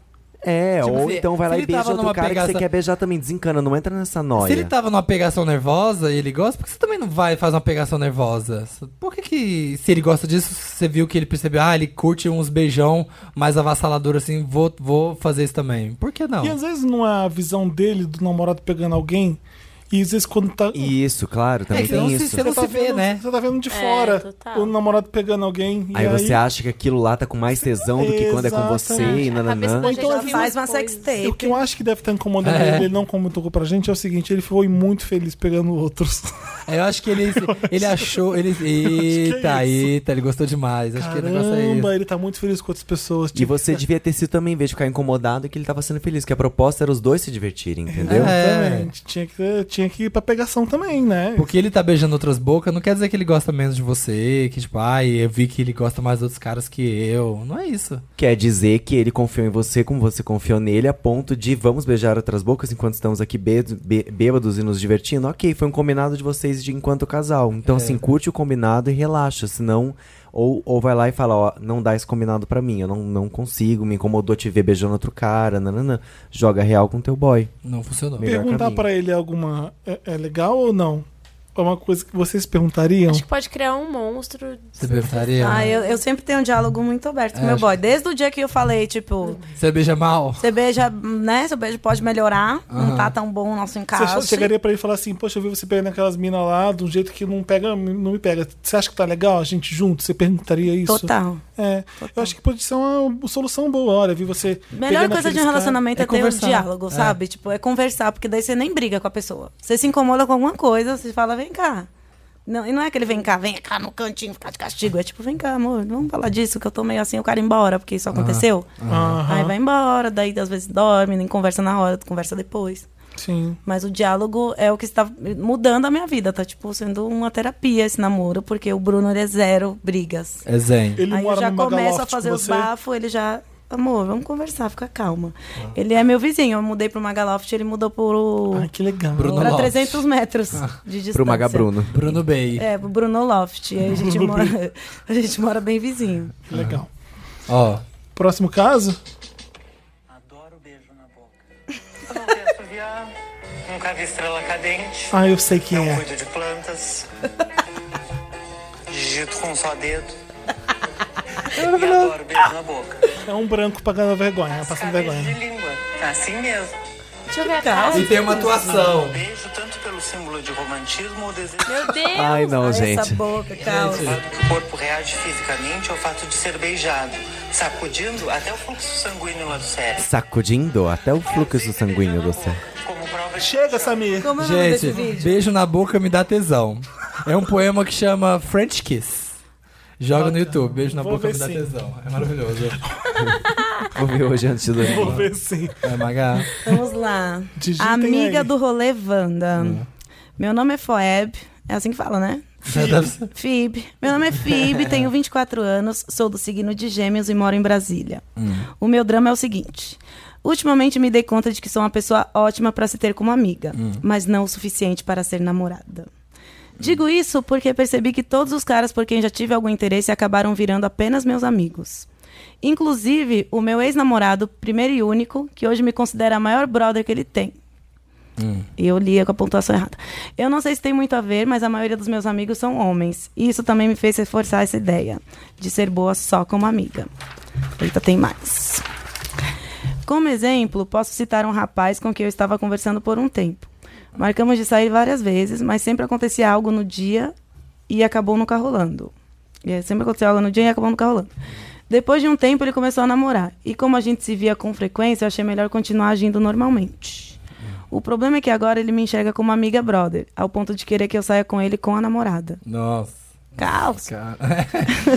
S5: É,
S4: Tipo,
S5: ou
S4: se-
S5: então vai
S4: se
S5: lá e
S4: ele
S5: beija
S4: tava
S5: outro
S4: numa
S5: cara que
S4: pegaça-
S5: você quer beijar também. Desencana, não entra nessa noia.
S4: Se ele tava numa pegação nervosa e ele gosta, por que você também não vai e faz uma pegação nervosa? Por que que, se ele gosta disso, você viu que ele percebeu, ah, ele curte uns beijão mais avassalador assim, vou, vou fazer isso também. Por que não?
S1: E às vezes não é a visão dele, do namorado pegando alguém. E às vezes quando tá.
S5: Isso, claro, também
S4: É que
S5: tem
S4: não se-
S5: isso.
S4: você não se vê,
S1: vendo,
S4: né?
S1: Você tá vendo de fora
S8: total.
S1: o namorado pegando alguém. e
S5: Aí você acha que aquilo lá tá com mais tesão do que quando é com você
S1: Exatamente.
S5: e
S8: cabeça
S4: tá
S5: nananã.
S8: da
S1: Ou
S8: gente
S1: então
S8: já
S7: Já
S8: viu
S7: faz uma
S8: umas coisas.
S1: O
S7: sextape.
S1: que eu acho que deve estar incomodando
S4: É.
S1: ele, ele não comentou pra gente, é o seguinte, ele foi muito feliz pegando outros.
S4: Eu acho que ele, ele achou, ele, eita, eita, ele gostou demais. Acho que o negócio é isso.
S1: Caramba, ele tá muito feliz com outras pessoas.
S5: E
S1: tipo,
S5: você devia ter sido também, em vez de ficar incomodado, que ele tava sendo feliz. Que a proposta era os dois se divertirem, entendeu?
S4: É.
S1: Exatamente. Tinha que, tinha tinha que ir pra pegação também, né?
S4: Porque ele tá beijando outras bocas, não quer dizer que ele gosta menos de você, que tipo, ai, eu vi que ele gosta mais dos outros caras que eu. Não é isso.
S5: Quer dizer que ele confiou em você como você confiou nele, a ponto de vamos beijar outras bocas enquanto estamos aqui bê bê- bêbados e nos divertindo. Ok, foi um combinado de vocês de enquanto casal. Então, assim, curte o combinado e relaxa. Senão, ou, ou vai lá e fala, ó, não dá esse combinado pra mim, eu não, não consigo, me incomodou te ver beijando outro cara, nananã. Joga real com teu boy.
S4: Não funcionou.
S5: Melhor
S1: Perguntar
S5: caminho.
S1: pra ele alguma. É, é legal ou não? É uma coisa que vocês perguntariam?
S8: Acho que pode criar um monstro.
S4: Você perguntaria?
S7: Ah, eu, eu sempre tenho um diálogo muito aberto com
S4: É,
S7: meu
S4: acho
S7: boy. Desde o dia que eu falei, tipo,
S4: Você beija mal?
S7: você beija, né? Seu beijo pode melhorar.
S4: Aham.
S7: Não tá tão bom o nosso
S1: Você
S7: encaixe.
S1: só chegaria pra ele e falar assim, poxa, eu vi você pegando aquelas minas lá de um jeito que não pega, não me pega. Você acha que tá legal a gente junto? Você perguntaria isso?
S7: Total.
S1: É. Eu acho que pode ser uma solução boa. Olha, vi você.
S7: Melhor
S1: pegando
S7: coisa de um
S1: aqueles caras.
S7: relacionamento
S4: É
S7: é, ter um
S4: conversar.
S7: diálogo,
S4: É.
S7: sabe? Tipo, é conversar, porque daí você nem briga com a pessoa. Você se incomoda com alguma coisa, você fala, vem cá. Não, e não é aquele vem cá, vem cá no cantinho ficar de castigo. É tipo, vem cá, amor, vamos falar disso, que eu tô meio assim, eu quero ir embora, porque isso aconteceu.
S1: Aham.
S7: Aí vai embora, daí às vezes dorme, nem conversa na hora, conversa depois.
S1: Sim.
S7: Mas o diálogo é o que está mudando a minha vida. Tá, tipo, sendo uma terapia esse namoro, porque o Bruno, ele é zero brigas.
S4: É zen.
S1: Ele
S7: Aí eu
S1: mora
S7: já
S1: no Megaloft
S7: começo a fazer
S1: com
S7: os
S1: você.
S7: bafos, ele já... Amor, vamos conversar, fica calma. Ele é meu vizinho, eu mudei pro Magaloft, ele mudou pro...
S1: Ah. Ai, Ah, que Ah, legal.
S4: Bruno
S7: pra
S4: Loft.
S7: 300 metros de distância.
S5: Pro Maga Bruno.
S4: Bruno Bey.
S7: É, pro Bruno Loft. E aí a gente, mora, a gente mora bem vizinho.
S1: Que legal.
S4: Ó.
S1: Próximo caso?
S10: Adoro beijo na boca. Eu não vi assoviar, nunca vi estrela cadente,
S1: Ah, eu sei quem
S10: não
S1: é.
S10: cuido de plantas, digito com um só dedo. E adoro beijo na boca.
S1: É um branco pagando vergonha, passando
S10: Cabeça de
S1: vergonha.
S10: língua. Assim mesmo.
S8: Deixa eu ver a casa.
S4: E tem uma atuação.
S10: Beijo tanto pelo símbolo de romantismo ou desejo.
S8: Meu Deus!
S5: Ai, não,
S7: Essa
S5: gente.
S7: boca, calma.
S10: Observando que o corpo reage fisicamente ao fato de ser beijado, sacudindo até o fluxo sanguíneo lá do cérebro.
S5: Sacudindo até o fluxo sanguíneo do céu.
S10: Como prova de
S1: Chega, Samir.
S7: Como é o nome desse
S4: Gente,
S7: vídeo?
S4: beijo na boca me dá tesão. É um poema que chama French Kiss. Joga no YouTube, beijo na
S1: Vou
S4: boca
S1: ver
S4: me dá
S1: sim.
S4: tesão. É maravilhoso.
S5: Vou ver hoje antes do
S1: Vou ver sim.
S4: É, Magá.
S7: Vamos lá.
S1: Digitem
S7: Amiga
S1: aí.
S7: do rolê Wanda.
S1: Hum.
S7: Meu nome é Foeb. É assim que fala, né?
S4: Já deve ser-
S7: Fib. Meu nome é Fib, tenho 24 anos, sou do signo de Gêmeos e moro em Brasília. O meu drama é o seguinte. Ultimamente me dei conta de que sou uma pessoa ótima para se ter como amiga, mas não o suficiente para ser namorada. Digo isso porque percebi que todos os caras por quem já tive algum interesse acabaram virando apenas meus amigos. Inclusive, o meu ex-namorado, primeiro e único, que hoje me considera a maior brother que ele tem. E Eu lia com a pontuação errada. Eu não sei se tem muito a ver, mas a maioria dos meus amigos são homens. E isso também me fez reforçar essa ideia de ser boa só como amiga. Eita, tem mais. Como exemplo, posso citar um rapaz com quem eu estava conversando por um tempo. Marcamos de sair várias vezes, mas sempre acontecia algo no dia e acabou nunca rolando. E aí, sempre aconteceu algo no dia e acabou nunca rolando. Depois de um tempo, ele começou a namorar. E como a gente se via com frequência, eu achei melhor continuar agindo normalmente. O problema é que agora ele me enxerga como amiga brother, ao ponto de querer que eu saia com ele com a namorada.
S4: Nossa.
S7: Caos.
S4: cara.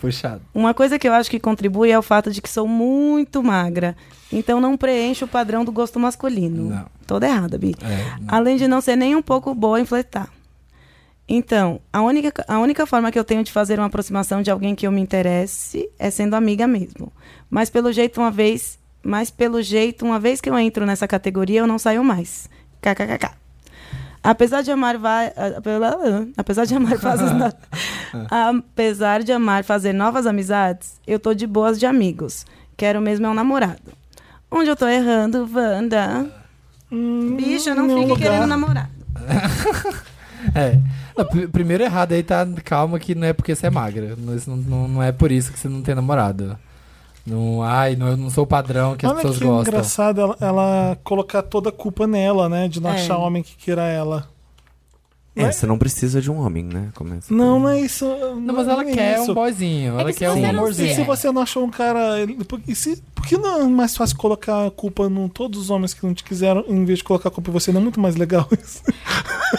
S4: Puxado.
S7: Uma coisa que eu acho que contribui é o fato de que sou muito magra. Então não preencho o padrão do gosto masculino.
S4: Não.
S7: Toda errada, Bi.
S4: É, não.
S7: Além de não ser nem um pouco boa em flertar. Então, a única, a única forma que eu tenho de fazer uma aproximação de alguém que eu me interesse é sendo amiga mesmo. Mas pelo jeito, uma vez. Mas pelo jeito, uma vez que eu entro nessa categoria, eu não saio mais. KKKK. Apesar de amar va- apela- apesar de amar fases no- apesar de amar fazer novas amizades, eu tô de boas de amigos. Quero mesmo é um namorado. Onde eu tô errando, Wanda? Bicha, não fique querendo namorar.
S4: É. Não, pr- primeiro errado aí tá calma que não é porque você é magra. Não, isso não, não, não é por isso que você não tem namorado. Não, ai, não, eu não sou o padrão que as
S1: Olha
S4: pessoas
S1: que
S4: gostam.
S1: engraçado ela, ela colocar toda a culpa nela, né? De não
S7: É.
S1: achar homem que queira ela.
S5: É, você não precisa de um homem, né? Começa.
S1: Não, não é isso.
S4: Não, mas ela
S1: é
S4: quer
S1: isso.
S4: um boyzinho, ela
S8: que se
S4: quer um
S8: você não
S1: E se
S4: amorzinho.
S8: É.
S1: você não achou um cara. ele- por- E se, por que não é mais fácil colocar a culpa em todos os homens que não te quiseram, em vez de colocar a culpa em você? Não é muito mais legal isso.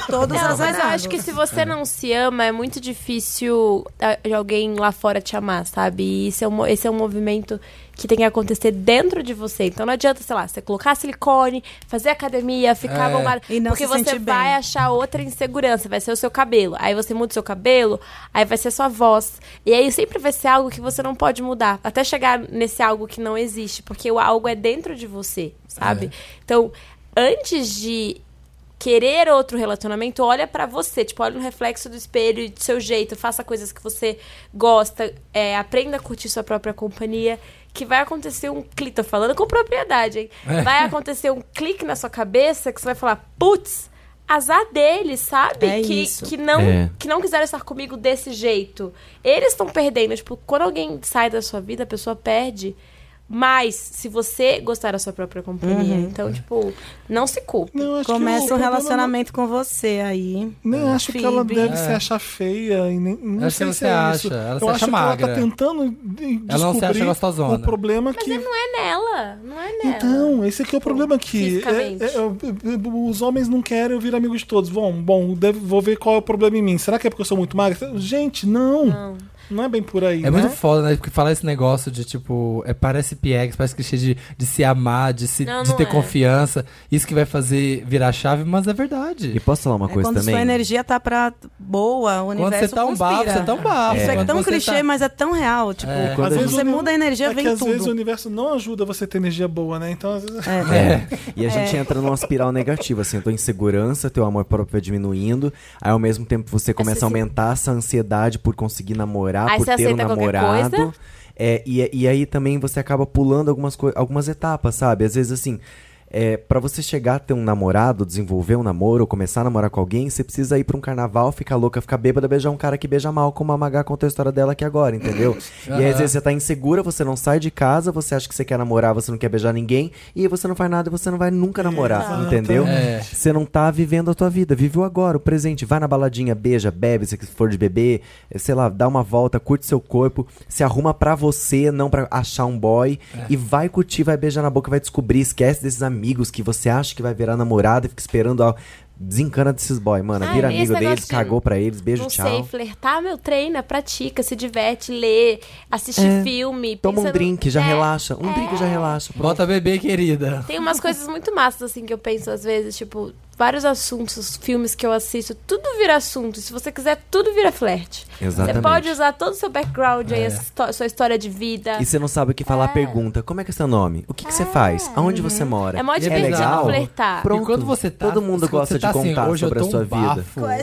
S7: Todos
S8: Não, mas eu
S7: azarados.
S8: acho que se você não se ama, é muito difícil ah, de alguém lá fora te amar, sabe? E isso é um, mo- esse é um movimento que tem que acontecer dentro de você. Então não adianta, sei lá, você colocar silicone, fazer academia, ficar
S4: É.
S8: bombado.
S7: E não
S8: porque
S7: se
S8: você
S7: sentir bem.
S8: vai achar outra insegurança, vai ser o seu cabelo. Aí você muda o seu cabelo, aí vai ser a sua voz. E aí sempre vai ser algo que você não pode mudar. Até chegar nesse algo que não existe. Porque o algo é dentro de você, sabe? Então, antes de querer outro relacionamento, olha pra você, tipo, olha no reflexo do espelho, do seu jeito, faça coisas que você gosta, é, aprenda a curtir sua própria companhia, que vai acontecer um clique, tô falando com propriedade, hein? Vai acontecer um clique na sua cabeça que você vai falar, putz, azar deles, sabe?
S7: É
S8: que,
S7: isso.
S8: que não
S5: É.
S8: que não quiseram estar comigo desse jeito. Eles estão perdendo, tipo, quando alguém sai da sua vida, a pessoa perde. Mas se você gostar da sua própria companhia, então, tipo, não se culpe.
S1: Uhum. Não, acho que o
S7: Começa um
S1: problema
S7: relacionamento com você aí.
S1: não- Nem acho que ela
S7: Phoebe.
S1: deve
S4: É.
S1: se achar feia. E nem, não
S4: Acho que
S1: sei
S4: ela
S1: se
S4: se
S1: é
S4: acha,
S1: isso.
S4: ela se
S1: Eu
S4: acha
S1: acho que
S4: magra.
S1: ela tá tentando de-
S4: Ela não se acha
S1: descobrir
S4: gostosona.
S1: O problema que
S8: É nela, não é nela.
S1: Então, esse aqui é o problema que
S8: fisicamente.
S1: é- é- é- os homens não querem eu vir amigo de todos. Bom, bom, deve- vou ver qual é o problema em mim. Será que é porque eu sou muito magra? Gente, não. Não, é bem por aí,
S4: É
S1: né?
S4: muito foda, né? Porque falar esse negócio de, tipo, é, parece PX, parece clichê de, de se amar, de, se,
S8: Não,
S4: de
S8: não
S4: ter
S8: é.
S4: confiança. Isso que vai fazer virar chave, mas é verdade.
S5: E posso falar uma
S7: É
S5: coisa
S7: quando
S5: também?
S7: sua energia tá pra boa, o
S4: Quando
S7: universo
S4: você tá um
S7: conspira.
S4: bafo, você tá um bafo.
S7: Isso é
S4: Quando
S7: tão
S4: você
S7: clichê,
S4: tá-
S7: mas é tão real. Tipo,
S4: É.
S5: Quando
S7: quando
S5: a
S1: Às vezes
S7: você
S1: o uni-
S7: muda a energia,
S1: é
S7: vem
S1: que às
S7: tudo.
S1: vezes o universo não ajuda você a ter energia boa, né? Então, às vezes...
S7: É.
S5: E a gente entra numa espiral negativa, assim, tua insegurança, teu amor próprio vai diminuindo, aí ao mesmo tempo você começa a aumentar essa ansiedade por conseguir namorar,
S8: Aí
S5: por
S8: você
S5: ter um
S8: Ah, aceita qualquer
S5: namorado.
S8: coisa.
S5: É, e, e aí também você acaba pulando algumas, coi- algumas etapas, sabe? Às vezes assim. É, para você chegar a ter um namorado, desenvolver um namoro, ou começar a namorar com alguém, você precisa ir pra um carnaval, ficar louca, ficar bêbada, beijar um cara que beija mal, como a Magá contou a história dela aqui agora, entendeu? e aí, às vezes, você tá insegura, você não sai de casa, você acha que você quer namorar, você não quer beijar ninguém, e aí você não faz nada e você não vai nunca namorar, entendeu?
S4: É.
S5: Você não tá vivendo a tua vida, vive o agora, o presente. Vai na baladinha, beija, bebe, se for de bebê, eh, sei lá, dá uma volta, curte seu corpo, se arruma pra você, não pra achar um boy. E vai curtir, vai beijar na boca, vai descobrir, esquece desses amigos que você acha que vai virar namorada e fica esperando a. Desencana desses boy, mano.
S8: Ah,
S5: Vira
S8: e esse
S5: amigo deles,
S8: negócio de-
S5: cagou pra eles, beijo,
S8: não
S5: tchau.
S8: sei, flertar, meu, treina, pratica, se diverte, lê, assiste
S1: É.
S8: filme.
S5: Toma
S8: pensa
S5: um
S8: no-
S5: drink, já
S8: É,
S5: relaxa. Um drink já relaxa. pronto.
S4: Bota bebê, querida.
S8: Tem umas coisas muito massas, assim, que eu penso às vezes, tipo, vários assuntos, filmes que eu assisto, tudo vira assunto. Se você quiser, tudo vira flerte. Você
S5: Exatamente.
S8: pode usar todo o seu background
S4: É.
S8: aí, a histó- sua história de vida.
S5: E você não sabe o que falar, pergunta. Como é que é seu nome? O que, que você faz? Aonde você mora?
S8: É mó divertido
S5: legal?
S8: flertar.
S5: Pronto.
S4: E quando você tá.
S5: Todo mundo
S4: quando
S5: gosta
S4: você tá
S5: de
S4: assim,
S5: contar
S4: hoje eu
S5: sobre a
S4: tô um
S5: sua vida.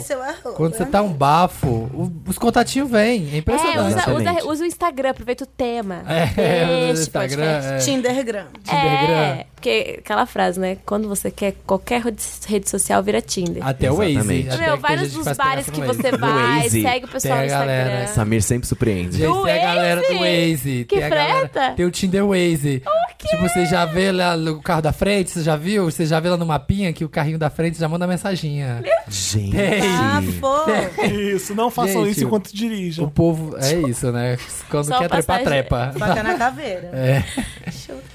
S4: bafo. Quando você tá um bafo, o- os contatinhos vêm. É
S8: né? É,
S4: impressionante.
S8: usa,
S5: Exatamente.
S8: usa, usa o Instagram, aproveita o tema.
S4: É,
S8: Este
S4: o Instagram.
S8: podcast.
S4: é.
S7: Tindergram.
S4: Tindergram.
S8: É, porque aquela frase, né? Quando você quer qualquer rede- rede social, vira Tinder.
S4: Até o Waze.
S5: Exatamente.
S4: até
S8: Meu,
S4: que tem
S8: vários
S4: gente
S8: dos
S4: faz
S8: bares que
S4: pegação no Waze.
S8: você vai,
S5: Waze.
S8: segue o pessoal
S4: Tem a
S8: no
S4: galera,
S8: Instagram.
S5: Samir sempre surpreende.
S4: Gente,
S8: Do
S4: tem a galera do
S8: Waze?
S4: Waze.
S8: Que
S4: tem a galera-
S8: freta?
S4: Tem o Tinder Waze. Tipo, você já vê lá o carro da frente, você já viu? Você já vê lá no mapinha que o carrinho da frente já manda mensaginha.
S5: Gente.
S4: é
S7: Ah, Bafo!
S1: é Isso, não façam
S4: Gente,
S1: isso enquanto dirigem.
S4: O povo. É isso, né? Quando
S8: Só
S4: quer trepar,
S8: passagem-
S4: trepa.
S7: Faca na caveira.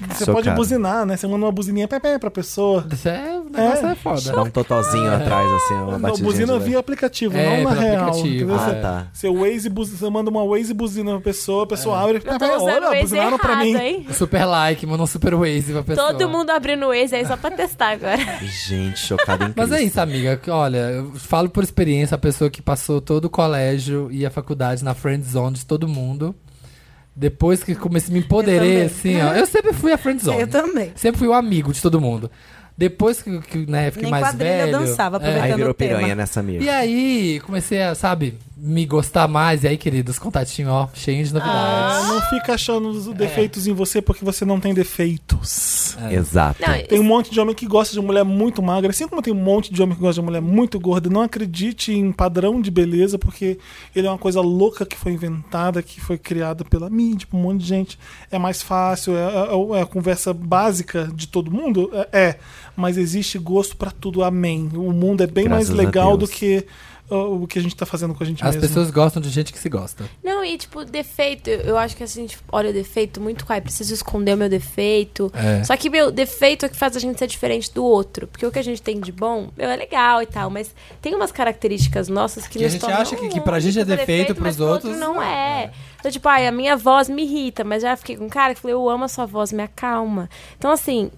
S1: Você
S5: Sou
S1: pode
S5: cara.
S1: buzinar, né? Você manda uma buzininha pé, pé, pra pessoa.
S4: Isso é, o negócio é,
S5: Dá
S4: foda.
S5: um totozinho atrás, assim, uma
S1: Não,
S5: batidinha.
S1: buzina
S5: de-
S1: via aplicativo,
S4: É,
S1: não na
S4: pelo
S1: real.
S4: aplicativo,
S1: entendeu?
S5: Ah,
S1: Você-
S5: tá. É.
S1: Você, Waze, buzi- você manda uma Waze buzina pra pessoa, a pessoa abre e
S8: Eu
S1: fala,
S8: tô usando o
S1: olha,
S8: Waze
S1: buzinaram
S8: errado,
S1: pra mim.
S8: hein?
S4: Super like, manda um super Waze pra pessoa.
S8: Todo mundo abrindo o Waze aí só pra testar agora.
S5: Gente, chocada em
S4: Mas é
S5: Cristo.
S4: isso, amiga. que, Olha, eu falo por experiência, a pessoa que passou todo o colégio e a faculdade na friend zone de todo mundo. Depois que comecei a me empoderar,
S7: Eu também.
S4: assim, ó. Eu sempre fui a friend zone.
S7: Eu também.
S4: Sempre fui o amigo de todo mundo. Depois que, que né, fiquei
S7: Nem
S4: mais
S7: quadrilha
S4: velho. é.
S7: dançava, aproveitando
S5: Aí virou
S7: o tema.
S5: piranha, né, Samir?
S4: E aí, comecei a, sabe, me gostar mais. E aí, queridos, contatinho, ó, cheio de
S5: Ah,
S4: novidades.
S1: Não fica achando os defeitos em você porque você não tem defeitos.
S5: Exato.
S8: Não,
S1: Tem um monte de homem que gosta de mulher muito magra, assim como tem um monte de homem que gosta de mulher muito gorda. Não acredite em padrão de beleza, porque ele é uma coisa louca que foi inventada, que foi criada pela mídia, por um monte de gente. É mais fácil, é, é- é a conversa básica de todo mundo. É, é. mas existe gosto pra tudo. Amém. O mundo é bem
S5: Graças
S1: mais
S5: a
S1: legal do
S5: Deus.
S1: que ó, o que a gente tá fazendo com a gente
S4: As
S1: mesmo.
S4: pessoas gostam de gente que se gosta.
S8: Não, e tipo, defeito, eu eu acho que a gente olha o defeito muito, ai, preciso esconder o meu defeito.
S4: É.
S8: Só que, meu, defeito é o que faz a gente ser diferente do outro. Porque o que a gente tem de bom, meu, é legal e tal, mas tem umas características nossas que
S4: Que a
S8: nos
S4: gente
S8: tornam
S4: acha que- que
S8: um
S4: pra gente é
S8: único
S4: defeito, pros
S8: mas pro outro
S4: outros,
S8: não
S4: não.
S8: é. Então, tipo, ai, a minha voz me irrita, mas já fiquei com um cara que falei, eu amo a sua voz, me acalma. Então, assim,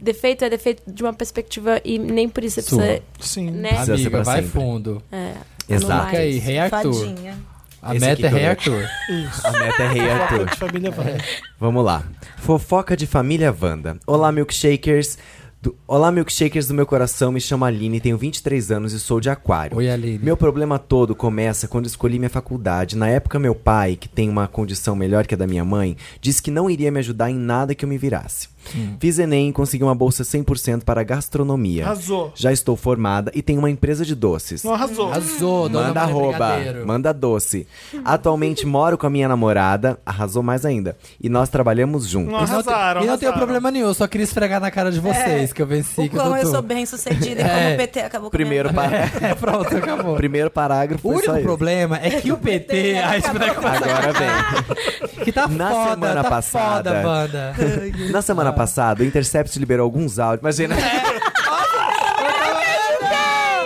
S8: defeito é defeito de uma perspectiva e nem por isso você
S4: Sua.
S8: precisa,
S1: Sim.
S8: né?
S5: Precisa ser
S4: Amiga,
S5: pra
S4: vai
S5: sempre.
S4: fundo.
S8: É,
S5: Exato.
S4: Fica aí,
S8: Mas,
S4: Rei Arthur.
S7: Fadinha.
S4: A
S5: Esse
S4: meta
S5: aqui
S4: é
S5: que eu
S4: Rei
S5: dou.
S4: Arthur.
S5: A meta é rei Arthur.
S1: De família vai.
S5: É. Vamos lá. Fofoca de família Wanda. Olá, milkshakers. Do... Olá, milkshakers do meu coração. Me chamo Aline, tenho 23 anos e sou de aquário.
S4: Oi, Aline.
S5: Meu problema todo começa quando escolhi minha faculdade. Na época, meu pai, que tem uma condição melhor que a da minha mãe, disse que não iria me ajudar em nada que eu me virasse.
S4: Hum.
S5: Fiz Enem e consegui uma bolsa 100% para gastronomia.
S1: Arrasou.
S5: Já estou formada e tenho uma empresa de doces.
S1: Não arrasou.
S4: Arrasou, dona
S5: Manda
S4: Maria
S5: arroba,
S4: é Brigadeiro.
S5: manda doce. Atualmente moro com a minha namorada, arrasou mais ainda. E nós trabalhamos
S1: Não
S5: juntos.
S4: E não te-
S1: arrasaram.
S4: E não tenho
S1: arrasaram.
S4: problema nenhum, eu só queria esfregar na cara de vocês que eu venci.
S7: É. O
S4: que eu tô
S7: quão eu
S4: tudo.
S7: sou bem sucedida e
S4: É.
S7: como o PT acabou com a minha
S5: Primeiro,
S7: vida.
S5: pa-
S4: É, pronto, acabou.
S5: Primeiro parágrafo.
S4: O
S5: foi só
S4: único
S5: esse.
S4: problema é que o PT. Ai, isso vai começar.
S5: Agora vem.
S4: Que tá
S5: Na
S4: foda,
S5: semana
S4: tá
S5: passada-
S4: foda, banda.
S5: Na
S4: Ah.
S5: semana passada, o Intercept liberou alguns áudios. Imagina.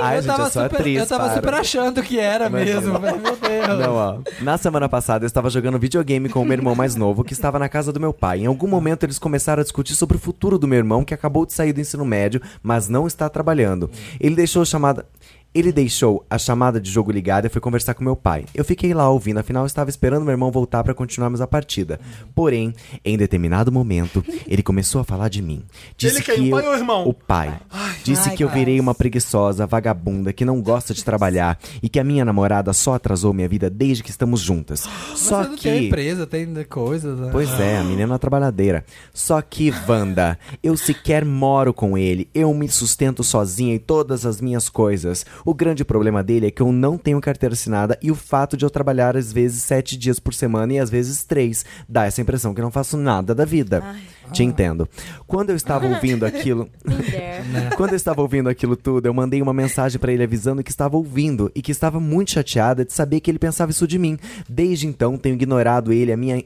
S5: Ai,
S4: eu
S5: gente,
S4: É. tava
S5: eu sou
S4: super,
S5: atriz.
S4: eu tava
S5: para.
S4: super achando que era
S5: Imagina.
S4: mesmo, velho, meu Deus.
S5: Não, ó. Na semana passada eu estava jogando videogame com o meu irmão mais novo, que estava na casa do meu pai. Em algum momento eles começaram a discutir sobre o futuro do meu irmão, que acabou de sair do ensino médio, mas não está trabalhando. Ele deixou a chamada. Ele deixou a chamada de jogo ligada e foi conversar com meu pai. Eu fiquei lá ouvindo, afinal eu estava esperando meu irmão voltar para continuarmos a partida. Porém, em determinado momento, ele começou a falar de mim. Disse
S1: Ele quem? O
S5: que
S1: pai
S5: eu-
S1: ou o irmão?
S5: O pai. Disse
S7: Ai,
S5: que eu
S7: cara.
S5: virei uma preguiçosa, vagabunda, que não gosta de trabalhar e que a minha namorada só atrasou minha vida desde que estamos juntas. só
S4: Você não tem
S5: que.
S4: empresa, tem coisa. né?
S5: Pois é, a menina é trabalhadeira. Só que, Wanda, eu sequer moro com ele. Eu me sustento sozinha e todas as minhas coisas. O grande problema dele é que eu não tenho carteira assinada e o fato de eu trabalhar às vezes sete dias por semana e às vezes três. Dá essa impressão que eu não faço nada da vida. Te entendo. Quando eu estava ouvindo aquilo. Né? Quando eu estava ouvindo aquilo tudo, eu mandei uma mensagem pra ele avisando que estava ouvindo e que estava muito chateada de saber que ele pensava isso de mim. Desde então, tenho ignorado ele, a minha.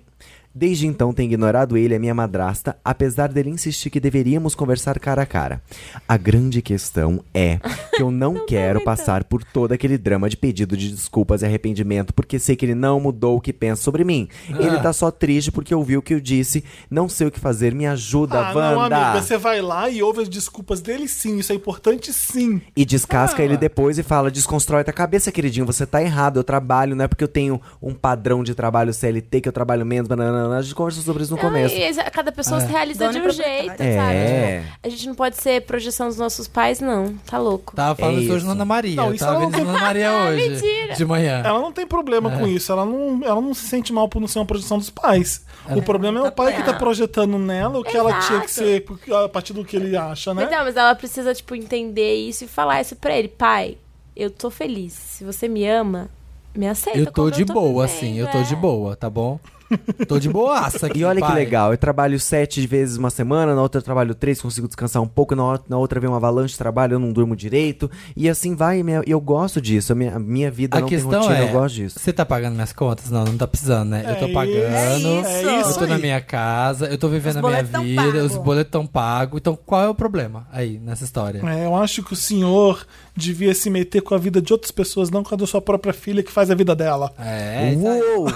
S5: Desde então, tenho ignorado ele, a minha madrasta, apesar dele insistir que deveríamos conversar cara a cara. A grande questão é que eu não, quero passar por todo aquele drama de pedido de desculpas e arrependimento, porque sei que ele não mudou o que pensa sobre mim.
S1: Ah.
S5: Ele tá só triste porque ouviu o que eu disse, não sei o que fazer, me ajuda,
S1: Ah,
S5: Wanda.
S1: não, amiga, você vai lá e ouve as desculpas dele sim, isso é importante sim.
S5: E descasca
S4: Ah.
S5: ele depois e fala: desconstrói tua cabeça, queridinho. Você tá errado. Eu trabalho, não é porque eu tenho um padrão de trabalho CLT que eu trabalho menos. Banana, a gente conversou sobre isso no
S8: Não,
S5: começo.
S8: É, e exa- cada pessoa
S4: É.
S8: se realiza
S7: Dona
S8: de um
S7: proprietária.
S8: jeito,
S5: É.
S8: sabe? Tipo, a gente não pode ser projeção dos nossos pais, não. Tá louco.
S4: Tava falando
S5: É
S4: isso hoje
S5: isso.
S4: na Ana Maria.
S1: Não,
S4: eu
S1: isso
S4: tava
S1: não-
S4: vendo isso na Ana Maria hoje.
S8: Mentira.
S4: De manhã.
S1: Ela não tem problema com isso, ela não, ela não se sente mal por não ser uma projeção dos pais. O problema é o pai que tá projetando nela o que ela tinha que ser a partir do que ele acha, né?
S8: Mas não, mas ela precisa, tipo, entender isso e falar isso pra ele. Pai, eu tô feliz. Se você me ama, me
S1: é,
S8: aceita.
S1: então
S4: Eu tô
S8: como
S4: de boa,
S8: vivendo,
S4: assim. Eu tô
S1: né?
S8: é.
S4: de boa, tá bom? Tô de boaça aqui.
S5: E olha que
S4: pai.
S5: legal, eu trabalho sete vezes uma semana, na outra eu trabalho três, consigo descansar um pouco, na, o- na outra vem uma avalanche de trabalho, eu não durmo direito. E assim vai, minha- eu gosto disso. A minha, a minha vida
S4: A
S5: não tem
S4: questão
S5: rotina,
S4: é,
S5: eu gosto disso.
S4: você tá pagando minhas contas? Não, não tá precisando, né? eu
S1: É
S4: tô pagando,
S1: isso, é
S4: eu
S1: isso
S4: tô na
S1: aí.
S4: minha casa, eu tô vivendo
S7: Os
S4: a minha
S7: boletos tão
S4: vida,
S7: pago.
S4: os boletos tão pagos. Então, qual é o problema aí, nessa história?
S1: É, eu acho que o senhor devia se meter com a vida de outras pessoas, não com a da sua própria filha que faz a vida dela.
S4: É, isso aí.
S5: Uou!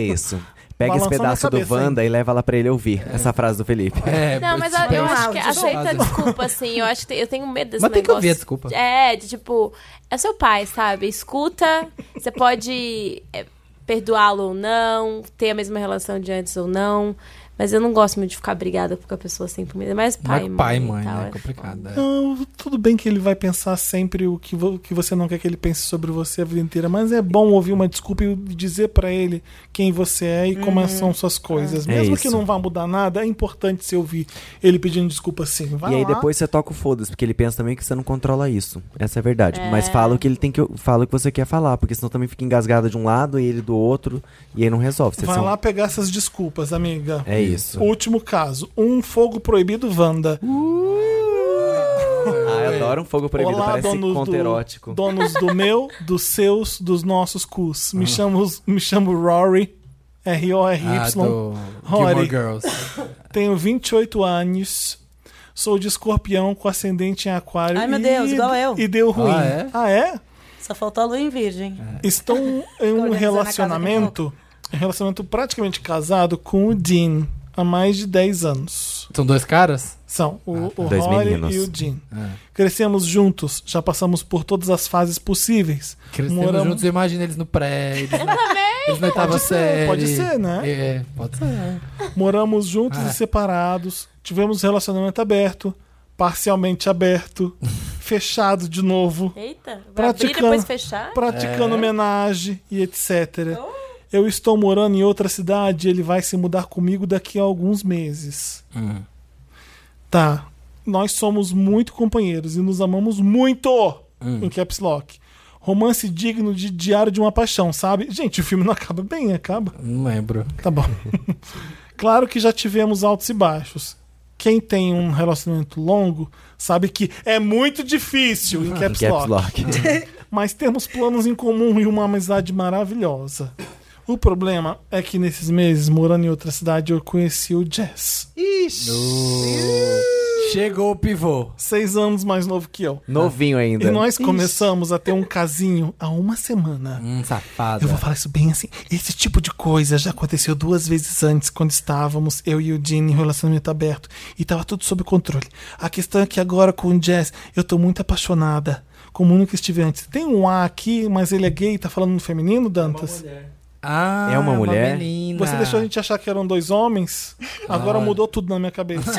S5: isso. Pega esse
S1: Balançou na
S5: pedaço do
S1: cabeça, hein?
S5: Wanda e leva lá pra ele ouvir essa frase do Felipe.
S4: é
S8: Não, mas eu,
S4: tipo,
S8: eu
S4: é um
S8: acho que
S4: áudio
S8: aceita a
S4: só.
S8: desculpa, assim. Eu acho que te- eu tenho medo desse
S4: Mas tem que
S8: negócio.
S4: ouvir a desculpa.
S8: É, de tipo, é seu pai, sabe? Escuta, você pode é, perdoá-lo ou não, ter a mesma relação de antes ou não. Mas eu não gosto muito de ficar brigada com a pessoa assim, por mim. É mais
S4: Mas
S8: pai,
S4: com
S8: mãe.
S4: pai e
S8: e
S4: mãe,
S8: tal,
S4: né? É
S8: é.
S4: complicado. é.
S1: Não, Então, tudo bem que ele vai pensar sempre o que, vo- o que você não quer que ele pense sobre você a vida inteira, mas é bom ouvir uma desculpa e dizer pra ele quem você é e como são suas coisas.
S5: Uhum. É
S1: Mesmo que
S5: isso.
S1: não vá mudar nada, é importante você ouvir ele pedindo desculpa sim. Vai
S5: E aí
S1: lá.
S5: depois você toca o foda-se, porque ele pensa também que você não controla isso. Essa é a verdade. Mas fala o que ele tem que. Fala o que você quer falar, porque senão também fica engasgada de um lado e ele do outro. E aí não resolve. Vocês
S1: Vai
S5: são-
S1: lá pegar essas desculpas, amiga.
S5: É isso.
S1: Último caso. Um fogo proibido Wanda.
S5: Ah, eu adoro um fogo proibido,
S1: é. Olá,
S5: parece
S1: donos
S5: conto
S1: do,
S5: erótico.
S1: donos do meu, dos seus, dos nossos cus.
S5: Hum.
S1: Me, chamo, me chamo Rory,
S4: Ah,
S1: R-O-R-Y.
S4: do
S1: Rory.
S4: Gilmore Girls.
S1: Tenho 28 anos, sou de escorpião com ascendente em aquário.
S7: Ai, meu Deus,
S1: e,
S7: igual eu.
S1: E deu ruim.
S4: Ah, é?
S1: Ah, é?
S7: Só faltou a lua em virgem.
S1: Estão em
S7: Organizando a
S1: um
S7: casa
S1: relacionamento, um relacionamento praticamente casado com o Dean há mais de 10 anos.
S4: São dois caras?
S1: São o,
S4: Ah, tá.
S1: o
S5: Dois
S1: Rory
S5: meninos.
S1: e o Dean.
S4: É.
S1: Crescemos juntos, já passamos por todas as fases possíveis.
S4: Crescemos
S1: Moramos-
S4: juntos, eu imagino eles no prédio. Eu também! Eles na oitava
S1: Pode ser,
S4: série.
S1: pode ser, né?
S4: É, pode ser.
S1: Moramos juntos
S4: Ah, é.
S1: e separados. Tivemos relacionamento aberto, parcialmente aberto, fechado de novo,
S6: Eita, vai abrir e
S1: Praticando.
S6: depois fechar?
S1: praticando homenagem e etc. Eu estou morando em outra cidade e ele vai se mudar comigo daqui a alguns meses. Tá. Nós somos muito companheiros e nos amamos muito em Caps Lock. Romance digno de Diário de uma Paixão, sabe? Gente, o filme não acaba bem, acaba.
S4: Não lembro.
S1: Tá bom. claro que já tivemos altos e baixos. Quem tem um relacionamento longo sabe que é muito difícil em caps lock.
S5: Caps Lock.
S1: Mas temos planos em comum e uma amizade maravilhosa. O problema é que nesses meses, morando em outra cidade, eu conheci o Jess.
S4: Chegou o pivô.
S1: Seis anos mais novo que eu.
S5: Novinho ainda.
S1: E nós começamos a ter um casinho há uma semana.
S4: Hum, safado.
S1: Eu vou falar isso bem assim. Esse tipo de coisa já aconteceu duas vezes antes, quando estávamos, eu e o Dean, em relacionamento aberto. E tava tudo sob controle. A questão é que agora com o Jazz, eu tô muito apaixonada. Como nunca estive antes. Tem um A aqui, mas ele é gay, tá falando no feminino, Dantas?
S4: Ah,
S5: É uma mulher?
S4: menina.
S1: Você deixou a gente achar que eram dois homens? Agora mudou tudo na minha cabeça.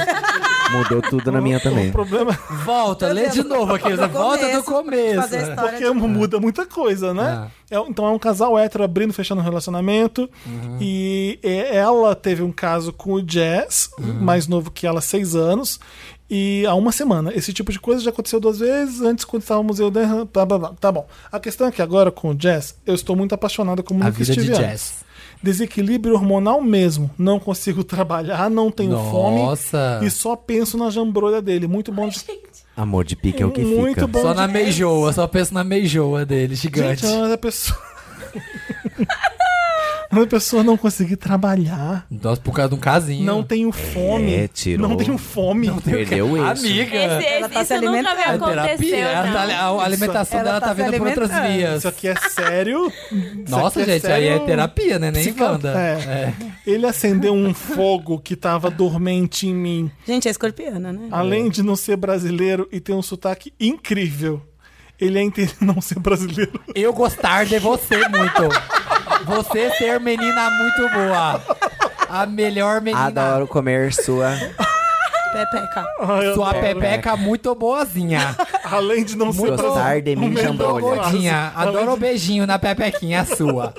S5: Mudou tudo na minha também.
S1: o problema
S4: Volta, lê de novo aqui.
S7: Do
S4: Volta do
S7: começo,
S4: começo.
S7: fazer a história.
S1: Porque muda muita coisa, né? É, então é um casal hétero abrindo, fechando um relacionamento.
S4: Uhum.
S1: E é, ela teve um caso com o Jazz,
S4: Uhum.
S1: mais novo que ela, seis anos. E há uma semana. Esse tipo de coisa já aconteceu duas vezes antes, quando estávamos eu. né, Blá, blá, blá. Tá bom. A questão é que agora com o Jazz, eu estou muito apaixonado como
S4: A
S1: nunca
S4: vida de
S1: estive antes.
S4: jazz.
S1: Desequilíbrio hormonal mesmo. Não consigo trabalhar, não tenho
S4: Nossa.
S1: fome. E só penso na jambrolha dele. Muito bom de.
S5: Amor de pique é o que
S1: Muito
S5: fica.
S1: bom
S4: Só
S1: de
S4: na meijoa, só penso na meijoa dele, gigante.
S1: Gente, mas a pessoa. a pessoa não conseguir trabalhar.
S4: Nossa, por causa de um casinho.
S1: Não tenho fome.
S5: É, tirou.
S1: Não tenho fome.
S5: Perdeu isso.
S4: Amiga.
S6: Esse,
S7: Ela
S6: esse,
S7: tá se
S6: isso nunca me
S4: É
S7: alimentando.
S6: aconteceu,
S4: terapia. Ela tá-
S6: não.
S4: a alimentação
S7: Ela
S4: dela
S7: tá
S4: tá
S7: se
S4: vindo por outras
S7: alimentando.
S4: vias.
S1: Isso aqui é sério. Isso
S4: Nossa,
S1: aqui é
S4: gente, aí é
S1: sério.
S4: terapia, né? Nem
S1: Psica-
S4: Wanda.
S1: É. Ele acendeu um fogo que tava dormente em mim.
S7: Gente, é escorpiana, né?
S1: Além de não ser brasileiro e ter um sotaque incrível. Ele é entre não ser brasileiro.
S4: Eu gostar de você muito. Você ser menina muito boa. A melhor menina.
S5: Adoro comer sua.
S7: Pepeca.
S1: Ah, eu
S4: Sua
S1: adoro.
S4: pepeca muito boazinha.
S1: Além de não ser brasileiro.
S5: Gostar de mim, é
S1: Melhor
S5: jambrolha.
S1: gosto.
S4: Gordinha.
S1: Além
S4: Adoro o
S1: de-
S4: beijinho na pepequinha sua.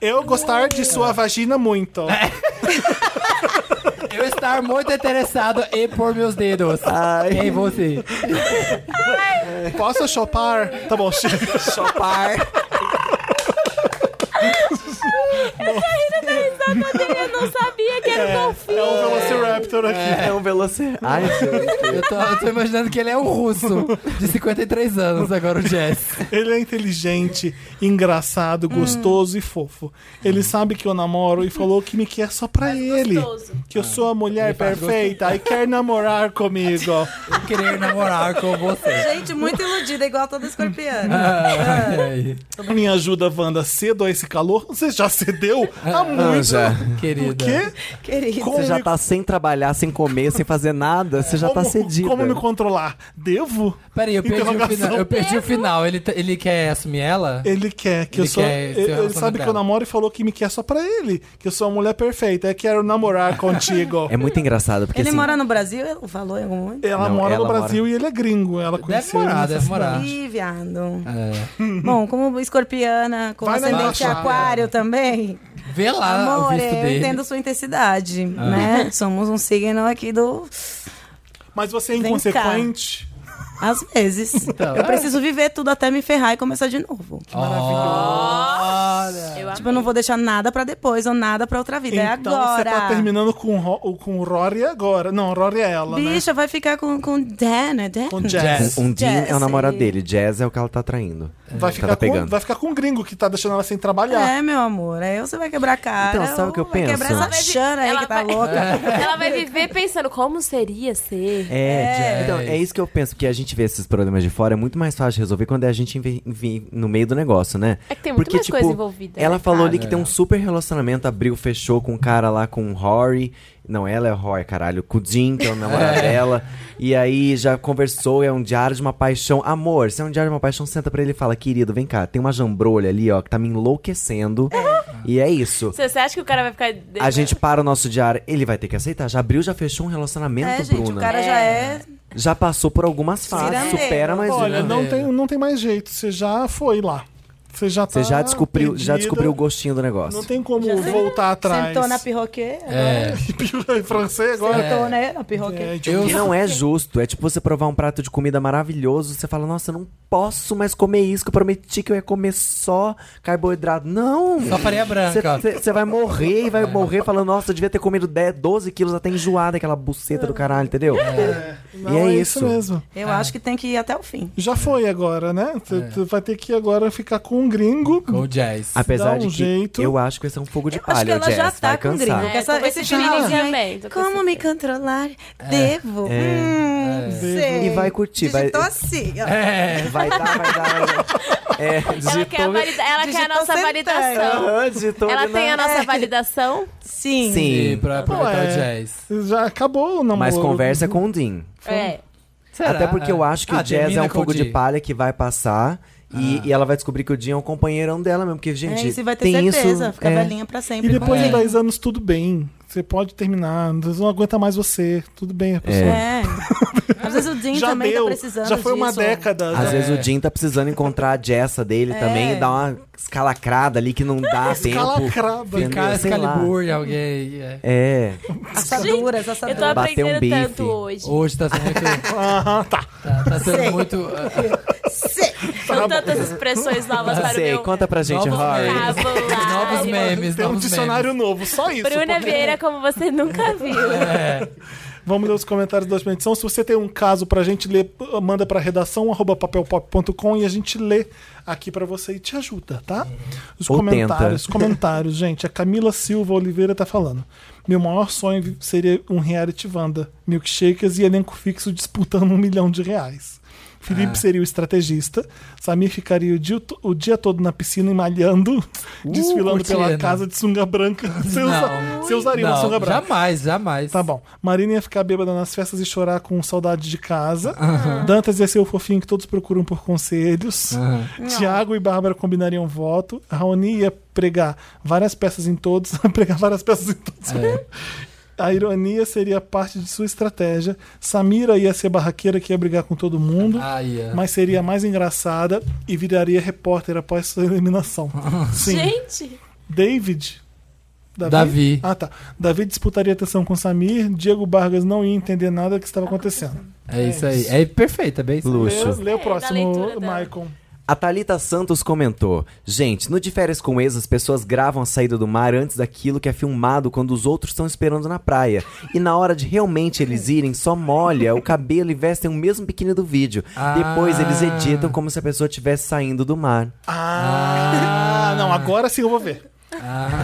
S1: Eu gostar de sua vagina muito.
S4: Eu estar muito interessado em pôr meus dedos em você.
S1: Posso chopar? Tá bom, chega.
S5: Chopar.
S8: Tá
S6: Eu não sabia que era um golfinho.
S1: É um Velociraptor aqui.
S5: É um velocidade. Ai, gente.
S4: Eu tô, eu tô imaginando que ele é um russo de 53 anos agora, o Jess.
S1: Ele é inteligente, engraçado,
S5: Hum.
S1: gostoso e fofo. Ele sabe que eu namoro e falou que me quer só pra ele.
S6: gostoso.
S1: Que eu
S5: Ah.
S1: sou a mulher perfeita e quer namorar comigo.
S4: Querer namorar com você.
S7: Gente, muito iludida, igual toda escorpiana.
S4: Ai,
S1: Me ajuda, Wanda, cedo a esse calor? Você já cedeu? Há muito.
S5: Anja,
S4: querida.
S1: Por quê?
S7: Querida.
S1: Ah, Como
S5: Ah, você já
S1: me-
S5: tá sem trabalhar, sem comer, sem fazer nada. Você já tá
S1: como-
S5: cedida.
S1: Como me controlar? Devo?
S4: Peraí, eu perdi o
S1: Interrogação.
S4: final. Eu perdi o final. Ele, t- ele quer assumir ela?
S1: Ele quer que
S4: Ele
S1: eu sou.
S4: quer
S1: ele-
S4: ser
S1: Ele,
S4: relacionado
S1: sabe que eu
S4: dela.
S1: namoro e falou que me quer só pra ele. Que eu sou a mulher perfeita. Eu quero namorar contigo.
S5: É muito engraçado, porque
S7: Ele
S5: assim,
S7: mora no Brasil, o valor é ruim.
S1: Ela
S5: Não,
S1: mora
S5: ela
S1: no Brasil e ele é gringo. Ela
S4: Deve
S1: conheceu ele
S4: morar,
S1: nessa
S4: deve morar.
S7: Ih, viado.
S4: É.
S7: Bom, como escorpiana, com
S1: Vai na Ah,
S7: ascendente
S1: minha
S7: aquário também.
S4: Vê lá o
S7: Amor, é,
S4: visto
S7: eu
S4: dele.
S7: entendo sua intensidade,
S1: Ah.
S7: né? Somos um signo aqui do...
S1: Mas você é
S7: Vem
S1: inconsequente.
S7: Às vezes.
S4: Então,
S7: eu
S4: é.
S7: preciso viver tudo até me ferrar e começar de novo.
S4: Maravilhoso. Olha.
S8: Eu
S7: Tipo, eu não
S8: amei.
S7: vou deixar nada pra depois ou nada pra outra vida.
S1: Então
S7: é
S1: você
S7: agora.
S1: tá terminando com, Ro- com o Rory agora. Não, Rory é ela, né?
S7: Bicha, vai ficar com, com Dan, né? Dan.
S1: Com Jazz.
S5: Um Dean é o
S7: Jazz,
S5: namorado
S7: e-
S5: dele, Jazz é o que ela tá traindo.
S1: Vai,
S5: que ela
S1: ficar
S5: tá
S1: com,
S5: pegando.
S1: vai ficar com o gringo que tá deixando ela sem trabalhar.
S7: É, meu amor. Aí você vai quebrar a cara.
S5: Então, sabe o que eu
S7: ou vai
S5: penso?
S7: quebrar essa
S8: Ela vai vi-
S7: chana aí
S8: ela
S7: que tá
S8: vai-
S7: louca.
S8: Ela vai viver pensando como seria ser.
S5: É, Então, é isso que eu penso, que a gente vê esses problemas de fora, é muito mais fácil de resolver quando é a gente envi- envi- no meio do negócio, né?
S8: É que tem muito mais coisa envolvida,
S5: Ela
S8: né,
S5: falou
S8: cara?
S5: ali que tem um super relacionamento, abriu, fechou com um cara lá com o Rory. Não, ela é o Rory, caralho, com o Jim, que é o namorado dela. E aí já conversou, é um diário de uma paixão. Amor, se é um diário de uma paixão, senta pra ele e fala, querido, vem cá, tem uma jambrolha ali, ó, que tá me enlouquecendo. E é isso.
S8: Você você acha que o cara vai ficar.
S5: A gente para o nosso diário, ele vai ter que aceitar. Já abriu, já fechou um relacionamento,
S7: É, gente,
S5: Bruna
S7: o cara já é.
S5: já passou por algumas fases,
S7: Cirandeiro.
S5: supera mais
S1: Olha, tá
S5: uma.
S1: não tem, não tem mais jeito. Você já foi lá. Você já tá
S5: Você já descobriu, já
S1: perdida.
S5: descobriu o gostinho do negócio.
S1: Não tem como voltar atrás.
S7: Sentou na pirroquê.
S4: É.
S1: Em francês agora.
S7: Sentou, né? Na pirroquê.
S1: É, idiota.
S4: Eu,
S5: E não é justo. É tipo você provar um prato de comida maravilhoso, você fala, nossa, eu não posso mais comer isso, que eu prometi que eu ia comer só carboidrato. Não!
S4: Só farinha branca.
S5: Você vai morrer e vai morrer falando, nossa, eu devia ter comido 10, 12 quilos até enjoar daquela buceta do caralho, entendeu?
S1: Não,
S5: e é,
S1: é
S5: isso.
S1: mesmo.
S7: Eu acho que tem que ir até o fim.
S1: Já foi agora, né? Você você
S5: É.
S1: vai ter que agora ficar com um gringo.
S4: com o jazz.
S5: Apesar
S1: Dá um
S5: de que
S1: jeito.
S5: eu acho que esse é um fogo de
S7: Eu acho que
S5: palha,
S7: ela
S5: Jess,
S7: já
S5: vai
S7: tá com
S5: cansar.
S7: gringo.
S8: É,
S7: Essa,
S8: tô com
S7: esse
S8: esse feeling
S7: finalzinho,
S8: também,
S7: hein?
S8: tô com
S7: Como
S8: esse
S7: me controlar? Devo. Hum, sei.
S5: É. E vai curtir, vai-
S7: Digitou assim. ó.
S4: É.
S5: Vai dar, vai dar. vai dar. É,
S8: Ela quer a,
S5: digitou-
S8: valida- ela quer a
S7: digitou
S8: nossa
S7: sem
S8: validação.
S5: Aham, digitou
S8: Ela
S5: ali
S8: tem
S5: na-
S8: a nossa validação.
S7: Sim.
S4: E
S5: Sim.
S4: pra aproveitar
S5: é.
S1: Ué.
S4: o jazz.
S1: Já acabou o namoro.
S5: Mas conversa com o Dean.
S8: É.
S5: Até porque eu acho que
S4: Ah,
S5: o Jazz é
S4: termina
S5: um
S4: com o Ah.
S5: fogo de
S4: Dean.
S5: palha que vai passar. E, e ela vai descobrir que o Dean é um companheirão dela mesmo. Porque, gente,
S7: É, isso vai ter
S5: tem
S7: certeza.
S5: isso.
S7: Fica
S5: é.
S7: velhinha pra
S1: E
S7: sempre.
S1: depois de
S4: É.
S1: 10 anos, tudo bem. Você pode terminar. Não aguenta mais você. Tudo bem, a pessoa.
S7: É. Às vezes o Dean
S1: Já
S7: também
S1: deu.
S7: tá precisando
S1: já foi uma
S7: disso.
S1: década.
S5: Às
S1: já-
S5: vezes o Dean tá precisando encontrar a Jessa dele
S7: É.
S5: também e dar uma escalacrada ali que não dá tempo.
S1: Calacrada.
S5: Fica-
S4: Ficar
S5: sei lá.
S4: Excalibur Um em alguém. é.
S5: É.
S7: Assaduras,
S8: Eu tô
S7: assaduras.
S5: Bater um
S8: aprendendo
S5: bife.
S8: tanto hoje.
S4: Hoje tá sendo muito.
S5: Ah,
S4: tá. Tá sendo muito. uh,
S8: São tantas expressões novas para
S5: Sei,
S8: o meu
S5: conta pra gente,
S4: novos
S5: Rory.
S4: memes.
S8: vocabulário.
S4: Novos memes,
S1: Tem um
S4: novos
S1: dicionário
S4: memes.
S1: novo, só isso.
S8: Bruna
S1: porque-
S8: Vieira, como você nunca viu.
S1: É. Vamos ler os comentários da última edição. Se você tem um caso pra gente ler, manda pra redação arroba papelpop.com e a gente lê aqui pra você e te ajuda, tá? Os
S5: Ou
S1: comentários,
S5: tenta.
S1: comentários, gente. A Camila Silva Oliveira tá falando. Meu maior sonho vi- seria um reality Wanda, milkshakers e elenco fixo disputando um milhão de reais. Felipe seria o estrategista, Samir ficaria o dia, to- o dia todo na piscina e malhando, desfilando pela
S4: curtindo.
S1: casa de sunga branca. Você, usa,
S4: Não.
S1: você usaria uma sunga
S4: Não,
S1: branca?
S4: jamais, jamais.
S1: um Tá bom. Marina ia ficar bêbada nas festas e chorar com saudade de casa. Dantas ia ser o fofinho que todos procuram por conselhos. Tiago e Bárbara combinariam voto. Raoni ia pregar várias peças em todos. pregar várias peças em todos. A ironia seria parte de sua estratégia. Samira ia ser a barraqueira que ia brigar com todo mundo.
S4: Ah, ia.
S1: Mas seria mais engraçada e viraria repórter após sua eliminação. Sim.
S8: Gente,
S1: David.
S4: Davi.
S1: Ah, tá. Davi disputaria a atenção com Samir. Diego Vargas não ia entender nada que estava acontecendo.
S4: É isso aí. É perfeito, é bem isso.
S1: Lê,
S5: Luxo.
S1: lê o
S8: da
S1: próximo,
S8: leitura dela.
S1: Michael.
S5: A Thalita Santos comentou: Gente, no de férias com ex, as pessoas gravam a saída do mar antes daquilo que é filmado quando os outros estão esperando na praia. E na hora de realmente eles irem, só molha o cabelo e vestem o mesmo biquíni do vídeo.
S4: Ah.
S5: Depois eles editam como se a pessoa estivesse saindo do mar.
S1: Ah, não, agora sim eu vou ver.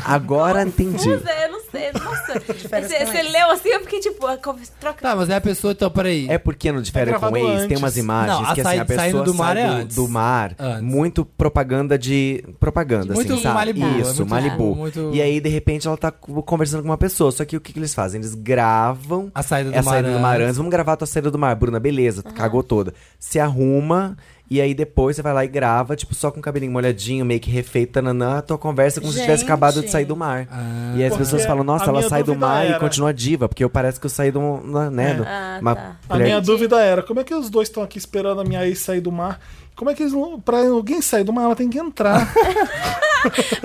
S5: Agora entendi.
S8: eu não sei, nossa. Você, você leu assim, eu fiquei tipo, a conversa- troca.
S4: Tá, mas é a pessoa, então, peraí.
S5: É porque no de férias com
S1: gravado
S5: ex tem
S1: antes.
S5: umas imagens
S4: Não, a
S5: que assim, a
S4: saída- saindo
S5: pessoa
S4: do mar
S5: sai
S4: é
S5: do,
S4: antes.
S5: do mar,
S4: Antes.
S5: muito propaganda de propaganda,
S4: Muito
S5: assim, sabe?
S4: Malibu, é
S5: Isso,
S4: muito
S5: Malibu.
S4: muito-
S5: E aí de repente ela tá co- conversando com uma pessoa, só que o que, que eles fazem? Eles gravam
S4: A saída do
S5: é a
S4: mar
S5: saída do mar
S4: antes.
S5: antes. Vamos gravar a tua saída do mar, Bruna, beleza? Cagou toda. Se arruma e aí depois você vai lá e grava, tipo, só com o cabelinho molhadinho, meio que refeita, nanã, a tua conversa é como se tivesse
S7: Gente.
S5: acabado de sair do mar.
S4: Ah.
S5: e aí as
S1: Porque
S5: pessoas falam,
S1: a
S5: nossa, ela
S1: minha
S5: sai do
S1: dúvida
S5: mar e
S1: era-
S5: continua diva, porque eu parece que eu saí do, né, do- uma
S8: Ah, tá.
S1: A minha dúvida era, como é que os dois estão aqui esperando a minha ex sair do mar Como é que eles. não- Pra alguém sair do mar, ela tem que entrar.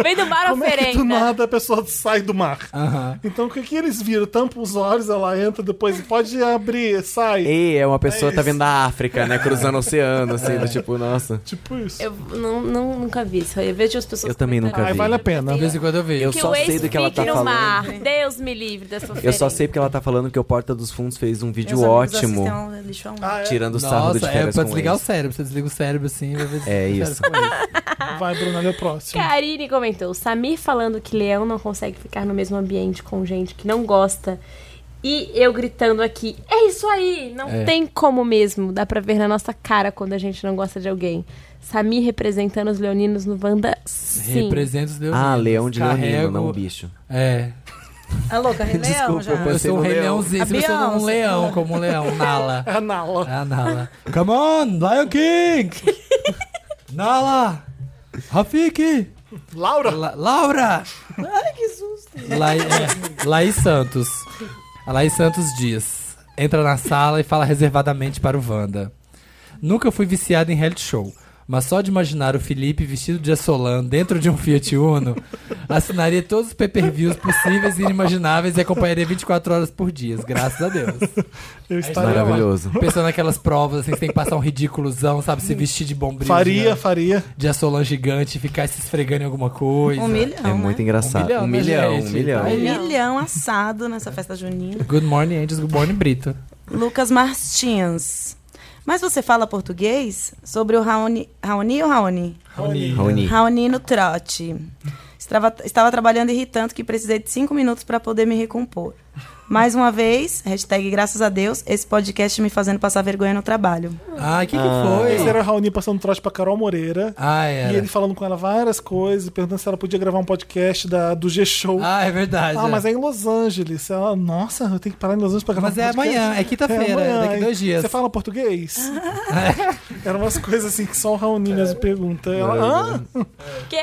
S6: Vem do mar
S1: Como é que do
S6: oferenda.
S1: nada a pessoa sai do mar?
S4: Aham.
S1: Então o que, que eles viram? Tampa os olhos, ela entra, depois pode abrir, sai.
S5: E é uma
S1: É
S5: pessoa que tá
S1: isso.
S5: vindo da África, né? Cruzando o oceano, assim, do tipo, nossa.
S1: Tipo isso.
S8: Eu não, não- nunca vi isso. Eu vejo as pessoas.
S5: Eu também nunca
S1: Aí
S5: vi.
S1: vale a pena.
S4: De vez em quando eu vejo.
S5: Eu
S8: Que
S5: só
S8: o ex
S5: sei do que ela tá
S8: fique no
S5: falando.
S8: mar. Deus me livre dessa
S5: Eu só
S8: oferenda.
S5: sei porque ela tá falando que o Porta dos Fundos fez um vídeo
S7: Meus amigos
S5: ótimo.
S7: assistem ao lixo a um.
S1: Ah, é?
S5: Tirando o sarro do de
S4: Nossa, é
S5: férias
S4: pra
S5: com
S4: desligar o
S5: ex.
S4: cérebro. Você desliga o cérebro assim, vai ver se
S5: É
S4: férias
S5: isso.
S4: com ex.
S1: Vai, Bruna, lê o próximo.
S8: Karine comentou: Samir falando que leão não consegue ficar no mesmo ambiente com gente que não gosta. E eu gritando aqui: É isso aí! Não
S4: É.
S8: tem como mesmo. Dá pra ver na nossa cara quando a gente não gosta de alguém. Samir representando os leoninos no Wanda. Sim.
S4: Representa os leoninos.
S5: Ah, leão de leonino,
S4: Carrego-
S5: não bicho.
S4: É.
S7: A louca, Rei Leão
S5: Desculpa,
S7: já.
S5: eu pensei-
S4: Eu sou um
S5: no
S4: rei
S5: leão.
S4: leãozinho. Se você
S7: A
S4: um
S7: Beyoncé.
S4: leão, como um leão. Nala.
S1: É a Nala.
S4: Ah, Nala. Come on, Lion King! Nala! Rafiki!
S1: Laura?
S4: La- Laura!
S7: Ai, que susto.
S4: La é, Laís Santos. A Laís Santos diz: entra na sala e fala reservadamente para o Wanda. Nunca fui viciada em reality show, mas só de imaginar o Felipe vestido de Assolan dentro de um Fiat Uno, assinaria todos os pay-per-views possíveis e inimagináveis e acompanharia 24 horas por dia, graças a Deus.
S1: Eu estaria lá.
S5: Maravilhoso.
S4: Pensando naquelas provas, assim, que tem que passar um ridículozão, sabe? Se vestir de bombril.
S1: Faria,
S4: né?
S1: faria.
S4: De assolão gigante, ficar se esfregando em alguma coisa.
S7: Um milhão.
S5: É muito engraçado.
S4: né? milhão,
S5: Um
S4: né,
S5: milhão, um
S4: gente?
S5: milhão.
S7: né? Um milhão assado nessa festa junina.
S4: Good morning, Angels. Good morning, Brito.
S7: Lucas Martins. Mas você fala português sobre o Raoni. Raoni ou Raoni?
S4: É,
S5: Raoni.
S7: Raoni no trote. Estava, estava trabalhando irritante que precisei de cinco minutos para poder me recompor. Mais uma vez, hashtag graças a Deus, esse podcast me fazendo passar vergonha no trabalho.
S4: Ai, Ah, que que foi?
S1: Esse era o Raoni passando trote pra Carol Moreira.
S4: Ah, era.
S1: Ah. E ele falando com ela várias coisas, perguntando se ela podia gravar um podcast da, do G-Show. Ah,
S4: Ah, é verdade.
S1: mas é em Los Angeles. Ela, nossa, eu tenho que parar em Los Angeles pra gravar
S4: Mas
S1: um
S4: é
S1: podcast.
S4: amanhã, é quinta-feira,
S1: amanhã.
S4: daqui dois dias.
S1: Você fala português? Eram umas coisas assim que só o Raoni
S4: É.
S1: mesmo pergunta. Ela, ah,
S8: Quê?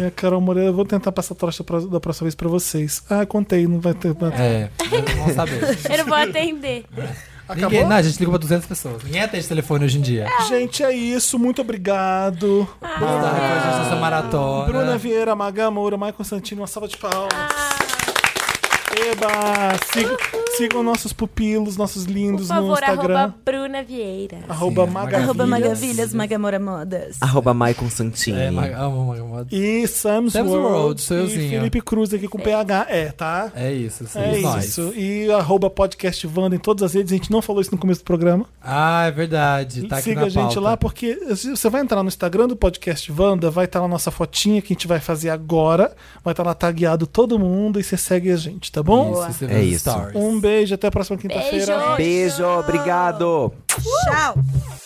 S1: E a Carol Moreira, eu vou tentar passar trocha pra- da próxima vez pra vocês. Ah, contei, não vai ter. não-
S4: É, vamos saber.
S8: Eu não vou atender.
S1: Acabou?
S4: Ninguém, não, a gente liga pra 200 pessoas. Ninguém atende telefone hoje em dia.
S1: Gente, é isso. Muito obrigado.
S4: Tá, depois da nossa maratona. É,
S1: Bruna
S8: É.
S1: Vieira, Magá Moura, Maicon Santino, uma salva de palmas.
S8: Ah.
S1: Eba! Siga- Sigam nossos pupilos, nossos
S8: Por
S1: lindos no
S8: favor,
S1: Instagram.
S8: arroba Bruna Vieira.
S1: Arroba,
S4: Sim,
S1: Magavilhas.
S4: Arroba
S7: Arroba
S4: Magavilhas,
S7: Magavilhas, Magamora Modas.
S5: Arroba Maicon Santini.
S4: É, ma- amo, amo, amo.
S1: E Sam's,
S4: Sam's
S1: World.
S4: World, sou
S1: e
S4: euzinho.
S1: Felipe Cruz aqui com PH. É, tá?
S4: É isso, sim.
S1: É
S4: nós.
S1: isso. E arroba podcast Wanda em todas as redes. A gente não falou isso no começo do programa.
S4: Ah, é verdade. Tá aqui
S1: Siga
S4: na
S1: a gente
S4: pauta.
S1: lá, porque se você vai entrar no Instagram do podcast Wanda, vai estar lá a nossa fotinha que a gente vai fazer agora. Vai estar lá tagueado todo mundo e você segue a gente, tá bom?
S4: Isso, você vê
S5: É
S4: os
S5: isso.
S4: stories.
S1: Um beijo, até a próxima quinta-feira.
S8: Beijo!
S5: Beijo, obrigado.
S7: Tchau!